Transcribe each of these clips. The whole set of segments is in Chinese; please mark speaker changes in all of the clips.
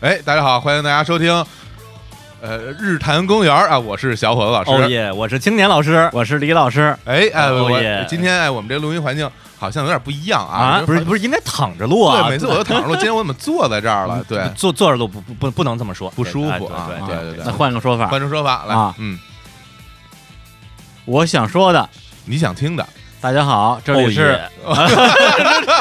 Speaker 1: 哎，大家好，欢迎大家收听，呃，日坛公园啊，我是小伙子老师。
Speaker 2: 哦耶！我是青年老师，我是李老师
Speaker 1: 哎哎，
Speaker 2: 哦
Speaker 1: 我
Speaker 2: 耶
Speaker 1: 今天哎，我们这录音环境好像有点不一样啊，
Speaker 2: 不是不是应该躺着录
Speaker 1: 好像
Speaker 2: 啊？
Speaker 1: 对，每次我都躺着录，今天我怎么坐在这儿了？对，
Speaker 2: 坐坐着录不不不不能这么说，
Speaker 1: 不舒服啊
Speaker 2: 对
Speaker 1: 啊
Speaker 2: 对
Speaker 1: 对对
Speaker 2: 对
Speaker 1: 对
Speaker 3: 那换个说法
Speaker 1: 换，成说法来
Speaker 3: 啊，
Speaker 1: 嗯，
Speaker 3: 我想说的，
Speaker 1: 你想听 的，
Speaker 3: 大家好，这
Speaker 2: 哦
Speaker 3: 里是
Speaker 2: 耶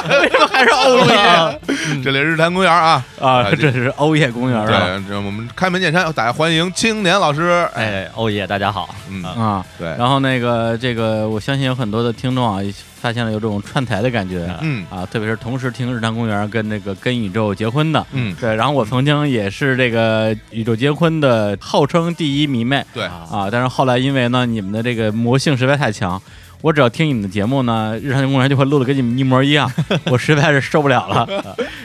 Speaker 3: 为什么还是欧
Speaker 2: 啊
Speaker 3: 耶
Speaker 1: 这里是日坛公园 啊，
Speaker 3: 啊？这是欧耶公园
Speaker 2: 嗯
Speaker 1: 对
Speaker 3: 啊，
Speaker 1: 这我们开门见山，大家欢迎青年老师，
Speaker 2: 哎哦耶！大家好，
Speaker 1: 嗯，
Speaker 2: 啊
Speaker 3: 啊。
Speaker 1: 对，
Speaker 3: 然后那个这个，我相信有很多的听众啊，发现了有这种串台的感觉
Speaker 1: 嗯
Speaker 3: 啊，特别是同时听日坛公园跟那个跟宇宙结婚的。
Speaker 1: 嗯，
Speaker 3: 对，然后我曾经也是这个宇宙结婚的号称第一迷妹
Speaker 1: 对，
Speaker 2: 啊
Speaker 3: 啊，但是后来因为呢，你们的这个魔性实在太强，我只要听你们的节目呢，日坛公园就会录的跟你们一模一样， 我实在是受不 了了，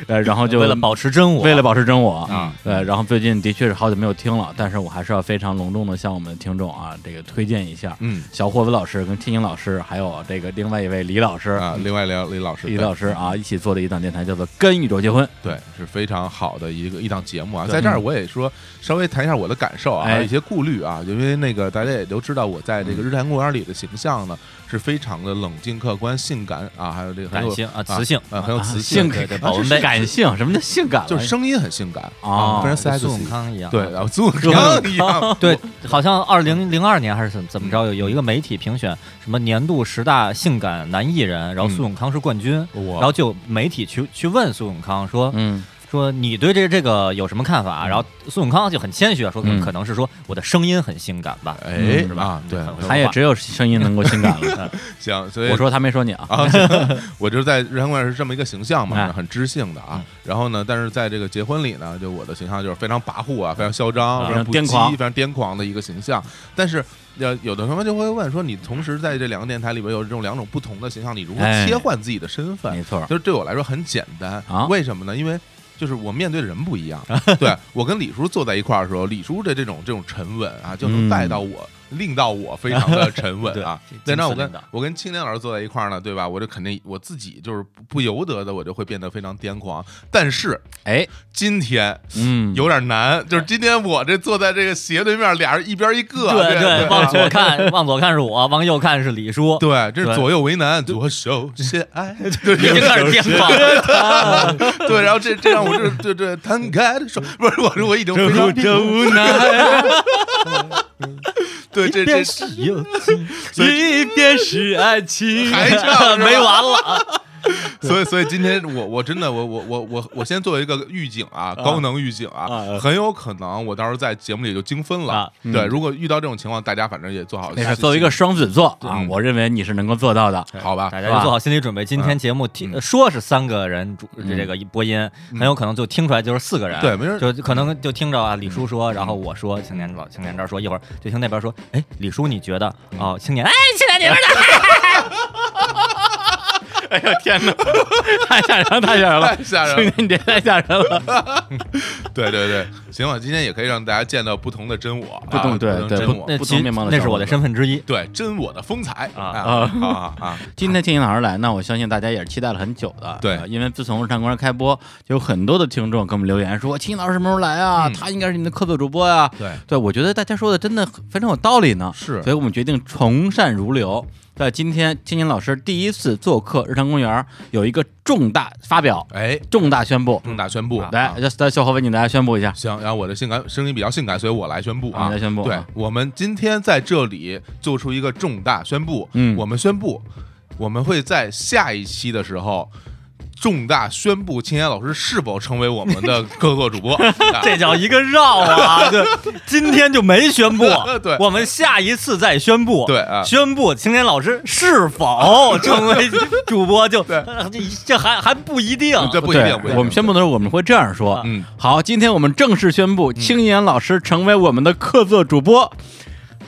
Speaker 3: 呃，然后就
Speaker 2: 为了保持真我，
Speaker 3: 为了保持真我
Speaker 1: 啊，
Speaker 3: 对，然后最近的确是好久没有听了，但是我还是要非常隆重的向我们的听众啊，这个推荐一下
Speaker 1: 嗯
Speaker 3: 小伙子老师跟青青老师，还有这个另外一位李老师，
Speaker 1: 啊，另外聊李老师，
Speaker 3: 李
Speaker 1: 对
Speaker 3: 老师啊，一起做的一档电台叫做《跟宇宙结婚》。
Speaker 1: 对，是非常好的一个一档节目啊。在这儿我也说稍微谈一下我的感受啊，
Speaker 3: 哎
Speaker 1: 还有一些顾虑啊，因为那个大家也都知道，我在这个日坛公园里的形象呢是非常的冷静、客观、性感啊，还有这个很
Speaker 2: 感
Speaker 1: 有
Speaker 2: 性啊，磁性
Speaker 1: 啊，很有
Speaker 3: 啊
Speaker 1: 磁
Speaker 3: 性
Speaker 1: 性，
Speaker 2: 对
Speaker 3: 感
Speaker 2: 对
Speaker 3: 啊
Speaker 2: 保温
Speaker 3: 这
Speaker 2: 杯
Speaker 3: 是感性，什么叫性感了？
Speaker 1: 就是声音很性感
Speaker 3: 啊
Speaker 1: 非常
Speaker 2: 跟哦孙
Speaker 1: sexy
Speaker 2: 悟。空一样，啊
Speaker 1: 对，嗯然后孙悟
Speaker 3: 孙悟
Speaker 1: 空一样，
Speaker 2: 对，好像二零零二年还是怎么怎么
Speaker 1: 嗯
Speaker 2: 着，有有一个媒体评选什么年度十大性感男艺人，然
Speaker 1: 嗯
Speaker 2: 后苏永康是冠军，然
Speaker 1: 我
Speaker 2: 后就媒体去去问苏永康说，
Speaker 3: 哎嗯，
Speaker 2: 说你对这这个有什么看法？然后苏永康就很谦虚啊，说可
Speaker 3: 嗯
Speaker 2: 可能是说我的声音很性感吧，嗯
Speaker 1: 哎
Speaker 2: 是吧
Speaker 1: 啊？对，
Speaker 2: 很
Speaker 3: 他也只有声音能够性感了。
Speaker 1: 行，所以
Speaker 3: 我说他没说你啊，
Speaker 1: 啊，行我就是在人馆是这么一个形象嘛，
Speaker 3: 哎
Speaker 1: 很知性的啊。然后呢，但是在这个结婚里呢，就我的形象就是非常跋扈啊，非常嚣张，
Speaker 3: 啊
Speaker 1: 非常不
Speaker 3: 癫
Speaker 1: 羁
Speaker 3: 狂
Speaker 1: 非常癫狂的一个形象。但是，呃，有的朋友就会问说，你同时在这两个电台里边有这种两种不同的形象，你如何
Speaker 3: 哎
Speaker 1: 切换自己的身份？
Speaker 3: 没错，
Speaker 1: 就是对我来说很简单
Speaker 3: 啊
Speaker 1: 为什么呢？因为就是我面对的人不一样。对我跟李叔坐在一块儿的时候，李叔的这种这种沉稳啊，就
Speaker 3: 嗯
Speaker 1: 能带到我，令到我非常的沉 稳啊
Speaker 2: 对。
Speaker 1: 对，那我
Speaker 2: 精
Speaker 1: 跟
Speaker 2: 神领导
Speaker 1: 我跟青年老师坐在一块儿呢，对吧？我这肯定我自己就是不不由得的，我就会变得非常癫狂。但是
Speaker 3: 哎，
Speaker 1: 今天。
Speaker 3: 嗯，
Speaker 1: 有点难，就是今天我这坐在这个斜对面，俩人一边一个，啊
Speaker 2: 对
Speaker 1: 对
Speaker 2: 对，往左看，往左看是我，往右看是李叔，
Speaker 1: 对，这是
Speaker 2: 对
Speaker 1: 左右为难，左手写爱，对，
Speaker 2: 已经开始癫狂了，
Speaker 1: 对，然后这这让我这这这摊开的说，不是我说我已经非常
Speaker 3: 无奈，
Speaker 1: 对这这
Speaker 2: 是友情，
Speaker 3: 一边是爱情
Speaker 1: 还唱
Speaker 2: 啊 没完了，
Speaker 1: 所以所以今天我我真的我我我我我先作为一个预警啊，高能预警啊，
Speaker 3: 啊
Speaker 1: 很有可能我到时候在节目里就精分了
Speaker 2: 啊。
Speaker 1: 对，如果遇到这种情况，大家反正也做好
Speaker 3: 没事，作为一个双子座啊
Speaker 1: 嗯，
Speaker 3: 我认为你是能够做到的。
Speaker 1: 好吧，
Speaker 2: 大家就做好心理准备，今天节目听说是三个人主这个播音，很有可能就听出来就是四个人，
Speaker 1: 对没人
Speaker 2: 就可能就听着啊，李叔说，然后我说，青年老青年这儿说，一会儿就听那边说，哎，李叔你觉得哦，青年，哎，青年你边的，
Speaker 3: 哎呦天哪， 太吓人了，太吓人了
Speaker 1: 太！吓人了
Speaker 3: 兄弟，你这太吓人了。
Speaker 1: 对对对，行吧，今天也可以让大家见到不同的真我啊，
Speaker 3: 不同对
Speaker 1: 真
Speaker 3: 对
Speaker 1: 我，
Speaker 2: 那
Speaker 3: 不
Speaker 2: 其
Speaker 3: 同面貌的
Speaker 2: 那
Speaker 3: 小
Speaker 2: 是我
Speaker 3: 伙
Speaker 2: 的
Speaker 3: 子
Speaker 2: 身份之一，
Speaker 1: 对真我的风采
Speaker 2: 啊
Speaker 1: 啊啊啊！
Speaker 3: 今天听您老师来，那我相信大家也是期待了很久的。
Speaker 1: 对
Speaker 3: 呃因为自从日常公园开播，就有很多的听众给我们留言说，秦老师什么时候来啊？
Speaker 1: 嗯
Speaker 3: 他应该是你们的客座主播呀。
Speaker 1: 对，
Speaker 3: 对，我觉得大家说的真的非常有道理呢，
Speaker 1: 是
Speaker 3: 所以我们决定从善如流。在今天，青年老师第一次做客日常公园，有一个重大发表、
Speaker 1: 哎，
Speaker 3: 重大宣布。
Speaker 1: 重大宣布，啊
Speaker 3: 来，来，小伙伴，你大家宣布一下。
Speaker 1: 行，然后我的性感声音比较性感，所以我来宣布啊，
Speaker 3: 啊你来宣布
Speaker 1: 对
Speaker 3: 啊
Speaker 1: 我们今天在这里做出一个重大宣布，
Speaker 3: 嗯
Speaker 1: 我们宣布，我们会在下一期的时候。重大宣布，青年老师是否成为我们 的客座主播？啊，
Speaker 2: 这叫一个绕啊！ 对，今天就没宣布
Speaker 1: 对
Speaker 2: 我们下一次再宣布，
Speaker 1: 对啊
Speaker 2: 宣布青年老师是否 成为主播就，
Speaker 1: 对
Speaker 2: 呃 这这还还不一定，
Speaker 1: 这不一
Speaker 3: 对
Speaker 1: 定，不一定
Speaker 3: 我们宣布的时候我们会这样说。
Speaker 1: 嗯，
Speaker 3: 好，今天我们正式宣布，青年老师成为我们的客座主播，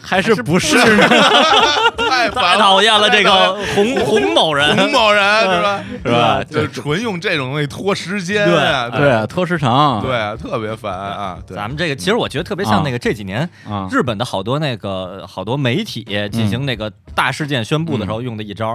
Speaker 3: 还是不是呢？
Speaker 1: 太太 烦
Speaker 2: 太讨厌了，这个洪
Speaker 1: 洪
Speaker 2: 洪某人，
Speaker 1: 洪某人是 吧？
Speaker 3: 是吧？
Speaker 1: 啊就是纯用这种东西拖时间啊，
Speaker 3: 对啊，拖时长，
Speaker 1: 对，特别烦啊！对
Speaker 2: 咱们这个其实我觉得特别像那个这几年
Speaker 3: 啊，嗯
Speaker 2: 日本的好多那个好多媒体进行那个大事件宣布的时候用的一招，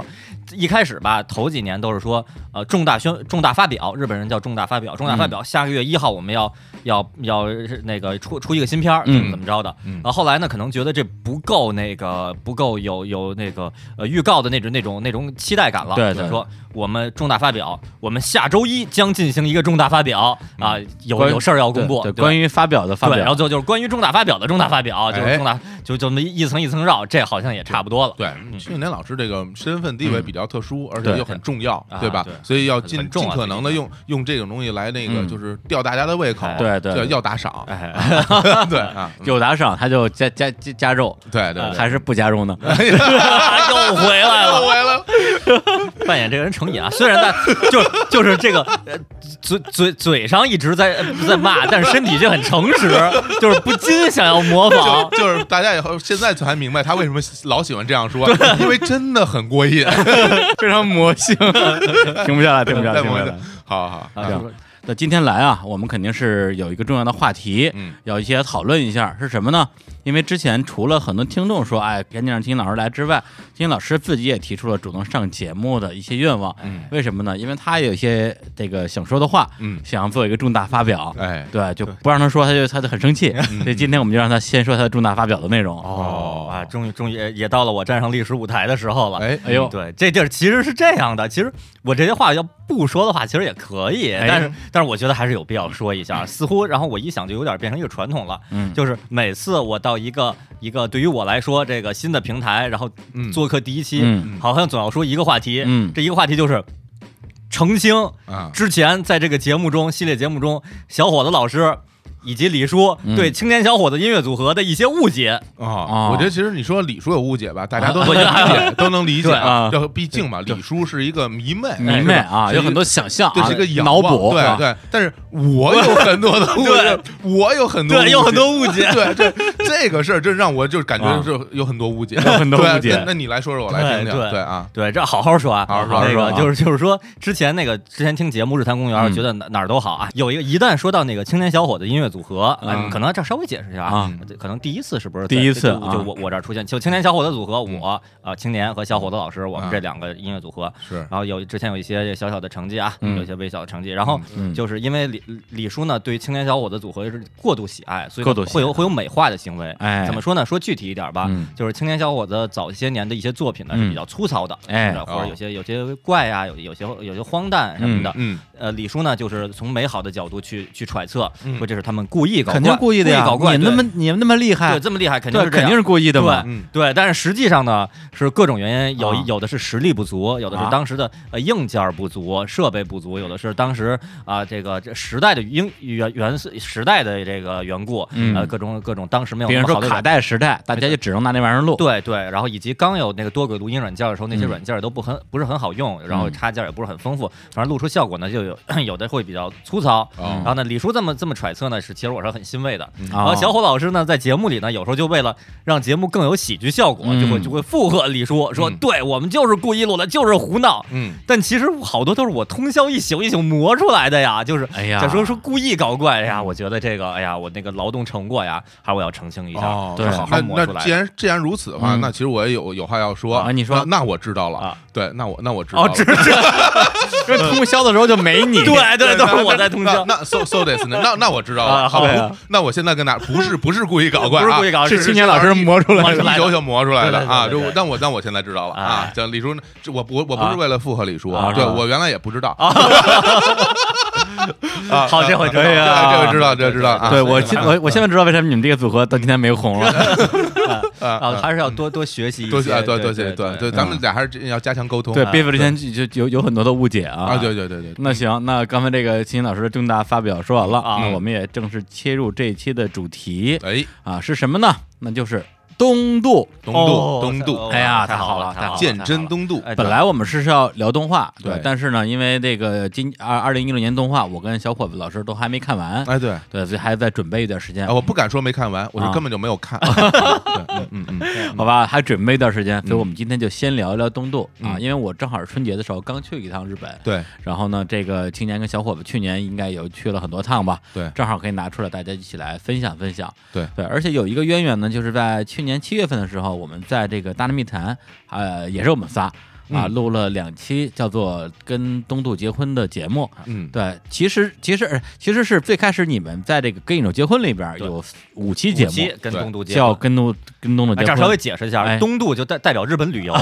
Speaker 2: 一开始吧，头几年都是说呃重大宣重大发表，日本人叫重大发
Speaker 3: 嗯
Speaker 2: 表，重大发表，下个月一号我们要要要是那个出出一个新片儿，怎
Speaker 3: 嗯
Speaker 2: 么怎么着的。
Speaker 1: 嗯
Speaker 2: 然后后来呢，可能觉得这不够那个不够有有那个呃预告的那种那种那种期待感了，
Speaker 3: 对
Speaker 2: 就
Speaker 3: 对
Speaker 2: 是说我们重大发表，我们下周一将进行一个重大发表啊，有
Speaker 3: 关于
Speaker 2: 有事儿要公布，
Speaker 3: 嗯对
Speaker 2: 对吧
Speaker 3: 关于发表的发
Speaker 2: 对，然后
Speaker 3: 表，
Speaker 2: 就就是关于重大发表的重大发表，就
Speaker 1: 哎
Speaker 2: 是重大就就那么一层一层绕，这好像也差不多了。
Speaker 1: 对，去年老师这个身份地位比较特殊，而且又很重要，
Speaker 2: 对
Speaker 1: 对吧
Speaker 2: 啊对？
Speaker 1: 所以要尽
Speaker 2: 很重
Speaker 1: 尽
Speaker 2: 啊
Speaker 1: 可能的用用这种东西来那个，
Speaker 3: 嗯
Speaker 1: 就是吊大家的胃口
Speaker 2: 哎，
Speaker 3: 对对
Speaker 1: 就
Speaker 3: 对
Speaker 1: 要打赏，
Speaker 2: 哎，
Speaker 1: 对啊，嗯
Speaker 3: 有打赏他就加加加加肉，
Speaker 1: 对对对，
Speaker 3: 还是不加肉呢？
Speaker 2: 又回来了，
Speaker 1: 来了，
Speaker 2: 扮演这个人成瘾啊。虽然在就就是这个呃嘴嘴嘴上一直在在骂，但是身体却很诚实，就是不禁想要模仿。
Speaker 1: 就就是大家以后现在才明白他为什么老喜欢这样说，因为真的很过瘾，
Speaker 3: 非常魔 性，停不下来，停 不下来，
Speaker 1: 太
Speaker 3: 停不
Speaker 1: 魔
Speaker 3: 下
Speaker 1: 性
Speaker 3: 来。
Speaker 1: 好好，
Speaker 2: 啊
Speaker 3: 行那今天来啊，我们肯定是有一个重要的话题，
Speaker 1: 嗯，
Speaker 3: 要一些讨论一下是什么呢？因为之前除了很多听众说，哎，赶紧让金星老师来之外，金星老师自己也提出了主动上节目的一些愿望。
Speaker 1: 嗯
Speaker 3: 为什么呢？因为他有一些这个想说的话，
Speaker 1: 嗯，
Speaker 3: 想做一个重大发表。
Speaker 1: 哎，
Speaker 3: 对，就不让他说，他就他就很生气。
Speaker 2: 嗯
Speaker 3: 所以今天我们就让他先说他的重大发表的内容。
Speaker 1: 哦
Speaker 2: 啊，终于终于也也到了我站上历史舞台的时候了。
Speaker 1: 哎
Speaker 3: 哎呦，
Speaker 2: 嗯对，这地儿其实是这样的。其实我这些话要不说的话，其实也可以，
Speaker 3: 哎
Speaker 2: 但是但是我觉得还是有必要说一下。似乎，然后我一想就有点变成一个传统了，
Speaker 3: 嗯
Speaker 2: 就是每次我到一个一个对于我来说这个新的平台，然后
Speaker 1: 嗯
Speaker 2: 做客第一期，
Speaker 3: 嗯
Speaker 2: 好像总要说一个话题，
Speaker 3: 嗯
Speaker 2: 这一个话题就是。澄清
Speaker 1: 啊，
Speaker 2: 之前，在这个节目中，系列节目中，小伙子老师以及李叔
Speaker 3: 嗯
Speaker 2: 对青年小伙子音乐组合的一些误解，
Speaker 1: 啊，
Speaker 3: 啊
Speaker 1: 我觉得其实你说李叔有误解吧，大家都
Speaker 2: 啊
Speaker 1: 能
Speaker 2: 我觉得
Speaker 1: 理解， 都能理解
Speaker 2: 对
Speaker 3: 啊
Speaker 1: 就毕竟嘛，李叔是一个迷妹，
Speaker 3: 迷妹
Speaker 2: 哎
Speaker 3: 啊，有很多想象
Speaker 1: 对
Speaker 3: 啊，
Speaker 1: 是一个仰
Speaker 3: 脑
Speaker 1: 望
Speaker 3: 补，啊是
Speaker 2: 啊
Speaker 3: 吧
Speaker 1: 对对。但是我有很多 的误解，我有很多误解
Speaker 2: 对，有很多误 解。
Speaker 1: 对这这个事儿，真让我就是感觉
Speaker 3: 啊
Speaker 1: 是有很多误解，
Speaker 3: 有很多
Speaker 1: 对
Speaker 3: 误解
Speaker 1: 那那你来说说，我来听听。
Speaker 2: 对对
Speaker 1: 对啊，
Speaker 2: 对，这好好说啊，
Speaker 1: 好好说
Speaker 2: 那
Speaker 3: 好好
Speaker 2: 个
Speaker 3: 说啊
Speaker 2: 就是就是说，之前那个之前听节目《日坛公园》，
Speaker 3: 嗯
Speaker 2: 觉得哪哪儿都好啊。有一个一旦说到那个青年小伙子音乐组合，
Speaker 1: 嗯
Speaker 2: 啊，可能这稍微解释一下
Speaker 3: 啊，
Speaker 2: 可能第一次是不是在
Speaker 3: 第一次嗯
Speaker 2: 就
Speaker 3: 啊
Speaker 2: 就我我这儿出现，就青年小伙子组合，我啊青年和小伙子老师，我
Speaker 1: 啊
Speaker 3: 嗯
Speaker 2: 们这两个音乐组合，
Speaker 1: 是
Speaker 2: 然后有之前有一些小小的成绩啊，
Speaker 3: 嗯
Speaker 2: 有一些微小的成绩，然后
Speaker 3: 嗯
Speaker 2: 就是因为李李叔呢对青年小伙子组合是过度喜爱，所以
Speaker 3: 过度喜爱嗯
Speaker 2: 会有会有美化的行为。
Speaker 3: 哎
Speaker 2: 怎么说呢？说具体一点吧
Speaker 3: 嗯，
Speaker 2: 就是青年小伙子早些年的一些作品呢
Speaker 3: 嗯
Speaker 2: 是比较粗糙的，
Speaker 3: 哎
Speaker 2: 是吧或
Speaker 1: 哦
Speaker 2: 者有些有些怪啊，有有些有些荒诞什么的。
Speaker 1: 嗯，
Speaker 2: 呃，李叔呢就是从美好的角度去去揣测
Speaker 1: 嗯，
Speaker 2: 说这是他们故意搞怪，
Speaker 3: 肯定故意的呀，
Speaker 2: 搞怪，
Speaker 3: 你那
Speaker 2: 对
Speaker 3: 么你那么厉害
Speaker 2: 对，这么厉害，肯定
Speaker 3: 对，
Speaker 2: 是这
Speaker 3: 肯
Speaker 2: 样
Speaker 3: 定是故意的嘛。
Speaker 2: 对
Speaker 1: 嗯
Speaker 2: 对，但是实际上呢，是各种原因，有、
Speaker 3: 啊
Speaker 2: 有的是实力不足，有的
Speaker 3: 啊
Speaker 2: 是当时的呃硬件不足、设备不足，有的是当时啊、这个这时代的因原原时代的这个缘故，
Speaker 3: 嗯
Speaker 2: 呃各种各种当时没有
Speaker 3: 别
Speaker 2: 那
Speaker 3: 人
Speaker 2: 么
Speaker 3: 说
Speaker 2: 好的
Speaker 3: 卡带时代，大家就只能拿那玩意儿录。
Speaker 2: 对对，然后以及刚有那个多轨录音软件的时候，那些
Speaker 3: 嗯
Speaker 2: 软件都不很不是很好用，然后
Speaker 3: 嗯
Speaker 2: 插件也不是很丰富，反正录出效果呢就有 有的会比较粗糙。
Speaker 1: 哦嗯
Speaker 2: 然后呢，李叔这么这么揣测呢，是其实我是很欣慰的。
Speaker 3: 啊，
Speaker 2: 然后小伙老师呢，在节目里呢，有时候就为了让节目更有喜剧效果，
Speaker 3: 嗯
Speaker 2: 就会就会附和李叔说：“
Speaker 1: 嗯
Speaker 2: 对我们就是故意录的，就是胡闹。
Speaker 1: 嗯”
Speaker 2: 但其实好多都是我通宵一宿一宿磨出来的呀，就是
Speaker 3: 哎呀
Speaker 2: 假说说故意搞怪
Speaker 1: 嗯
Speaker 2: 哎呀，我觉得这个哎呀，我那个劳动成果呀，还是我要澄清一下，
Speaker 1: 哦
Speaker 2: 是好好
Speaker 1: 那
Speaker 2: 磨出
Speaker 1: 那
Speaker 2: 来
Speaker 1: 既
Speaker 2: 的。
Speaker 1: 然既然如此的话，
Speaker 3: 嗯
Speaker 1: 那其实我也有有话要说
Speaker 3: 啊你说
Speaker 1: 那那我知道了
Speaker 2: 啊，
Speaker 1: 对，那我那我知道
Speaker 2: 哦，
Speaker 1: 了。
Speaker 2: 这这，
Speaker 3: 因为通宵的时 候就没你。
Speaker 2: 对对，都是我在通
Speaker 1: 那
Speaker 2: 宵。
Speaker 1: 那 so so this 呢？那那我知道了。
Speaker 2: 啊好
Speaker 1: 不
Speaker 2: 对
Speaker 3: 啊
Speaker 1: 那我现在跟大家不是不是故意搞怪啊，
Speaker 2: 不是故意搞怪
Speaker 1: 是
Speaker 2: 是
Speaker 3: 青年老师磨出来
Speaker 2: 的
Speaker 1: 一手就磨出来的啊。
Speaker 2: 对
Speaker 1: 就
Speaker 2: 对对对对
Speaker 1: 但我但我现在知道了啊
Speaker 2: 哎。
Speaker 1: 这李叔，这我我我不是为了附和李叔
Speaker 3: 啊，
Speaker 1: 对
Speaker 3: 是吧
Speaker 1: 我原来也不知道啊。
Speaker 2: 好，这回知道了。
Speaker 3: 哎
Speaker 1: 对
Speaker 3: 呀
Speaker 1: 啊这个知道，这个知道 啊。
Speaker 3: 对我
Speaker 1: 现
Speaker 3: 现
Speaker 1: 在
Speaker 3: 我我现在知道为什么你们这个组合到今天没 红了。
Speaker 2: 啊，
Speaker 1: 啊
Speaker 2: 还是要多多学习一些，
Speaker 1: 多谢啊多
Speaker 2: 对
Speaker 1: 多谢对对，咱们俩还是要加强沟通。
Speaker 3: 对，
Speaker 1: 啊
Speaker 3: 贝弗之前就就有有很多的误解啊。
Speaker 1: 啊，对。对对对，对
Speaker 3: 那行，那刚才这个秦老师的重大发表说完了啊，
Speaker 1: 嗯
Speaker 3: 我们也正式切入这一期的主题
Speaker 1: 哎，
Speaker 3: 啊，是什么呢？那就是东渡，
Speaker 1: 东
Speaker 2: 哦
Speaker 1: 渡东渡
Speaker 2: 哦，
Speaker 3: 哎呀
Speaker 2: 太好了，
Speaker 3: 太好了
Speaker 2: 了
Speaker 1: 鉴真，东渡，
Speaker 2: 太好了哎
Speaker 3: 本来我们是要聊动画，对，
Speaker 1: 对
Speaker 3: 但是呢，因为这个今二二零一六年动画，我跟小伙子老师都还没看完，
Speaker 1: 哎对。
Speaker 3: 对，所以还在准备一段时间
Speaker 1: 啊，，我不敢说没看完，我
Speaker 3: 啊
Speaker 1: 是根本就没有看。对嗯嗯嗯，
Speaker 3: 好吧，还准备一段时间，
Speaker 2: 嗯
Speaker 3: 所以我们今天就先聊一聊东渡啊，
Speaker 1: 嗯
Speaker 3: 因为我正好是春节的时候刚去一趟日本，
Speaker 1: 对
Speaker 3: 然后呢，这个青年跟小伙子去年应该有去了很多趟吧，
Speaker 1: 对
Speaker 3: 正好可以拿出来大家一起来分享分享。
Speaker 1: 对
Speaker 3: 对，而且有一个渊源呢，就是在去年七月份的时候，我们在这个大内密谈，呃，也是我们仨啊，
Speaker 1: 嗯
Speaker 3: 录了两期叫做《跟东渡结婚》的节目。
Speaker 1: 嗯，
Speaker 3: 对，其实其实呃其实是最开始你们在这个《跟一种结婚》里边
Speaker 2: 对
Speaker 3: 有五期节
Speaker 2: 五
Speaker 3: 目，
Speaker 2: 期跟
Speaker 1: 对
Speaker 2: 东渡结
Speaker 3: 叫《
Speaker 2: 合
Speaker 3: 跟东跟东渡
Speaker 2: 哎
Speaker 3: 结
Speaker 2: 这
Speaker 3: 婚
Speaker 2: 儿》。稍微解释一
Speaker 3: 哎
Speaker 2: 下，东渡就代代表日本旅 游，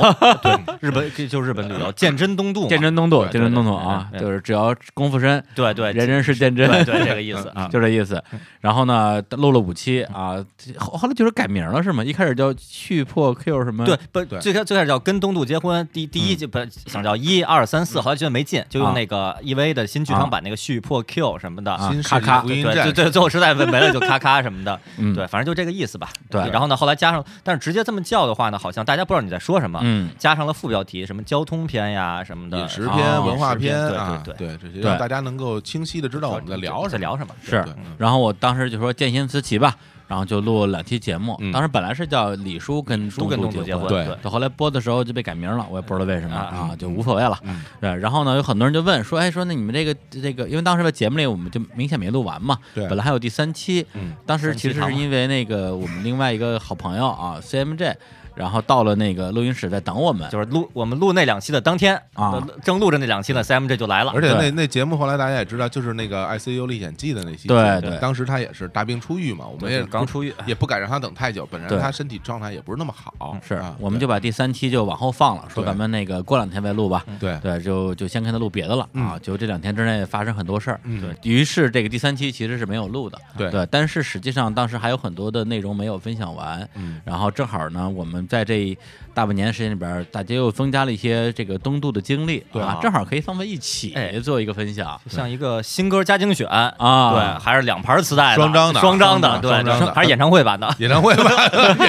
Speaker 2: 对，日本这就是日本旅游，鉴真东渡嘛，
Speaker 3: 鉴真东渡，
Speaker 1: 对
Speaker 3: 鉴真东渡啊，
Speaker 2: 啊对对对
Speaker 3: 就是只要功夫深，
Speaker 2: 对对，
Speaker 3: 人人是鉴真，
Speaker 2: 对对这个意思啊，
Speaker 3: 就这意思。然后呢，录了五期啊，后后来就是改名了是吗？一开始叫续破 Q 什么？
Speaker 2: 对，不
Speaker 1: 嗯对
Speaker 2: 最开最开始叫跟东渡结婚，第第一
Speaker 3: 嗯
Speaker 2: 就不想叫一二三
Speaker 1: 嗯
Speaker 2: 四，后来觉得没劲，就
Speaker 3: 啊
Speaker 2: 用那个 EV 的新剧场版那个续破 Q 什么的，
Speaker 3: 啊
Speaker 1: 啊新
Speaker 3: 咔
Speaker 1: 世纪
Speaker 3: 咔
Speaker 1: 福
Speaker 2: 对
Speaker 1: 音
Speaker 2: 对
Speaker 1: 战
Speaker 2: 对，最后实在没没了就咔咔什么的，
Speaker 3: 嗯，
Speaker 2: 对，反正就这个意思吧。
Speaker 3: 对
Speaker 2: 然后呢，后来加上，但是直接这么叫的话呢，好像大家不知道你在说什么，
Speaker 3: 嗯，
Speaker 2: 加上了副标题，什么交通篇呀什么的，
Speaker 1: 饮食
Speaker 2: 啊
Speaker 3: 啊
Speaker 1: 篇、文化
Speaker 2: 饮食篇
Speaker 1: 篇
Speaker 2: 对
Speaker 1: 啊，
Speaker 2: 对
Speaker 1: 对这些，
Speaker 3: 对
Speaker 1: 让大家能够清晰的知道我们在聊
Speaker 2: 在
Speaker 1: 什么。
Speaker 2: 聊什么。
Speaker 3: 是
Speaker 1: 对嗯
Speaker 3: 然后我当时就说见贤思齐吧，然后就录了两期节目。
Speaker 1: 嗯
Speaker 3: 当时本来是叫李叔跟
Speaker 2: 书跟
Speaker 3: 东
Speaker 2: 东
Speaker 3: 渡
Speaker 2: 渡
Speaker 3: 结
Speaker 2: 结
Speaker 3: 婚，
Speaker 2: 婚，
Speaker 1: 对
Speaker 3: 对后来播的时候就被改名了，我也不知道为什么
Speaker 2: 啊
Speaker 3: 啊，就无所谓了。
Speaker 1: 嗯
Speaker 3: 对，然后呢，有很多人就问说，哎，说那你们这个这个，因为当时在节目里我们就明显没录完嘛，
Speaker 1: 对
Speaker 3: 本来还有第三期，
Speaker 1: 嗯，
Speaker 3: 当时其实是因为那个我们另外一个好朋友啊，CMJ，然后到了那个录音室在等我们，
Speaker 2: 就是录我们录那两期的当天
Speaker 3: 啊，
Speaker 2: 正录着那两期呢，CMJ 就来了，
Speaker 1: 嗯而且
Speaker 3: 对
Speaker 1: 那那节目后来大家也知道，就是那个《ICU 历险记》的那期节
Speaker 3: 对
Speaker 1: 目，
Speaker 3: 对
Speaker 1: 当时他也是大病初愈嘛，我
Speaker 2: 我
Speaker 1: 们也
Speaker 2: 刚出狱，
Speaker 1: 也不敢让他等太久，本来
Speaker 3: 对
Speaker 1: 他身体状态也不是那么
Speaker 2: 嗯
Speaker 1: 好，
Speaker 3: 是
Speaker 1: 啊，
Speaker 3: 我们就把第三期就往后放了，说
Speaker 1: 对
Speaker 3: 咱们那个过两天再录吧。
Speaker 1: 对，
Speaker 3: 对，就就先跟他录别的了啊，
Speaker 1: 嗯
Speaker 3: 就这两天之内发生很多事儿。
Speaker 1: 嗯
Speaker 2: 对
Speaker 3: 于是这个第三期其实是没有录的，
Speaker 1: 对
Speaker 3: 对，但是实际上当时还有很多的内容没有分享完，
Speaker 1: 嗯，
Speaker 3: 然后正好呢，我们在这大半年时间里边儿，大家又增加了一些这个东渡的经历，
Speaker 1: 对
Speaker 3: 啊
Speaker 2: 啊，
Speaker 3: 正好可以放在一起
Speaker 2: 哎
Speaker 3: 做一个分享
Speaker 2: 像一个新歌加精选啊
Speaker 3: 啊，
Speaker 2: 对，还是两盘磁带的，
Speaker 1: 双张的
Speaker 2: 双张的，
Speaker 1: 双张
Speaker 2: 对，
Speaker 1: 双张的
Speaker 2: 还是演唱会 版的，
Speaker 1: 演唱会 吧，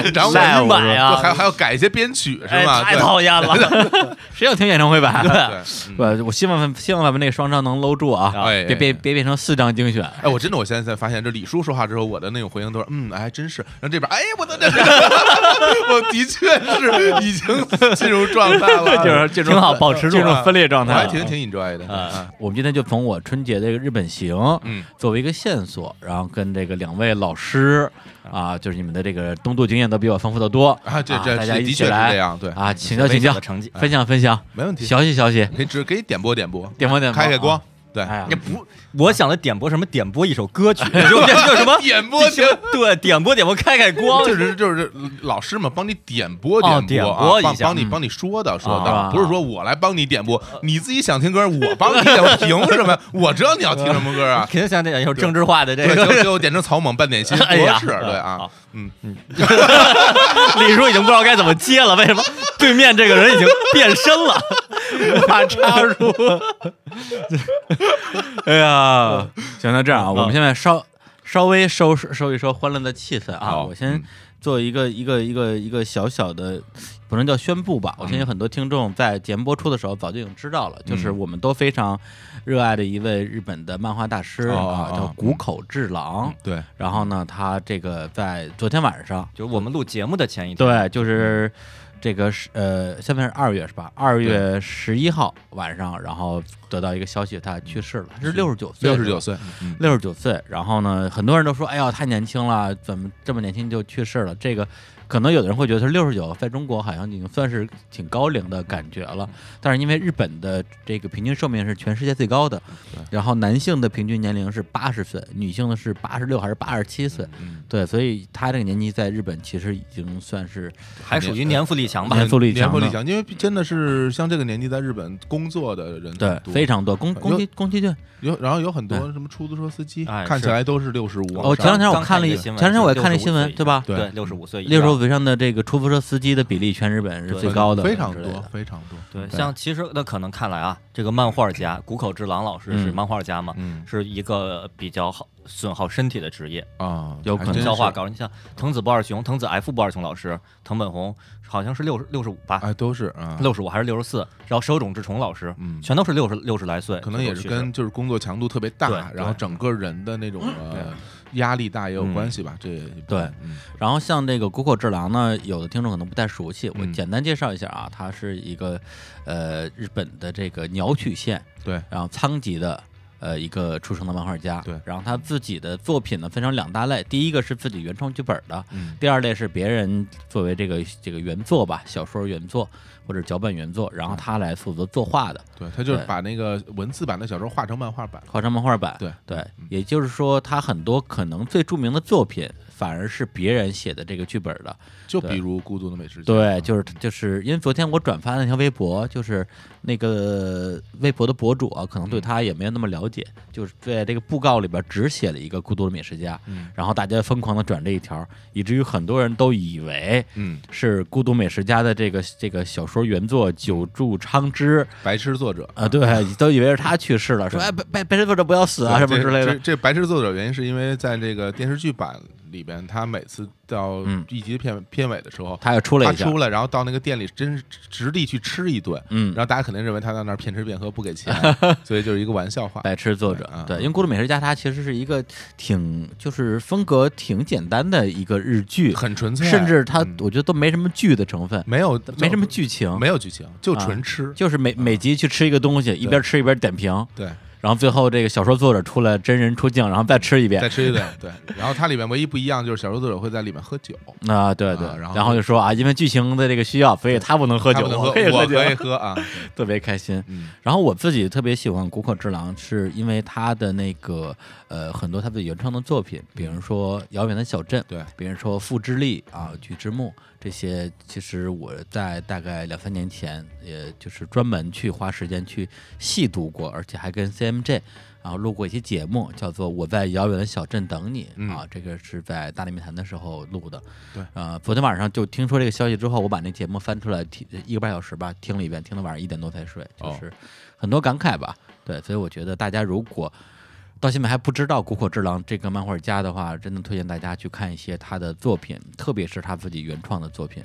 Speaker 1: 演唱会
Speaker 2: 赖我
Speaker 1: 对
Speaker 2: 呀
Speaker 1: 还还要改一些编曲
Speaker 2: 哎，
Speaker 1: 是吧？
Speaker 2: 太
Speaker 1: 对
Speaker 2: 讨厌了，
Speaker 3: 谁要听演唱会版？啊
Speaker 2: 对
Speaker 1: 对，嗯
Speaker 3: 对，我希望咱们希望咱们那个双张能搂住啊，
Speaker 1: 哎
Speaker 3: 别别别变成四张精选，
Speaker 1: 哎，我真的，我现在才发现，这李叔说话之后，我的那种回应都是，嗯，哎，真是。然后这边，哎，我的这， 我的确是已经进入状态了，
Speaker 3: 就是这种
Speaker 2: 挺好，保持住
Speaker 3: 这。种分裂状
Speaker 1: 我
Speaker 3: 态
Speaker 1: 还
Speaker 3: 啊。
Speaker 1: 挺挺 enjoy 的。啊
Speaker 3: 我们今天就从我春节的这个日本行，
Speaker 1: 嗯，
Speaker 3: 作为一个线索，然后跟这个两位老师啊，就是你们的这个东渡经验都比我丰富的多
Speaker 1: 啊，这这
Speaker 3: 大
Speaker 1: 这
Speaker 3: 家
Speaker 1: 的
Speaker 3: 一
Speaker 1: 确
Speaker 3: 起
Speaker 1: 是这
Speaker 3: 来
Speaker 1: 样，对，
Speaker 3: 啊，请教请
Speaker 2: 微小
Speaker 3: 教
Speaker 2: 的，成绩，
Speaker 3: 分享分享，
Speaker 1: 没问题。
Speaker 3: 学习学习，
Speaker 1: 可以只可以点播点播，
Speaker 3: 点播点播，
Speaker 1: 开开光
Speaker 3: 啊，，
Speaker 1: 对，
Speaker 3: 哎呀
Speaker 2: 也不，我想的点播什么？点播一首 歌曲，就就就什么
Speaker 1: 点播
Speaker 2: 什么对，点播点播开开光，
Speaker 1: 就是就是老师们帮你点播
Speaker 2: 哦
Speaker 1: 点播
Speaker 2: 点播
Speaker 1: 啊，
Speaker 2: 一
Speaker 1: 帮
Speaker 2: 下
Speaker 1: 帮你
Speaker 3: 嗯
Speaker 1: 帮你说的说
Speaker 3: 啊
Speaker 1: 的，不是说我来帮你点播，你自己想听歌，我帮你点播，凭什么呀？我知道你要听什么歌 啊，
Speaker 2: 肯定想点一首政治化的这
Speaker 1: 对，就
Speaker 2: 个。
Speaker 1: 就点成草蜢半点心，不
Speaker 2: 哎呀
Speaker 1: 合适，对啊
Speaker 2: 好，
Speaker 1: 嗯，
Speaker 2: 李叔已经不知道该怎么接了，为什么对面这个人已经变身了？
Speaker 3: 无法插入。 哎呀，行，那这样啊，我们现在稍稍微收拾收一收欢乐的气氛啊，
Speaker 1: 好
Speaker 3: 我先
Speaker 1: 嗯
Speaker 3: 做一个一个一个一个小小的，不能叫宣布吧，我相
Speaker 1: 嗯
Speaker 3: 信很多听众在节目播出的时候早就已经知道了，就是我们都非常热爱的一位日本的漫画大师
Speaker 1: 哦
Speaker 3: 啊，
Speaker 1: 哦
Speaker 3: 叫
Speaker 1: 哦嗯
Speaker 3: 谷口治郎。
Speaker 1: 对，
Speaker 3: 然后呢，他这个在昨天晚上
Speaker 2: 就是我们录节目的前一天，
Speaker 1: 嗯
Speaker 3: 对，就是这个是呃，现在是二月是吧？二月十一号晚上，然后得到一个消息，他去世了，是六十九岁，
Speaker 1: 六十九，岁，嗯
Speaker 3: 六十九岁。然后呢，很多人都说，哎呀，太年轻了，怎么这么年轻就去世了？这个可能有的人会觉得他六十九，在中国好像已经算是挺高龄的感觉了。
Speaker 1: 嗯
Speaker 3: 但是因为日本的这个平均寿命是全世界最高的，
Speaker 1: 嗯
Speaker 3: 然后男性的平均年龄是八十岁，女性的是八十六还是八十七岁？
Speaker 1: 嗯
Speaker 3: 对，所以他这个年纪在日本其实已经算是
Speaker 2: 还属于年富力强吧
Speaker 3: 年？富力强
Speaker 1: 年富力
Speaker 3: 的
Speaker 1: 强，因为真的是像这个年纪在日本工作的人
Speaker 3: 对
Speaker 1: 很多
Speaker 3: 非常多宫
Speaker 1: 很
Speaker 3: 宫
Speaker 1: 多
Speaker 3: 崎宫崎骏。
Speaker 1: 有，然后有很多什么出租车司机，
Speaker 2: 哎
Speaker 1: 看起
Speaker 2: 是
Speaker 1: 来都是六十五。
Speaker 3: 哦前两天我看了一
Speaker 2: 刚
Speaker 3: 前两天我也看了一
Speaker 2: 一
Speaker 3: 新闻对吧
Speaker 1: 对
Speaker 2: 对，六十五岁以
Speaker 3: 六十
Speaker 2: 上
Speaker 3: 五以上的这个出租车司机的比例，全日本是
Speaker 2: 对
Speaker 3: 最高的，
Speaker 1: 非常
Speaker 3: 之类
Speaker 1: 多
Speaker 3: 的，
Speaker 1: 非常多。
Speaker 2: 对，
Speaker 3: 对
Speaker 2: 像其实那可能看来啊，这个漫画家谷口治郎老师是
Speaker 3: 嗯
Speaker 2: 漫画家嘛，
Speaker 1: 嗯
Speaker 2: 是一个比较好损耗身体的职业，
Speaker 1: 啊，
Speaker 3: 有可能
Speaker 1: 还真
Speaker 2: 消化
Speaker 1: 是
Speaker 2: 高。你像藤子不二雄、藤子 F 不二雄老师、藤本弘，好像是六十六十五吧，
Speaker 1: 哎，都是啊，
Speaker 2: 六十五还是六十四？然后手冢治虫老师，
Speaker 1: 嗯，
Speaker 2: 全都是六十六十来岁，
Speaker 1: 可能也是
Speaker 2: 这种趋势
Speaker 1: 跟就是工作强度特别大，
Speaker 2: 对
Speaker 1: 然后
Speaker 2: 对
Speaker 1: 整个人的那种呃压力大也有关系吧，这也
Speaker 3: 对，
Speaker 1: 嗯
Speaker 3: 然后像这个谷口治郎呢，有的听众可能不太熟悉，我
Speaker 1: 嗯
Speaker 3: 简单介绍一下啊，他是一个呃日本的这个鸟取县，
Speaker 1: 对，
Speaker 3: 然后仓吉的。呃，一个出生的漫画家，
Speaker 1: 对
Speaker 3: 然后他自己的作品呢分成两大类，第一个是自己原创剧本的，
Speaker 1: 嗯
Speaker 3: 第二类是别人作为这个这个原作吧，小说原作或者脚本原作，然后他来负责作画的，
Speaker 1: 对他就是
Speaker 3: 对
Speaker 1: 把那个文字版的小说画成漫画版，
Speaker 3: 画成漫画版。
Speaker 1: 对
Speaker 3: 对
Speaker 1: 嗯，
Speaker 3: 也就是说，他很多可能最著名的作品反而是别人写的这个剧本的。
Speaker 1: 就
Speaker 3: 对
Speaker 1: 比如《孤独的美食家》啊，
Speaker 3: 对，就是就是因为昨天我转发那条微博，就是那个微博的博主啊，可能
Speaker 1: 嗯
Speaker 3: 对他也没有那么了解，就是在这个布告里边只写了一个孤独的美食家，
Speaker 1: 嗯
Speaker 3: 然后大家疯狂的转这一条，以至于很多人都以为。
Speaker 1: 嗯，
Speaker 3: 是《孤独美食家》的这个这个小说原作久住昌之
Speaker 1: 白痴作者
Speaker 3: 啊， 对，都以为是他去世了，说
Speaker 1: 对
Speaker 3: 哎，白白白人作者不要死
Speaker 1: 对
Speaker 3: 啊，什么
Speaker 1: 这
Speaker 3: 之类
Speaker 1: 这
Speaker 3: 的。
Speaker 1: 这白痴作者原因是因为在这个电视剧版里边，他每次到
Speaker 3: 嗯
Speaker 1: 一集片片尾的时候，
Speaker 3: 他又出来
Speaker 1: 他
Speaker 3: 一下，
Speaker 1: 出来，然后到那个店里真是直地去吃一顿，
Speaker 3: 嗯
Speaker 1: 然，后大家肯定认为他到那儿骗吃骗喝不给 钱，所以就是一个玩笑话。
Speaker 3: 白痴作者
Speaker 1: 对啊，
Speaker 3: 对，因为《孤独美食家》它其实是一个挺就是风格挺简单的一个日剧，
Speaker 1: 很纯粹，
Speaker 3: 甚至它
Speaker 1: 嗯
Speaker 3: 我觉得都没什么剧的成分，
Speaker 1: 没有
Speaker 3: 没什么
Speaker 1: 就
Speaker 3: 剧情，啊
Speaker 1: 没有嗯剧情，就纯吃。
Speaker 3: 就是每每集去吃一个东西，一边吃一边点评，
Speaker 1: 对，
Speaker 3: 然后最后这个小说作者出来真人出镜，然后再吃一遍
Speaker 1: 再。吃一顿，对。然后它里面唯一不一样就是小说作者会在里面喝酒，
Speaker 3: 啊，对对，
Speaker 1: 啊然后
Speaker 3: 就说啊，因为剧情的这个需要，所以他不能喝
Speaker 1: 他
Speaker 3: 酒，
Speaker 1: 不能
Speaker 3: 我
Speaker 1: 喝，
Speaker 3: 可以
Speaker 1: 我
Speaker 3: 酒，
Speaker 1: 可以喝啊。对
Speaker 3: 特别开心。
Speaker 1: 嗯，
Speaker 3: 然后我自己特别喜欢谷口治郎，是因为他的那个呃很多他的原创的作品，比如说《遥远的小镇》，
Speaker 1: 对，
Speaker 3: 比如说《复之力》啊，《菊之木》这些，其实我在大概两三年前，也就是专门去花时间去细读过，而且还跟 CMJ。然啊后录过一期节目，叫做《我在遥远的小镇等你》
Speaker 1: 嗯
Speaker 3: 啊，这个是在大内密谈的时候录的。
Speaker 1: 对
Speaker 3: 呃，昨天晚上就听说这个消息之后，我把那节目翻出来听一个半小时吧，听了一遍，听到晚上一点多才睡，就
Speaker 1: 哦
Speaker 3: 是很多感慨吧。对，所以我觉得大家如果到现在还不知道谷口治郎这个漫画家的话，真的推荐大家去看一些他的作品，特别是他自己原创的作品。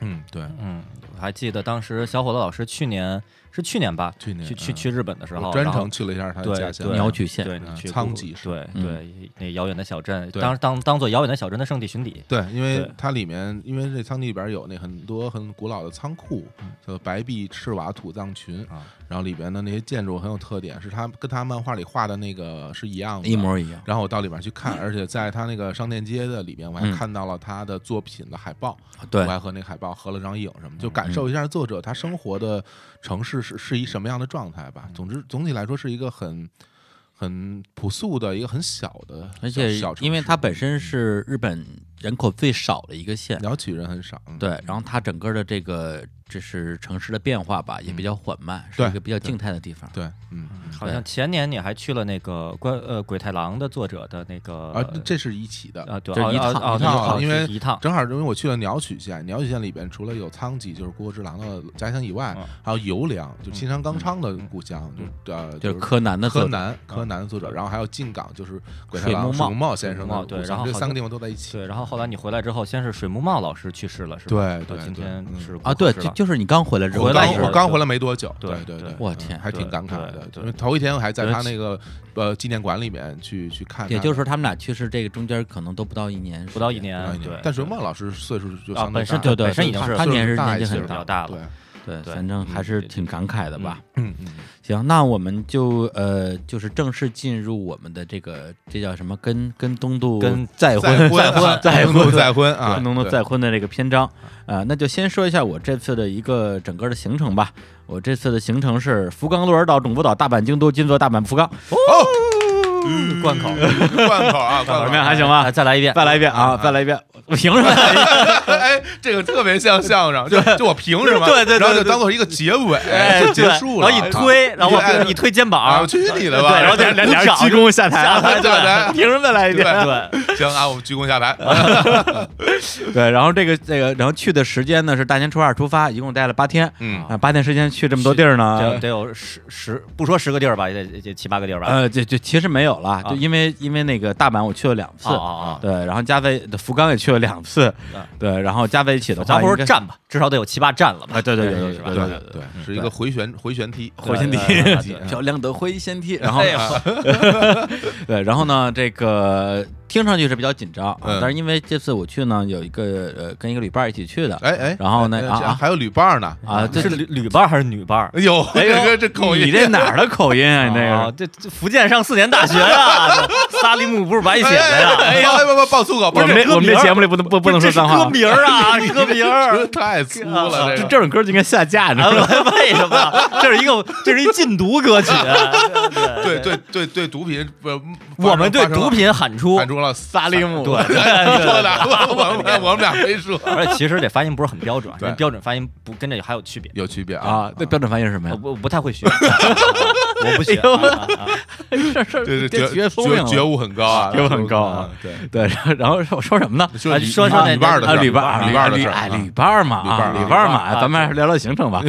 Speaker 1: 嗯，对，
Speaker 2: 嗯，我还记得当时小伙子老师去年是去年吧，
Speaker 1: 去年
Speaker 2: 去去
Speaker 1: 嗯
Speaker 2: 去日本的时候，
Speaker 1: 我专
Speaker 2: 然后
Speaker 1: 程去了一下他的
Speaker 2: 对
Speaker 1: 家乡
Speaker 2: 对，
Speaker 3: 鸟取县，
Speaker 2: 对
Speaker 1: 嗯
Speaker 2: 你去
Speaker 1: 苍
Speaker 2: 过
Speaker 1: 吉市
Speaker 2: 对
Speaker 3: 嗯
Speaker 2: 对，那遥远的小镇，
Speaker 1: 对
Speaker 2: 当当当做遥远的小镇的圣地巡礼。
Speaker 1: 对，因为
Speaker 2: 对
Speaker 1: 它里面，因为这仓地里边有那很多很古老的仓库，
Speaker 3: 嗯
Speaker 1: 叫做白壁赤瓦土葬群
Speaker 2: 啊，
Speaker 1: 然后里边的那些建筑很有特点，是它跟它漫画里画的那个是一样的，
Speaker 3: 一模一样。
Speaker 1: 然后我到里边去看，而且在他那个商店街的里边，我还
Speaker 3: 嗯
Speaker 1: 看到了他的作品的海报，
Speaker 3: 对嗯
Speaker 1: 我还和那海报合了张影什么，就感受一下作者他生活的城市是是一什么样的状态
Speaker 3: 嗯
Speaker 1: 吧。总之，总体来说是一个很很朴素的一个很小的小，
Speaker 3: 而且
Speaker 1: 小城市
Speaker 3: 因为它本身是日本人口最少的一个县，
Speaker 1: 鸟取人很少，嗯
Speaker 3: 对，然后它整个的这个就是城市的变化吧，也比较缓慢，是
Speaker 1: 对
Speaker 3: 一个比较静态的地方。
Speaker 1: 对，嗯，
Speaker 2: 好像前年你还去了那个关呃鬼太郎的作者的那个
Speaker 1: 而啊这是一起的。
Speaker 2: 啊对
Speaker 3: 这
Speaker 2: 哦
Speaker 3: 一趟
Speaker 2: 哦哦
Speaker 1: 一趟
Speaker 2: 哦
Speaker 1: 因为
Speaker 2: 是一趟
Speaker 1: 正好因为我去了鸟取县，鸟取县里边除了有仓吉，就是郭之郎的家乡以外
Speaker 2: 嗯，
Speaker 1: 还有油良，就青山刚昌的故乡，
Speaker 2: 嗯
Speaker 1: 就呃
Speaker 3: 就是
Speaker 1: 是
Speaker 3: 柯南的作
Speaker 1: 柯
Speaker 3: 品
Speaker 1: 南，柯南的作者，然后还有进港，就是鬼太郎
Speaker 3: 水木茂
Speaker 1: 水木茂先生
Speaker 2: 啊水木茂
Speaker 1: 的
Speaker 2: 对
Speaker 1: 故乡
Speaker 2: 然后
Speaker 1: 这
Speaker 2: 好
Speaker 1: 三个
Speaker 2: 像
Speaker 1: 地方都在一起。
Speaker 2: 对，然后后来你回来之后，先是水木茂老师去世了，是吧？
Speaker 1: 对对
Speaker 2: 到今
Speaker 1: 对
Speaker 2: 天
Speaker 1: 嗯
Speaker 2: 是
Speaker 3: 啊，
Speaker 2: 过
Speaker 3: 对，
Speaker 2: 世
Speaker 3: 就
Speaker 2: 了
Speaker 3: 就是你刚回来之后，
Speaker 1: 我
Speaker 2: 回来
Speaker 1: 刚
Speaker 2: 以后
Speaker 1: 我刚回来没多久，
Speaker 2: 对
Speaker 1: 对
Speaker 2: 对
Speaker 3: 我
Speaker 1: 嗯
Speaker 3: 天
Speaker 1: 还挺
Speaker 2: 对
Speaker 1: 感慨
Speaker 2: 对
Speaker 1: 的。
Speaker 2: 对
Speaker 1: 因为头一天我还在
Speaker 2: 对
Speaker 1: 他那个呃纪念馆里面去去看他，
Speaker 3: 也就是说他们俩去世这个中间可能都不到一年，
Speaker 2: 不到一
Speaker 1: 不到一
Speaker 2: 年，
Speaker 1: 年
Speaker 2: 对，
Speaker 1: 但水木茂老师岁数就
Speaker 2: 啊
Speaker 1: 相
Speaker 2: 本身
Speaker 1: 大
Speaker 3: 对对
Speaker 2: 本身已经
Speaker 3: 他
Speaker 2: 是
Speaker 3: 他
Speaker 1: 岁数
Speaker 3: 年是
Speaker 1: 大
Speaker 3: 年
Speaker 1: 一
Speaker 3: 纪
Speaker 1: 些
Speaker 3: 很
Speaker 2: 比
Speaker 1: 了
Speaker 2: 较大
Speaker 1: 对
Speaker 2: 了，，
Speaker 3: 对，
Speaker 2: 对
Speaker 3: 反正还是挺感慨的吧。
Speaker 1: 嗯嗯，
Speaker 3: 行，那我们就呃，就是正式进入我们的这个这叫什么？跟跟东渡
Speaker 2: 跟
Speaker 3: 再
Speaker 1: 再
Speaker 3: 婚
Speaker 1: 婚啊
Speaker 3: 再
Speaker 1: 东渡
Speaker 3: 婚
Speaker 1: 再婚啊，
Speaker 3: 跟东渡
Speaker 1: 对
Speaker 3: 再婚的这个篇章。呃，那就先说一下我这次的一个整个的行程吧。我这次的行程是福冈、鹿儿岛、种子岛、大阪、京都、金座、大阪、福冈，
Speaker 1: 哦，
Speaker 2: 贯口
Speaker 1: 贯口啊，贯
Speaker 3: 怎
Speaker 1: 口
Speaker 3: 么样？还行吧
Speaker 2: 啊，？再来一遍，
Speaker 3: 再来一遍啊！再来一遍，我凭什么来一遍？
Speaker 1: 哎，这个特别像相声，就就我凭什么？
Speaker 3: 对对对
Speaker 1: 然后就
Speaker 3: 对
Speaker 1: 当做一个结尾
Speaker 2: 哎，
Speaker 1: 就结
Speaker 2: 对
Speaker 1: 束了。
Speaker 2: 然后一推，然后
Speaker 1: 哎
Speaker 2: 我一推肩
Speaker 1: 啊，
Speaker 2: 膀
Speaker 1: 我，去你的
Speaker 2: 对，
Speaker 1: 吧！
Speaker 2: 然 后
Speaker 3: 俩俩人
Speaker 2: 鼓掌
Speaker 3: 鞠躬下台
Speaker 2: 下
Speaker 3: 啊！
Speaker 2: 台，
Speaker 1: 下台
Speaker 3: 凭什么再来一遍？
Speaker 2: 对，
Speaker 1: 行啊，我们鞠躬下台。
Speaker 3: 对，然后这个这个，然后去的时间呢是大年初二出发，一共待了八天。
Speaker 1: 嗯，
Speaker 3: 啊，八天时间去这么多地儿呢？
Speaker 2: 得得有十十，不说十个地儿吧，也得也得七八个地儿吧。
Speaker 3: 呃，这这其实没有，有了，
Speaker 1: 啊
Speaker 3: 就因为因为那个大阪我去了两次
Speaker 2: 啊，啊
Speaker 3: 对，然后加在福冈也去了两次，对，然后加在一起的
Speaker 2: 啊！
Speaker 3: 话
Speaker 2: 咱
Speaker 3: 应
Speaker 2: 不
Speaker 3: 该，
Speaker 2: 是站吧，至少得有七八站了吧？
Speaker 3: 啊，对对
Speaker 2: 对
Speaker 3: 对
Speaker 2: 是吧
Speaker 3: 对
Speaker 1: 对
Speaker 3: 对，
Speaker 1: 对，是一个回旋回旋踢，
Speaker 3: 回旋踢
Speaker 2: 对对对 对
Speaker 3: 漂亮的回旋踢，然后
Speaker 2: 哎呦
Speaker 3: 对，然后呢，这个听上去是比较紧张，啊
Speaker 1: 嗯
Speaker 3: 但是因为这次我去呢，有一个呃跟一个旅伴儿一起去的，
Speaker 1: 哎哎，
Speaker 3: 然后呢
Speaker 1: 哎
Speaker 3: 啊
Speaker 1: 这
Speaker 3: 啊
Speaker 1: 还有旅伴呢，
Speaker 3: 啊，这
Speaker 2: 是旅旅伴还是女伴？
Speaker 1: 哎呦，
Speaker 3: 哎
Speaker 1: 这
Speaker 3: 呦
Speaker 1: 个这口音，
Speaker 3: 你这哪儿的口音啊？你这
Speaker 2: 啊
Speaker 3: 个，
Speaker 2: 这这福建上四年大学啊呀，萨利姆不是白写的呀？
Speaker 1: 哎 呀，不不爆粗口，不
Speaker 3: 我
Speaker 1: 是
Speaker 3: 们这我们这节目里不能不不能
Speaker 2: 这
Speaker 3: 说
Speaker 2: 是
Speaker 3: 脏话
Speaker 2: 歌
Speaker 3: 啊，
Speaker 2: 名儿 啊，歌名儿
Speaker 1: 这。太粗了，
Speaker 3: 这
Speaker 1: 这
Speaker 3: 这种歌就应该下架，你知道吗？
Speaker 2: 啊为什么？这是一个，这是一禁毒歌曲。啊
Speaker 1: 个对对对对毒品不，
Speaker 2: 我们对毒品喊出
Speaker 1: 喊出了哎
Speaker 3: 萨 利姆，
Speaker 2: 对，
Speaker 1: 你说的， 我们俩我们俩没说，
Speaker 2: 而且其实这发音不是很标准，
Speaker 1: 对
Speaker 2: 人标准发音不跟这还有区别。
Speaker 1: 有区别
Speaker 3: 啊，那标准发音是什么
Speaker 2: 我
Speaker 3: 呀？
Speaker 2: 不我不太会学，我不学。啊啊啊
Speaker 3: 这事
Speaker 1: 对对觉
Speaker 3: 学
Speaker 1: 觉
Speaker 3: 聪明
Speaker 1: 觉悟很高啊，
Speaker 3: 觉悟很高啊
Speaker 1: 嗯，对。
Speaker 3: 对，然后然后说说什么呢？
Speaker 1: 说
Speaker 2: 你说说那
Speaker 1: 旅伴的
Speaker 3: 啊，
Speaker 1: 事儿，
Speaker 3: 旅伴
Speaker 1: 伴
Speaker 3: 啊，
Speaker 1: 旅
Speaker 3: 伴
Speaker 1: 的事儿
Speaker 3: 哎，
Speaker 1: 啊，
Speaker 3: 旅伴嘛，
Speaker 1: 旅伴
Speaker 3: 啊
Speaker 1: 儿啊
Speaker 3: 旅伴嘛，
Speaker 2: 旅伴儿
Speaker 3: 哎咱们还是聊聊行程吧。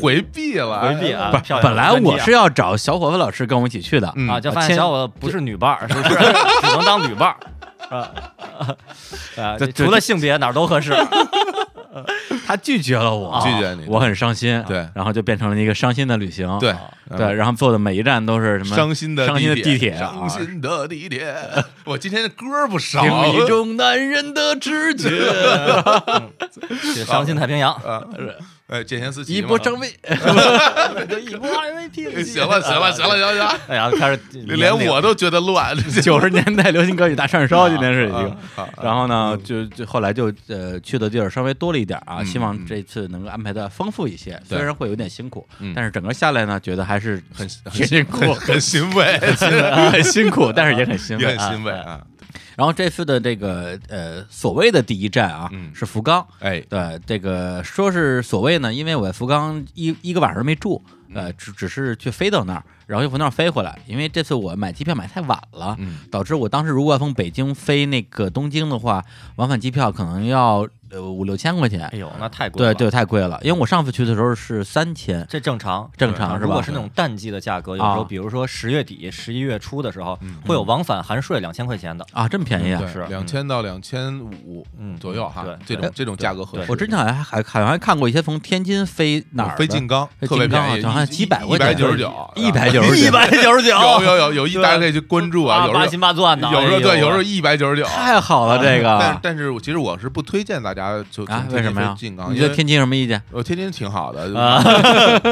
Speaker 1: 回避了，
Speaker 2: 回避啊！漂亮
Speaker 3: 本来
Speaker 2: 专辑啊
Speaker 3: 我是要找小伙子老师跟我一起去的，
Speaker 1: 嗯
Speaker 2: 啊，就发现
Speaker 3: 千
Speaker 2: 小伙子不是女伴儿，是不是？只能当女伴儿。啊啊，
Speaker 3: 这
Speaker 2: 啊除了性别哪儿都合适。
Speaker 3: 他拒绝了我，
Speaker 1: 拒绝你
Speaker 3: 我啊很伤心。
Speaker 1: 啊对
Speaker 3: 然后就变成了一个伤心的旅行。
Speaker 1: 对嗯
Speaker 3: 对，然后坐的每一站都是什么
Speaker 1: 伤心的
Speaker 3: 伤心的地
Speaker 1: 地
Speaker 3: 铁啊
Speaker 1: 伤心的地铁。我今天的歌儿不少，
Speaker 3: 经历中男人的直 觉，
Speaker 2: 这伤心太平洋，
Speaker 1: 啊，哎，见贤思齐
Speaker 3: 一
Speaker 1: 嘛，
Speaker 3: 波张飞，
Speaker 2: 一波 MVP。
Speaker 1: 行了，行了，行了，行了，行了，
Speaker 2: 哎呀，开始
Speaker 1: 连我都觉得乱，这
Speaker 3: 九十年代流行歌曲大串烧，今天是已经
Speaker 1: 啊。啊啊
Speaker 3: 然后呢，就就后来就呃去的地儿稍微多了一点啊，
Speaker 1: 嗯
Speaker 3: 希望这次能够安排的丰富一些，虽
Speaker 1: 对
Speaker 3: 然会有点辛苦
Speaker 1: 嗯，
Speaker 3: 但是整个下来呢，觉得还是
Speaker 1: 很
Speaker 3: 挺辛苦，
Speaker 1: 很 很欣慰，其实
Speaker 3: 很 辛苦，但是也很欣
Speaker 1: 也
Speaker 3: 慰
Speaker 1: 很。 欣慰啊。
Speaker 3: 然后这次的这个呃所谓的第一站啊，
Speaker 1: 嗯
Speaker 3: 是福冈。
Speaker 1: 哎，
Speaker 3: 对，这个说是所谓呢，因为我在福冈一一个晚上没住，
Speaker 1: 嗯
Speaker 3: 呃，只只是去飞到那儿，然后又从那儿飞回来。因为这次我买机票买太晚了，
Speaker 1: 嗯
Speaker 3: 导致我当时如果要从北京飞那个东京的话，往返机票可能要呃五六千块钱
Speaker 2: 哎。呦，那太贵
Speaker 3: 对
Speaker 2: 了。
Speaker 3: 对，太贵了。因为我上次去的时候是三千，
Speaker 2: 这正常，
Speaker 3: 正常是吧
Speaker 2: 如果是那种淡季的价格，有时
Speaker 3: 啊
Speaker 2: 候比如说十月底、十一月初的时候，会有往返含税两千块钱的。
Speaker 3: 啊，这么便宜啊！
Speaker 1: 嗯对
Speaker 2: 是
Speaker 1: 两千到两千五
Speaker 2: 嗯
Speaker 1: 左右哈
Speaker 2: 对，
Speaker 1: 这种
Speaker 2: 对
Speaker 1: 这种价格合适。
Speaker 3: 我之前好像还好像还看过一些从天津飞哪儿
Speaker 1: 飞
Speaker 3: 的
Speaker 1: 金刚
Speaker 3: 飞
Speaker 1: 特别
Speaker 3: 金刚啊
Speaker 1: 便宜，
Speaker 3: 好像几百块
Speaker 1: 一百
Speaker 3: 钱
Speaker 1: 九十九，
Speaker 3: 199
Speaker 2: 一百九十 九，
Speaker 1: 有有有有一，
Speaker 2: 对
Speaker 1: 大家可以去关注啊，有时
Speaker 2: 八
Speaker 1: 候
Speaker 2: 斤八钻的，
Speaker 1: 有时候
Speaker 2: 哎
Speaker 3: 啊
Speaker 1: 对，
Speaker 2: 呦
Speaker 1: 有时候一百九十啊九。
Speaker 3: 太好了，啊这
Speaker 1: 但是
Speaker 3: 个
Speaker 1: 但是我其实我是不推荐大家就
Speaker 3: 啊
Speaker 1: 从，
Speaker 3: 为
Speaker 1: 天
Speaker 3: 什
Speaker 1: 津
Speaker 3: 么
Speaker 1: 飞
Speaker 3: 呀
Speaker 1: 金？刚，
Speaker 3: 你
Speaker 1: 因
Speaker 3: 对
Speaker 1: 为
Speaker 3: 天津有什么意见？
Speaker 1: 我天津挺好的
Speaker 2: 啊，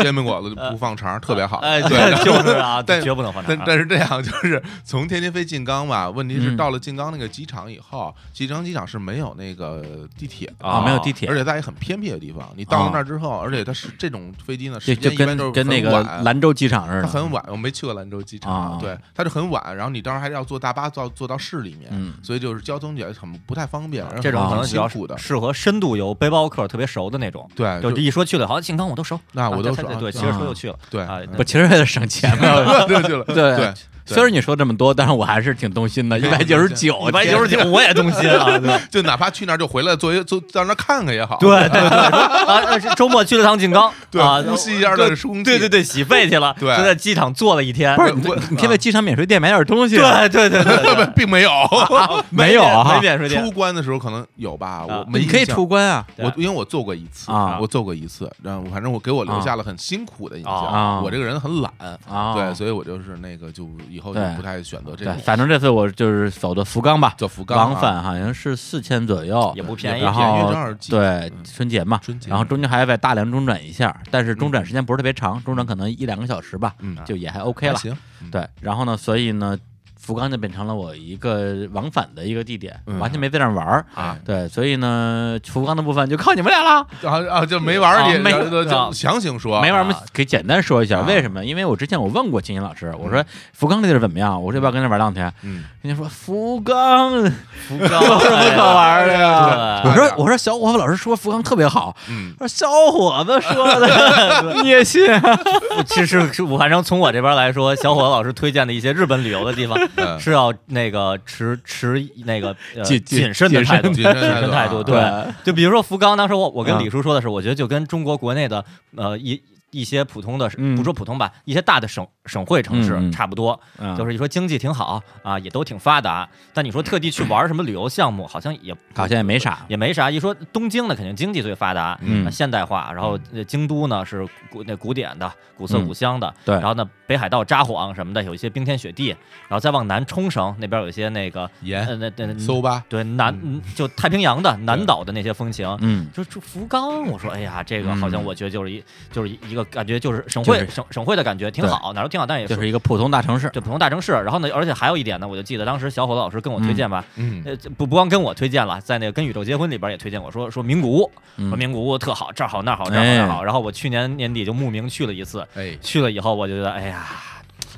Speaker 1: 煎饼果子不放肠，特别好。
Speaker 2: 哎，
Speaker 1: 对，然后
Speaker 2: 就是啊，
Speaker 1: 但
Speaker 2: 绝不能换
Speaker 1: 但
Speaker 2: 场。
Speaker 1: 但是这样就是从天津飞静冈吧，问题是
Speaker 3: 嗯
Speaker 1: 到了静冈那个机场以后，静冈机场是没有那个地铁的
Speaker 3: 啊，没有地铁
Speaker 1: 而，且在一个很偏僻的地方，你到了那儿之后，而且它是这种飞机呢，
Speaker 3: 就
Speaker 1: 时
Speaker 3: 就
Speaker 1: 间一般都
Speaker 3: 跟
Speaker 1: 是
Speaker 3: 跟那
Speaker 1: 很
Speaker 3: 个
Speaker 1: 晚啊
Speaker 3: 兰州机场似
Speaker 1: 它
Speaker 3: 的，
Speaker 1: 很晚，我没去过兰州机
Speaker 3: 啊
Speaker 1: 场，对，它是很晚，然后你当时还要坐大巴坐坐到市里面，
Speaker 3: 嗯
Speaker 1: 所以就是交通也很不太方便，然后
Speaker 2: 啊这种可能
Speaker 1: 很
Speaker 2: 比
Speaker 1: 辛
Speaker 2: 较
Speaker 1: 苦的，
Speaker 2: 适合深度游、背包客特别熟的那种。
Speaker 1: 对，
Speaker 2: 就
Speaker 1: 哎就
Speaker 2: 一说去了，好像庆康我都熟，
Speaker 1: 那我都
Speaker 2: 啊
Speaker 1: 熟
Speaker 2: 对
Speaker 1: 啊
Speaker 2: 对，骑
Speaker 1: 对
Speaker 2: 着车就去了。
Speaker 1: 对嗯
Speaker 2: 啊，
Speaker 3: 我其实为了省钱嘛。
Speaker 1: 对去了，对，
Speaker 3: 虽然你说这么多，但是我还是挺动心的，一百九十九，
Speaker 2: 一百九十九，我也动心啊。对
Speaker 1: 就哪怕去那儿就回来坐一坐，到那儿看看也好，
Speaker 2: 对对对，啊，是周末去了趟静冈，
Speaker 1: 对
Speaker 2: 啊，
Speaker 1: 呼吸一下那个空气
Speaker 2: 对对对，洗肺去了，
Speaker 1: 对
Speaker 2: 就在机场坐了一天
Speaker 3: 不。是
Speaker 1: 我
Speaker 3: 你
Speaker 1: 我
Speaker 3: 你可以在机场免税店买点东西，啊
Speaker 2: 对对对对对，
Speaker 1: 并 没有。
Speaker 3: 没有啊
Speaker 2: 没免税
Speaker 1: 出
Speaker 2: 店，
Speaker 1: 关的时候可能有吧，我
Speaker 2: 啊
Speaker 1: 没
Speaker 3: 你可以
Speaker 1: 印象
Speaker 3: 出。关啊。
Speaker 1: 我因为我做过一次
Speaker 3: 啊
Speaker 1: 我做过一次，然后反正我给
Speaker 2: 啊
Speaker 1: 我留下了很辛苦的印象。
Speaker 3: 啊
Speaker 1: 我这个人很懒，
Speaker 3: 啊
Speaker 1: 对，所以我就是那个就以后就
Speaker 3: 对
Speaker 1: 不太选择这
Speaker 3: 对，
Speaker 1: 种
Speaker 3: 反正这次我就是走的福冈吧，
Speaker 1: 叫福冈啊
Speaker 3: 往返好像是四千左右
Speaker 2: 也，不便宜
Speaker 1: 也
Speaker 3: 然
Speaker 1: 不便宜
Speaker 3: 后
Speaker 1: 正好记
Speaker 3: 对
Speaker 1: 嗯
Speaker 3: 春节嘛
Speaker 1: 春，节
Speaker 3: 然后中间还要在大连中转一下，但是中转时间不是特别长，中转可能一两个小时吧，
Speaker 1: 嗯
Speaker 3: 就也还 OK 了
Speaker 1: 还。行，嗯，
Speaker 3: 对，然后呢，所以呢，福冈就变成了我一个往返的一个地点，
Speaker 1: 嗯
Speaker 3: 完全没在那儿玩儿。
Speaker 1: 啊
Speaker 3: 对，所以呢，福冈的部分就靠你们俩了。
Speaker 1: 然后啊就没玩儿
Speaker 3: 啊
Speaker 1: 你，
Speaker 3: 没
Speaker 1: 然后
Speaker 2: 啊
Speaker 1: 就强行说
Speaker 3: 没
Speaker 1: 啊
Speaker 3: 玩儿我们给简单说一下
Speaker 1: 啊
Speaker 3: 为什么？因为我之前我问过秦岩老师，我说福冈这地儿怎么样？我说要不要跟那玩两天？
Speaker 1: 嗯，
Speaker 3: 人家说福冈有什
Speaker 2: 福冈有
Speaker 3: 么可玩儿的呀？
Speaker 2: 呀
Speaker 1: 对
Speaker 3: 我说我说小伙子老师说福冈特别好，
Speaker 1: 嗯，
Speaker 3: 我说小伙子说的，你也信？
Speaker 2: 啊 其实是我反正从我这边来说，小伙子老师推荐的一些日本旅游的地方，
Speaker 1: 嗯
Speaker 2: 是要那个持持那个呃
Speaker 3: 谨谨
Speaker 2: 谨慎的
Speaker 3: 谨
Speaker 2: 态度，
Speaker 1: 谨
Speaker 2: 谨
Speaker 1: 慎
Speaker 2: 慎
Speaker 1: 态
Speaker 2: 态
Speaker 1: 度
Speaker 2: 度。
Speaker 3: 啊
Speaker 2: 对，就比如说福冈，当时我我跟
Speaker 3: 啊
Speaker 2: 李叔说的时候，我觉得就跟中国国内的呃一一些普通的，
Speaker 3: 嗯
Speaker 2: 不说普通吧，一些大的省省会城
Speaker 3: 嗯
Speaker 2: 市
Speaker 3: 嗯
Speaker 2: 差不多，
Speaker 3: 嗯
Speaker 2: 就是你说经济挺好啊，也都挺发达，但你说特地去玩什么旅游项目，好像也
Speaker 3: 好像也没啥，
Speaker 2: 也没啥。一说东京呢，肯定经济最发达，
Speaker 3: 嗯嗯
Speaker 2: 呃现代化，然后呃京都呢是古那古典的、古色古香的，
Speaker 3: 对
Speaker 2: 然后呢北海道札幌什么的有一些冰天雪地，然后再往南冲绳那边有一些那个
Speaker 1: 盐
Speaker 3: 哎
Speaker 2: 呃那那那
Speaker 1: 搜吧，
Speaker 2: 对南就太平洋的南岛的那些风情。
Speaker 3: 嗯，
Speaker 2: 就就福冈，我说哎呀，这个
Speaker 3: 嗯
Speaker 2: 好像我觉得就是一、就是一个感觉，就是省
Speaker 3: 就
Speaker 2: 会、
Speaker 3: 是
Speaker 2: 省省会的感觉，挺
Speaker 3: 对
Speaker 2: 好，哪儿都挺好，但也
Speaker 3: 就是一个普通大城市，
Speaker 2: 对普通大城市。然后呢，而且还有一点呢，我就记得当时小伙子老师跟我推荐吧，
Speaker 1: 嗯，
Speaker 2: 呃，这不不光跟我推荐了，在那个《跟宇宙结婚》里边也推荐我说说名古屋，
Speaker 3: 嗯哎
Speaker 2: 说名古屋特好，这儿好那儿好这儿好那儿好。然后我去年年底就慕名去了一次，
Speaker 1: 哎，
Speaker 2: 去了以后我就觉得，哎呀。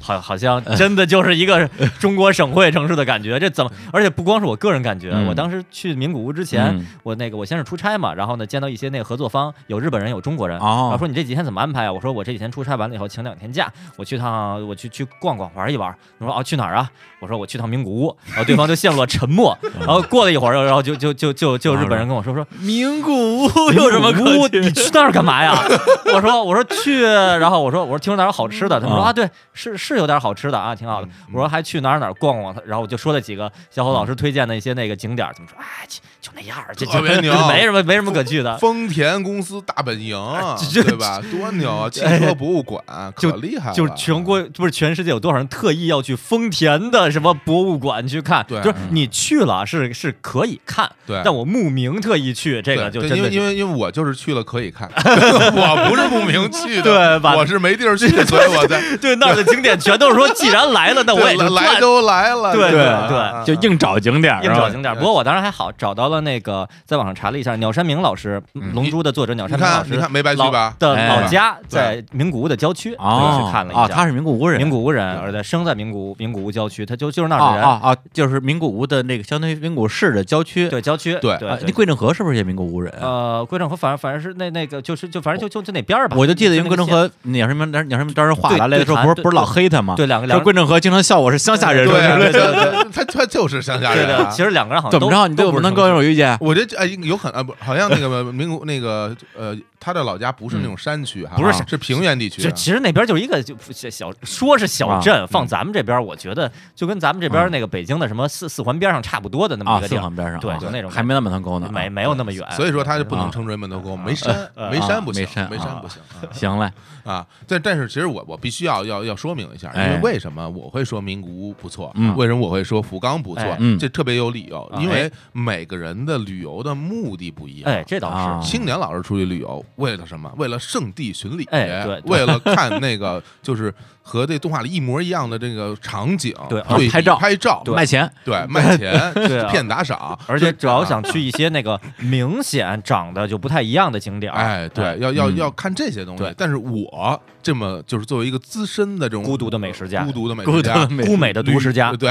Speaker 2: 好，好像
Speaker 3: 嗯
Speaker 2: 真的就是一 个中国省会城市的感觉。这怎么？而且不光是我个人感觉，
Speaker 3: 嗯
Speaker 2: 我当时去名古屋之前，
Speaker 3: 嗯
Speaker 2: 我那个我先是出差嘛，然后呢见到一些那个合作方，有日本人有中国人，然后
Speaker 3: 哦，
Speaker 2: 说你这几天怎么安排啊？我说我这几天出差完了以后，请两天假，我去趟，我去去逛逛玩一玩。你说啊，去哪儿啊？我说我去趟名古屋。然后对方就陷入了沉默。然后过了一会儿，然后就就就就就日本人跟我说说，
Speaker 3: 名
Speaker 1: 哎
Speaker 3: 古屋
Speaker 2: 有什么可你去那儿干嘛呀？ 我说我说去，然后我说我说听说哪儿有好吃的，他们说
Speaker 3: 啊
Speaker 2: 啊对，是是有点好吃的啊，挺好的
Speaker 1: 嗯。
Speaker 2: 我说还去哪儿哪儿逛逛，然后我就说了几个小伙老师推荐的一些那个景点儿，怎么说哎就就那样儿，就就
Speaker 1: 特别牛
Speaker 2: 没什么没什么可去的。
Speaker 1: 丰田公司大本营啊，
Speaker 2: 啊这这
Speaker 1: 对吧？多牛啊！汽车博物馆可厉害了，
Speaker 2: 就是全国不是全世界有多少人特意要去丰田的什么博物馆去看？
Speaker 1: 对嗯
Speaker 2: 就是你去了啊是是可以看，
Speaker 1: 对
Speaker 2: 但我慕名特意去，这个
Speaker 1: 对
Speaker 2: 就
Speaker 1: 对
Speaker 2: 真
Speaker 1: 因
Speaker 2: 的
Speaker 1: 为
Speaker 2: 是
Speaker 1: 因为因为我就是去了可以看，我不是慕名去的，
Speaker 2: 对吧
Speaker 1: 我是没地儿去，所以我在
Speaker 2: 对那儿的景点全都是说，既然来了，那我也
Speaker 1: 对
Speaker 2: 就
Speaker 1: 来
Speaker 2: 转。
Speaker 1: 都来了，
Speaker 2: 对
Speaker 1: 对
Speaker 2: 对
Speaker 1: 啊
Speaker 3: 就硬找景点儿，
Speaker 2: 硬
Speaker 3: 是吧
Speaker 2: 找景点儿，不过我当时还好，找到了那个在网上查了一下，鸟山明老师，《
Speaker 3: 嗯
Speaker 2: 龙珠》的作者鸟
Speaker 1: 你
Speaker 2: 山明啊老
Speaker 1: 看啊
Speaker 2: 师，
Speaker 1: 你看没白去吧？
Speaker 2: 的
Speaker 3: 哎
Speaker 2: 老家在名古屋的郊区，我
Speaker 3: 哦，
Speaker 2: 去看了一
Speaker 3: 哦，
Speaker 2: 下。
Speaker 3: 他是名古屋人，嗯
Speaker 2: 名古屋人，而且生在名古屋名古屋郊区，他就就是那
Speaker 3: 哦
Speaker 2: 儿的人，
Speaker 3: 哦哦，就是名古屋的那个相当于名古屋市的郊区，
Speaker 2: 对郊区，
Speaker 1: 对
Speaker 3: 啊，
Speaker 2: 对
Speaker 3: 那，桂正和是不是也名古屋人啊？
Speaker 2: 呃，归正和反正反正是那那个就是就反正就就就那边儿吧。
Speaker 3: 我就记得，因
Speaker 2: 就
Speaker 3: 为
Speaker 2: 那
Speaker 3: 桂
Speaker 2: 个
Speaker 3: 正
Speaker 2: 县
Speaker 3: 和鸟什么鸟鸟什么当时画
Speaker 2: 对
Speaker 3: 来来的时候，
Speaker 2: 对
Speaker 3: 不是
Speaker 2: 对
Speaker 3: 不是老黑他吗？
Speaker 2: 对两个两
Speaker 3: 说
Speaker 2: 个
Speaker 3: 桂正和经常笑我是乡下人，
Speaker 1: 对
Speaker 3: 说
Speaker 1: 啊，对
Speaker 3: 是
Speaker 1: 对他他就是乡下
Speaker 2: 对
Speaker 1: 人
Speaker 2: 的，
Speaker 1: 啊。
Speaker 2: 其实两个人好像
Speaker 3: 怎么
Speaker 2: 都
Speaker 3: 着？你对
Speaker 2: 都
Speaker 3: 我
Speaker 2: 不
Speaker 3: 们
Speaker 2: 是
Speaker 3: 能
Speaker 2: 成
Speaker 3: 更有意见？
Speaker 1: 我这哎，有可能啊，不，好像那个名古那个呃，他的老家不是那种山区哈，
Speaker 2: 不是
Speaker 1: 啊
Speaker 2: 山
Speaker 1: 是平原地区
Speaker 2: 就
Speaker 1: 啊。
Speaker 2: 其实那边就是一个就小小说是
Speaker 3: 啊
Speaker 2: 小
Speaker 3: 嗯
Speaker 2: 镇，放咱们这边，我觉得就跟咱们这边那个北京的什么四四环边上差不多的那么
Speaker 3: 啊，
Speaker 2: 一个
Speaker 3: 四
Speaker 2: 地儿，
Speaker 3: 环边上，
Speaker 2: 对
Speaker 3: 啊
Speaker 2: 就那种
Speaker 3: 还没啊那么能沟呢。
Speaker 2: 没没有那么远。
Speaker 1: 所以说他就不
Speaker 3: 啊
Speaker 1: 能称之为门头沟，没山，
Speaker 2: 呃
Speaker 1: 没
Speaker 3: 啊
Speaker 1: 山不行
Speaker 3: 没，山
Speaker 1: 没
Speaker 3: 啊
Speaker 1: 山不行啊
Speaker 3: 行嘞，
Speaker 1: 啊！但但是其实我我必须要要要说明一下，因
Speaker 3: 哎
Speaker 1: 为为什么我会说名古屋不错
Speaker 3: 嗯，
Speaker 1: 为什么我会说福冈不错
Speaker 2: 哎，
Speaker 3: 嗯
Speaker 1: 这特别有理由
Speaker 2: 啊，
Speaker 1: 因为每个人的旅游的目的不一样。
Speaker 2: 哎，这倒
Speaker 3: 啊
Speaker 2: 是，
Speaker 1: 青年老师出去旅游，为了什么？为了圣地巡礼，
Speaker 2: 哎对对
Speaker 1: 为了看那个 就是和这动画里一模一样的这个场景，
Speaker 2: 对
Speaker 1: 对比
Speaker 3: 拍照
Speaker 1: 拍照，
Speaker 3: 卖钱
Speaker 1: 对卖钱，
Speaker 2: 对啊
Speaker 1: 骗打赏，
Speaker 2: 而且
Speaker 1: 就
Speaker 2: 主要想去一些那个明显长得就不太一样的景点儿。
Speaker 1: 哎，对，要要
Speaker 3: 嗯
Speaker 1: 要看这些东西
Speaker 2: 啊对。
Speaker 1: 但是我这么就是作为一个资深的这种
Speaker 2: 孤独的美食家
Speaker 1: 孤独的美
Speaker 3: 孤
Speaker 1: 食
Speaker 3: 独
Speaker 1: 家
Speaker 3: 的。美
Speaker 2: 孤美的
Speaker 1: 旅
Speaker 2: 独食家，
Speaker 1: 对，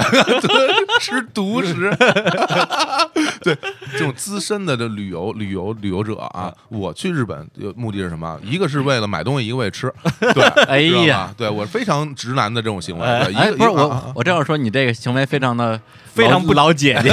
Speaker 1: 吃独食，对，这种资深的这旅游旅游旅游者啊，
Speaker 2: 嗯
Speaker 1: 我去日本呃目的是什么？一个是为了买东西，一个为了吃， 对，
Speaker 3: 哎呀
Speaker 1: 知道吗，对我非常直男的这种行为，对一
Speaker 3: 哎，
Speaker 1: 个
Speaker 3: 不是
Speaker 1: 一个啊
Speaker 3: 我
Speaker 1: 啊，
Speaker 3: 我这样说，你这个行为非常的
Speaker 2: 非常
Speaker 3: 老
Speaker 2: 不
Speaker 3: 老姐 姐，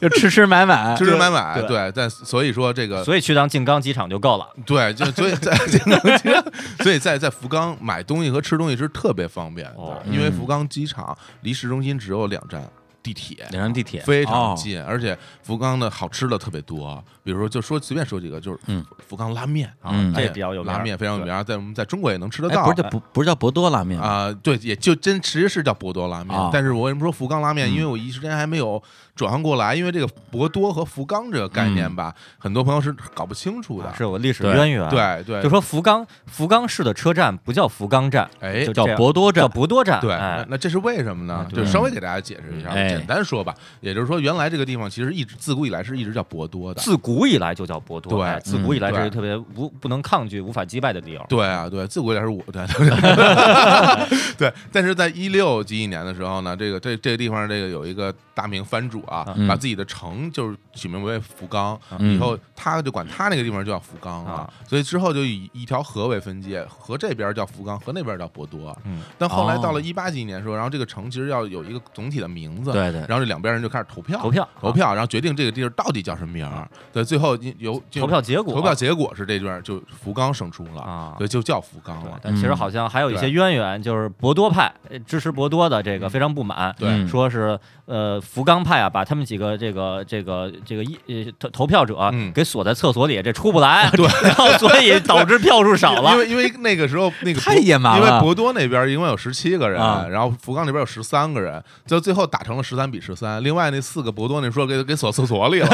Speaker 3: 就吃吃买买，
Speaker 1: 吃吃买买，
Speaker 2: 对
Speaker 1: 对，但所以说这个
Speaker 2: 所以去趟静冈机场就够了。
Speaker 1: 对，就所以在金刚机场，所以在在福冈买东西和吃东西是特别方便的，
Speaker 2: 哦
Speaker 1: 因为
Speaker 3: 嗯
Speaker 1: 福冈机场离市中心只有两站地铁。
Speaker 2: 嗯
Speaker 3: 两张地铁
Speaker 1: 非常
Speaker 3: 哦
Speaker 1: 近，而且福冈的好吃的特别多，比如说就说随便说几个，就是
Speaker 3: 嗯
Speaker 1: 福冈拉面啊
Speaker 3: 嗯，
Speaker 1: 哎
Speaker 2: 这比较有名儿
Speaker 1: 拉面非常有名儿，在我们在中国也能吃得
Speaker 3: 哎，
Speaker 1: 到，
Speaker 3: 不是叫不不是叫博多拉
Speaker 2: 嗯
Speaker 3: 面吗？
Speaker 1: 啊，对，也就真其实是叫博多拉面
Speaker 2: 哦
Speaker 3: 啊，
Speaker 1: 但是我为什么说福冈拉
Speaker 2: 嗯
Speaker 1: 面？因为我一时间还没有转换过来，因为这个博多和福冈这个概念吧，很多朋友是搞不清楚的，
Speaker 2: 嗯啊是有个历史
Speaker 3: 啊对
Speaker 2: 渊源。，
Speaker 1: 对对
Speaker 2: 就，说福冈福冈市的车站不叫福冈站，
Speaker 1: 哎
Speaker 2: 就，
Speaker 3: 叫
Speaker 2: 这样
Speaker 3: 博多
Speaker 2: 叫
Speaker 3: 站，
Speaker 2: 博多站。
Speaker 1: 对，
Speaker 2: 哎
Speaker 1: 那那这是为什么呢
Speaker 2: 啊？
Speaker 1: 就
Speaker 2: 对
Speaker 1: 稍微给大家解释一下，
Speaker 3: 嗯
Speaker 1: 简单说吧，也就是说，原来这个地方其实一直自古以来是一直叫博多的。
Speaker 2: 自古以来就叫博多，
Speaker 1: 对
Speaker 2: 哎自古以来
Speaker 1: 嗯
Speaker 2: 这
Speaker 1: 对
Speaker 2: 是特别无不能抗拒、无法击败的理由。
Speaker 1: 对啊，对，自古以来是我对对对，但是在一六几几年的时候呢，这个这这个地方这个有一个大明藩主啊，
Speaker 3: 嗯
Speaker 1: 把自己的城就是起名为福冈，
Speaker 3: 嗯
Speaker 1: 以后他就管他那个地方就叫福冈
Speaker 2: 啊
Speaker 1: 啊，所以之后就以一条河为分界，河这边叫福冈，河那边叫博多。
Speaker 2: 嗯，
Speaker 1: 但后来到
Speaker 3: 哦
Speaker 1: 了一八几年的时候，然后这个城其实要有一个总体的名字，
Speaker 3: 对嗯对对
Speaker 1: 然后这两边人就开始投票，
Speaker 2: 嗯投票啊
Speaker 1: 投票，然后决定这个地儿到底叫什么名儿。对，最后你由就
Speaker 2: 投票结果
Speaker 1: 投票结果是这边就福冈胜出了，
Speaker 2: 啊
Speaker 1: 对，就叫福冈
Speaker 2: 对
Speaker 1: 了。
Speaker 2: 但其实好像还有
Speaker 1: 嗯
Speaker 2: 一些渊源，就是博多派呃支持博多的这个非常不满，
Speaker 1: 对
Speaker 3: 嗯
Speaker 2: 说是呃福冈派啊，把他们几个这个这个这个一呃投投票者
Speaker 1: 嗯
Speaker 2: 给锁在厕所里，这出不来，对，然后所以导致票数少
Speaker 1: 因
Speaker 2: 了，
Speaker 1: 为因为那个时 候那个
Speaker 3: 太
Speaker 1: 博
Speaker 3: 野蛮
Speaker 1: 因
Speaker 3: 了
Speaker 1: 为博多那边一共有十七个人，
Speaker 3: 啊
Speaker 1: 然后福冈那边有十三个人，就最后打成了十三比十三。另外那四个博多那说给给锁厕所里 了，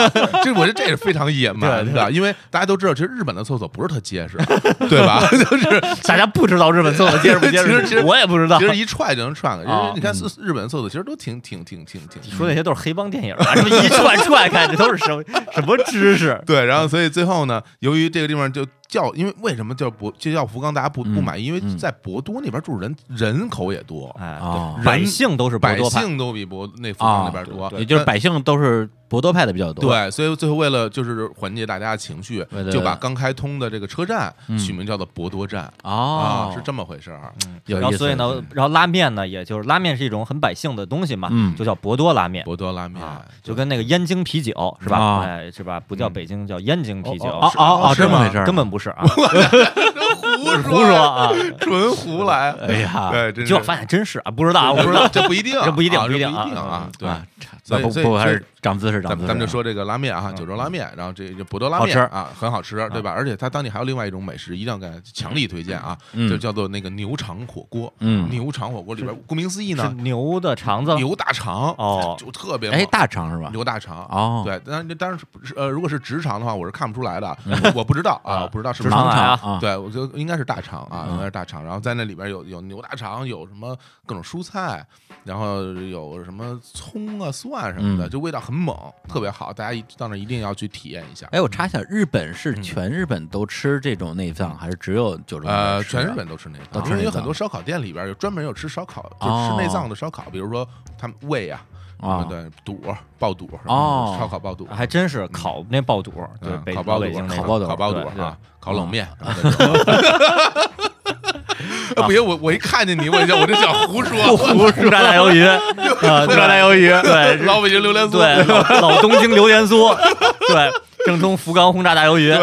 Speaker 1: 这我觉得这是非常野蛮的，因为大家都知道，其实日本的厕所不是特结 实，对吧？ 就是
Speaker 2: 大家不知道日本厕所结实不结
Speaker 1: 其实其
Speaker 2: 实，
Speaker 1: 实
Speaker 2: 我也不知道
Speaker 1: 其。实一踹就能踹开，因
Speaker 2: 啊
Speaker 1: 为你看四日本厕所其实都挺挺挺挺挺。
Speaker 2: 说那些都是黑帮电影啊，什么一 踹踹开，这都是什么什么知 识？
Speaker 1: 对，然后所以最后呢，由于这个地方就叫，因为为什么叫博就叫福冈，大家不不满意，因为
Speaker 3: 嗯
Speaker 1: 在博多那边住人人口也多，
Speaker 2: 哎，
Speaker 3: 哦
Speaker 2: 对百姓都是博
Speaker 1: 百
Speaker 2: 多啊派，
Speaker 1: 姓都比博那福冈那边多，
Speaker 3: 也就是百姓都是博多派的比较多。，
Speaker 1: 对，所以最后为了就是缓解大家的情绪
Speaker 3: 对，对
Speaker 1: 就把
Speaker 3: 对
Speaker 1: 刚开通的这个车站
Speaker 3: 嗯
Speaker 1: 取名叫做博多站
Speaker 3: 哦
Speaker 1: 啊，，是这么回事儿。
Speaker 3: 有
Speaker 2: 然后
Speaker 3: 意思。
Speaker 2: 所以呢，然后拉面呢，也就是拉面是一种很百姓的东西嘛，
Speaker 3: 嗯
Speaker 2: 就叫博多拉面。
Speaker 1: 博多拉面
Speaker 2: 啊， 就跟那个燕京啤酒是吧？
Speaker 3: 啊
Speaker 2: 哎，是吧？不叫北京，叫燕京啤酒。
Speaker 3: 哦哦哦哦，
Speaker 1: 是
Speaker 3: 这么
Speaker 1: 吗
Speaker 3: 回事儿，
Speaker 2: 根本不是 啊，
Speaker 1: 胡
Speaker 2: 胡说，啊！
Speaker 1: 纯胡来。
Speaker 3: 哎呀
Speaker 1: 对，真
Speaker 2: 结果
Speaker 1: 是
Speaker 2: 发现真是啊，不知道啊，我
Speaker 1: 这
Speaker 2: 不 知道。
Speaker 1: 这不一定，
Speaker 2: 这不一定
Speaker 1: 啊
Speaker 2: 不
Speaker 1: 这
Speaker 2: 一
Speaker 1: 不
Speaker 2: 定啊
Speaker 1: 啊，对。
Speaker 3: 啊，
Speaker 1: 所以
Speaker 3: 不
Speaker 1: 所以
Speaker 3: 不，还
Speaker 1: 所以
Speaker 3: 是长姿势，
Speaker 1: 咱
Speaker 3: 长
Speaker 1: 们
Speaker 3: 姿势。
Speaker 1: 咱们就说这个拉面啊，九州拉面，然后这这博多拉面
Speaker 3: 嗯好吃嗯
Speaker 1: 啊，很好吃，对吧？而且它当地还有另外一种美食，一定要给强力推荐啊，
Speaker 3: 嗯
Speaker 1: 就叫做那个牛肠火锅。
Speaker 3: 嗯
Speaker 1: 牛肠火锅里边，顾名思义
Speaker 2: 是
Speaker 1: 呢，
Speaker 2: 牛的肠子
Speaker 1: 牛大肠
Speaker 2: 哦
Speaker 1: 就特别
Speaker 3: 哎
Speaker 1: 猛
Speaker 3: 大肠是吧？
Speaker 1: 牛大肠
Speaker 3: 哦
Speaker 1: 对，当然当然是不是呃，如果是直肠的话，我是看不出来的，我我不知道啊，我不知道是不是
Speaker 2: 直肠
Speaker 3: 盲
Speaker 2: 癌啊
Speaker 3: 嗯肠啊，嗯
Speaker 1: 对，我觉得应该是大肠啊，应该是大肠。然后在那里边有有牛大肠，有什么各种蔬菜，然后有什么葱啊、蒜什么的，
Speaker 3: 嗯
Speaker 1: 就味道很猛，特别好。大家一到那一定要去体验一下。
Speaker 3: 哎，我查一下，日本是
Speaker 1: 嗯
Speaker 3: 全日本都吃这种内脏，还是只有九州那边吃啊？
Speaker 1: 呃，全日本都吃内
Speaker 3: 都
Speaker 1: 脏，
Speaker 3: 吃
Speaker 1: 因为
Speaker 3: 内
Speaker 1: 有很
Speaker 3: 脏
Speaker 1: 多烧烤店里边有专门有吃烧烤，就
Speaker 3: 哦
Speaker 1: 吃内脏的烧烤，比如说他们胃啊什么
Speaker 3: 啊，
Speaker 1: 的肚儿、爆肚什么的
Speaker 3: 哦
Speaker 1: 烧烤爆肚，
Speaker 2: 还真是烤那爆肚，对，
Speaker 1: 嗯
Speaker 2: 北
Speaker 1: 烤爆肚
Speaker 2: 北京那
Speaker 3: 烤
Speaker 2: 个
Speaker 3: 爆肚
Speaker 1: 烤爆肚
Speaker 2: 对对
Speaker 1: 啊，烤冷面什么 的。哎不行，我我一看见你，我就我就想胡说，
Speaker 3: 哦
Speaker 2: 胡炸大 鱿鱼，啊，
Speaker 1: 胡炸大
Speaker 2: 鱿鱼，对
Speaker 1: 老北京榴莲酥，
Speaker 2: 对，老老东京榴莲酥，对，正宗福冈轰炸大鱿鱼，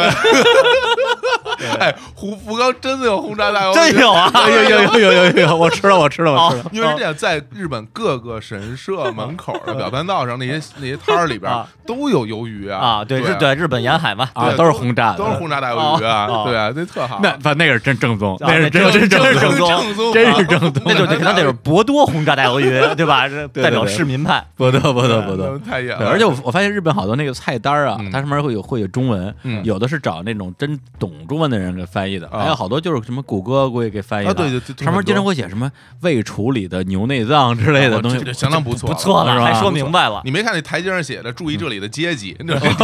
Speaker 1: 哎，胡福冈真的有轰炸大鱿鱼，
Speaker 2: 真有啊！
Speaker 3: 哎呦呦呦呦呦呦！我吃了，我吃了，我吃了。
Speaker 1: 因为是这样，在日本各个神社门口的表参道上，那些那些摊儿里边
Speaker 2: 啊
Speaker 1: 都有鱿鱼
Speaker 2: 啊，
Speaker 1: 对
Speaker 2: 对，日对日本沿海嘛，
Speaker 3: 啊
Speaker 1: 对
Speaker 3: 都是轰炸的
Speaker 1: 都是轰炸大鱿鱼
Speaker 2: 哦
Speaker 1: 啊
Speaker 2: 哦，
Speaker 1: 对啊，那特好。
Speaker 3: 那反那个是真正宗，
Speaker 2: 啊
Speaker 3: 那是
Speaker 2: 那
Speaker 3: 真
Speaker 2: 真
Speaker 3: 真
Speaker 2: 正宗，
Speaker 3: 宗
Speaker 1: 正宗
Speaker 3: 真是
Speaker 1: 啊
Speaker 3: 正 宗。
Speaker 2: 那就得那得是博多轰炸大鱿鱼，对吧？这代表市民派。
Speaker 3: 不得不得
Speaker 1: 对
Speaker 3: 不得。
Speaker 1: 太野
Speaker 3: 对，
Speaker 1: 了，
Speaker 3: 而且我我发现日本好多那个菜单啊，
Speaker 1: 嗯
Speaker 3: 它上面会有会有中文，
Speaker 1: 嗯
Speaker 3: 有的是找那种真懂中文的人给翻译的，
Speaker 1: 啊
Speaker 3: 还有好多就是什么谷歌估计给翻译的，
Speaker 1: 啊对对对
Speaker 3: 上面经常会写什么未处理的牛内脏之类的
Speaker 1: 哦
Speaker 3: 东
Speaker 1: 这
Speaker 3: 西
Speaker 1: 这，相当不错，
Speaker 2: 不错
Speaker 3: 是
Speaker 2: 了，
Speaker 3: 吧
Speaker 2: 还说明白了。
Speaker 1: 你没看那台阶上写着“注意这里的阶级”， 你知道吗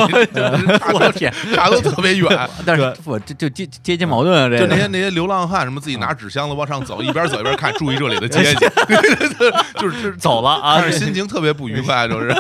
Speaker 1: 差的
Speaker 3: 天
Speaker 1: 差的特别远。
Speaker 3: 但是我这就阶阶级矛盾啊，这
Speaker 1: 就
Speaker 3: 个
Speaker 1: 那些那些流浪汉，什么自己拿纸箱子往上走，
Speaker 2: 啊
Speaker 1: 一边走一边看，注意这里的阶级， 就是就是
Speaker 2: 走了啊
Speaker 1: 但是心情特别不愉快， 就是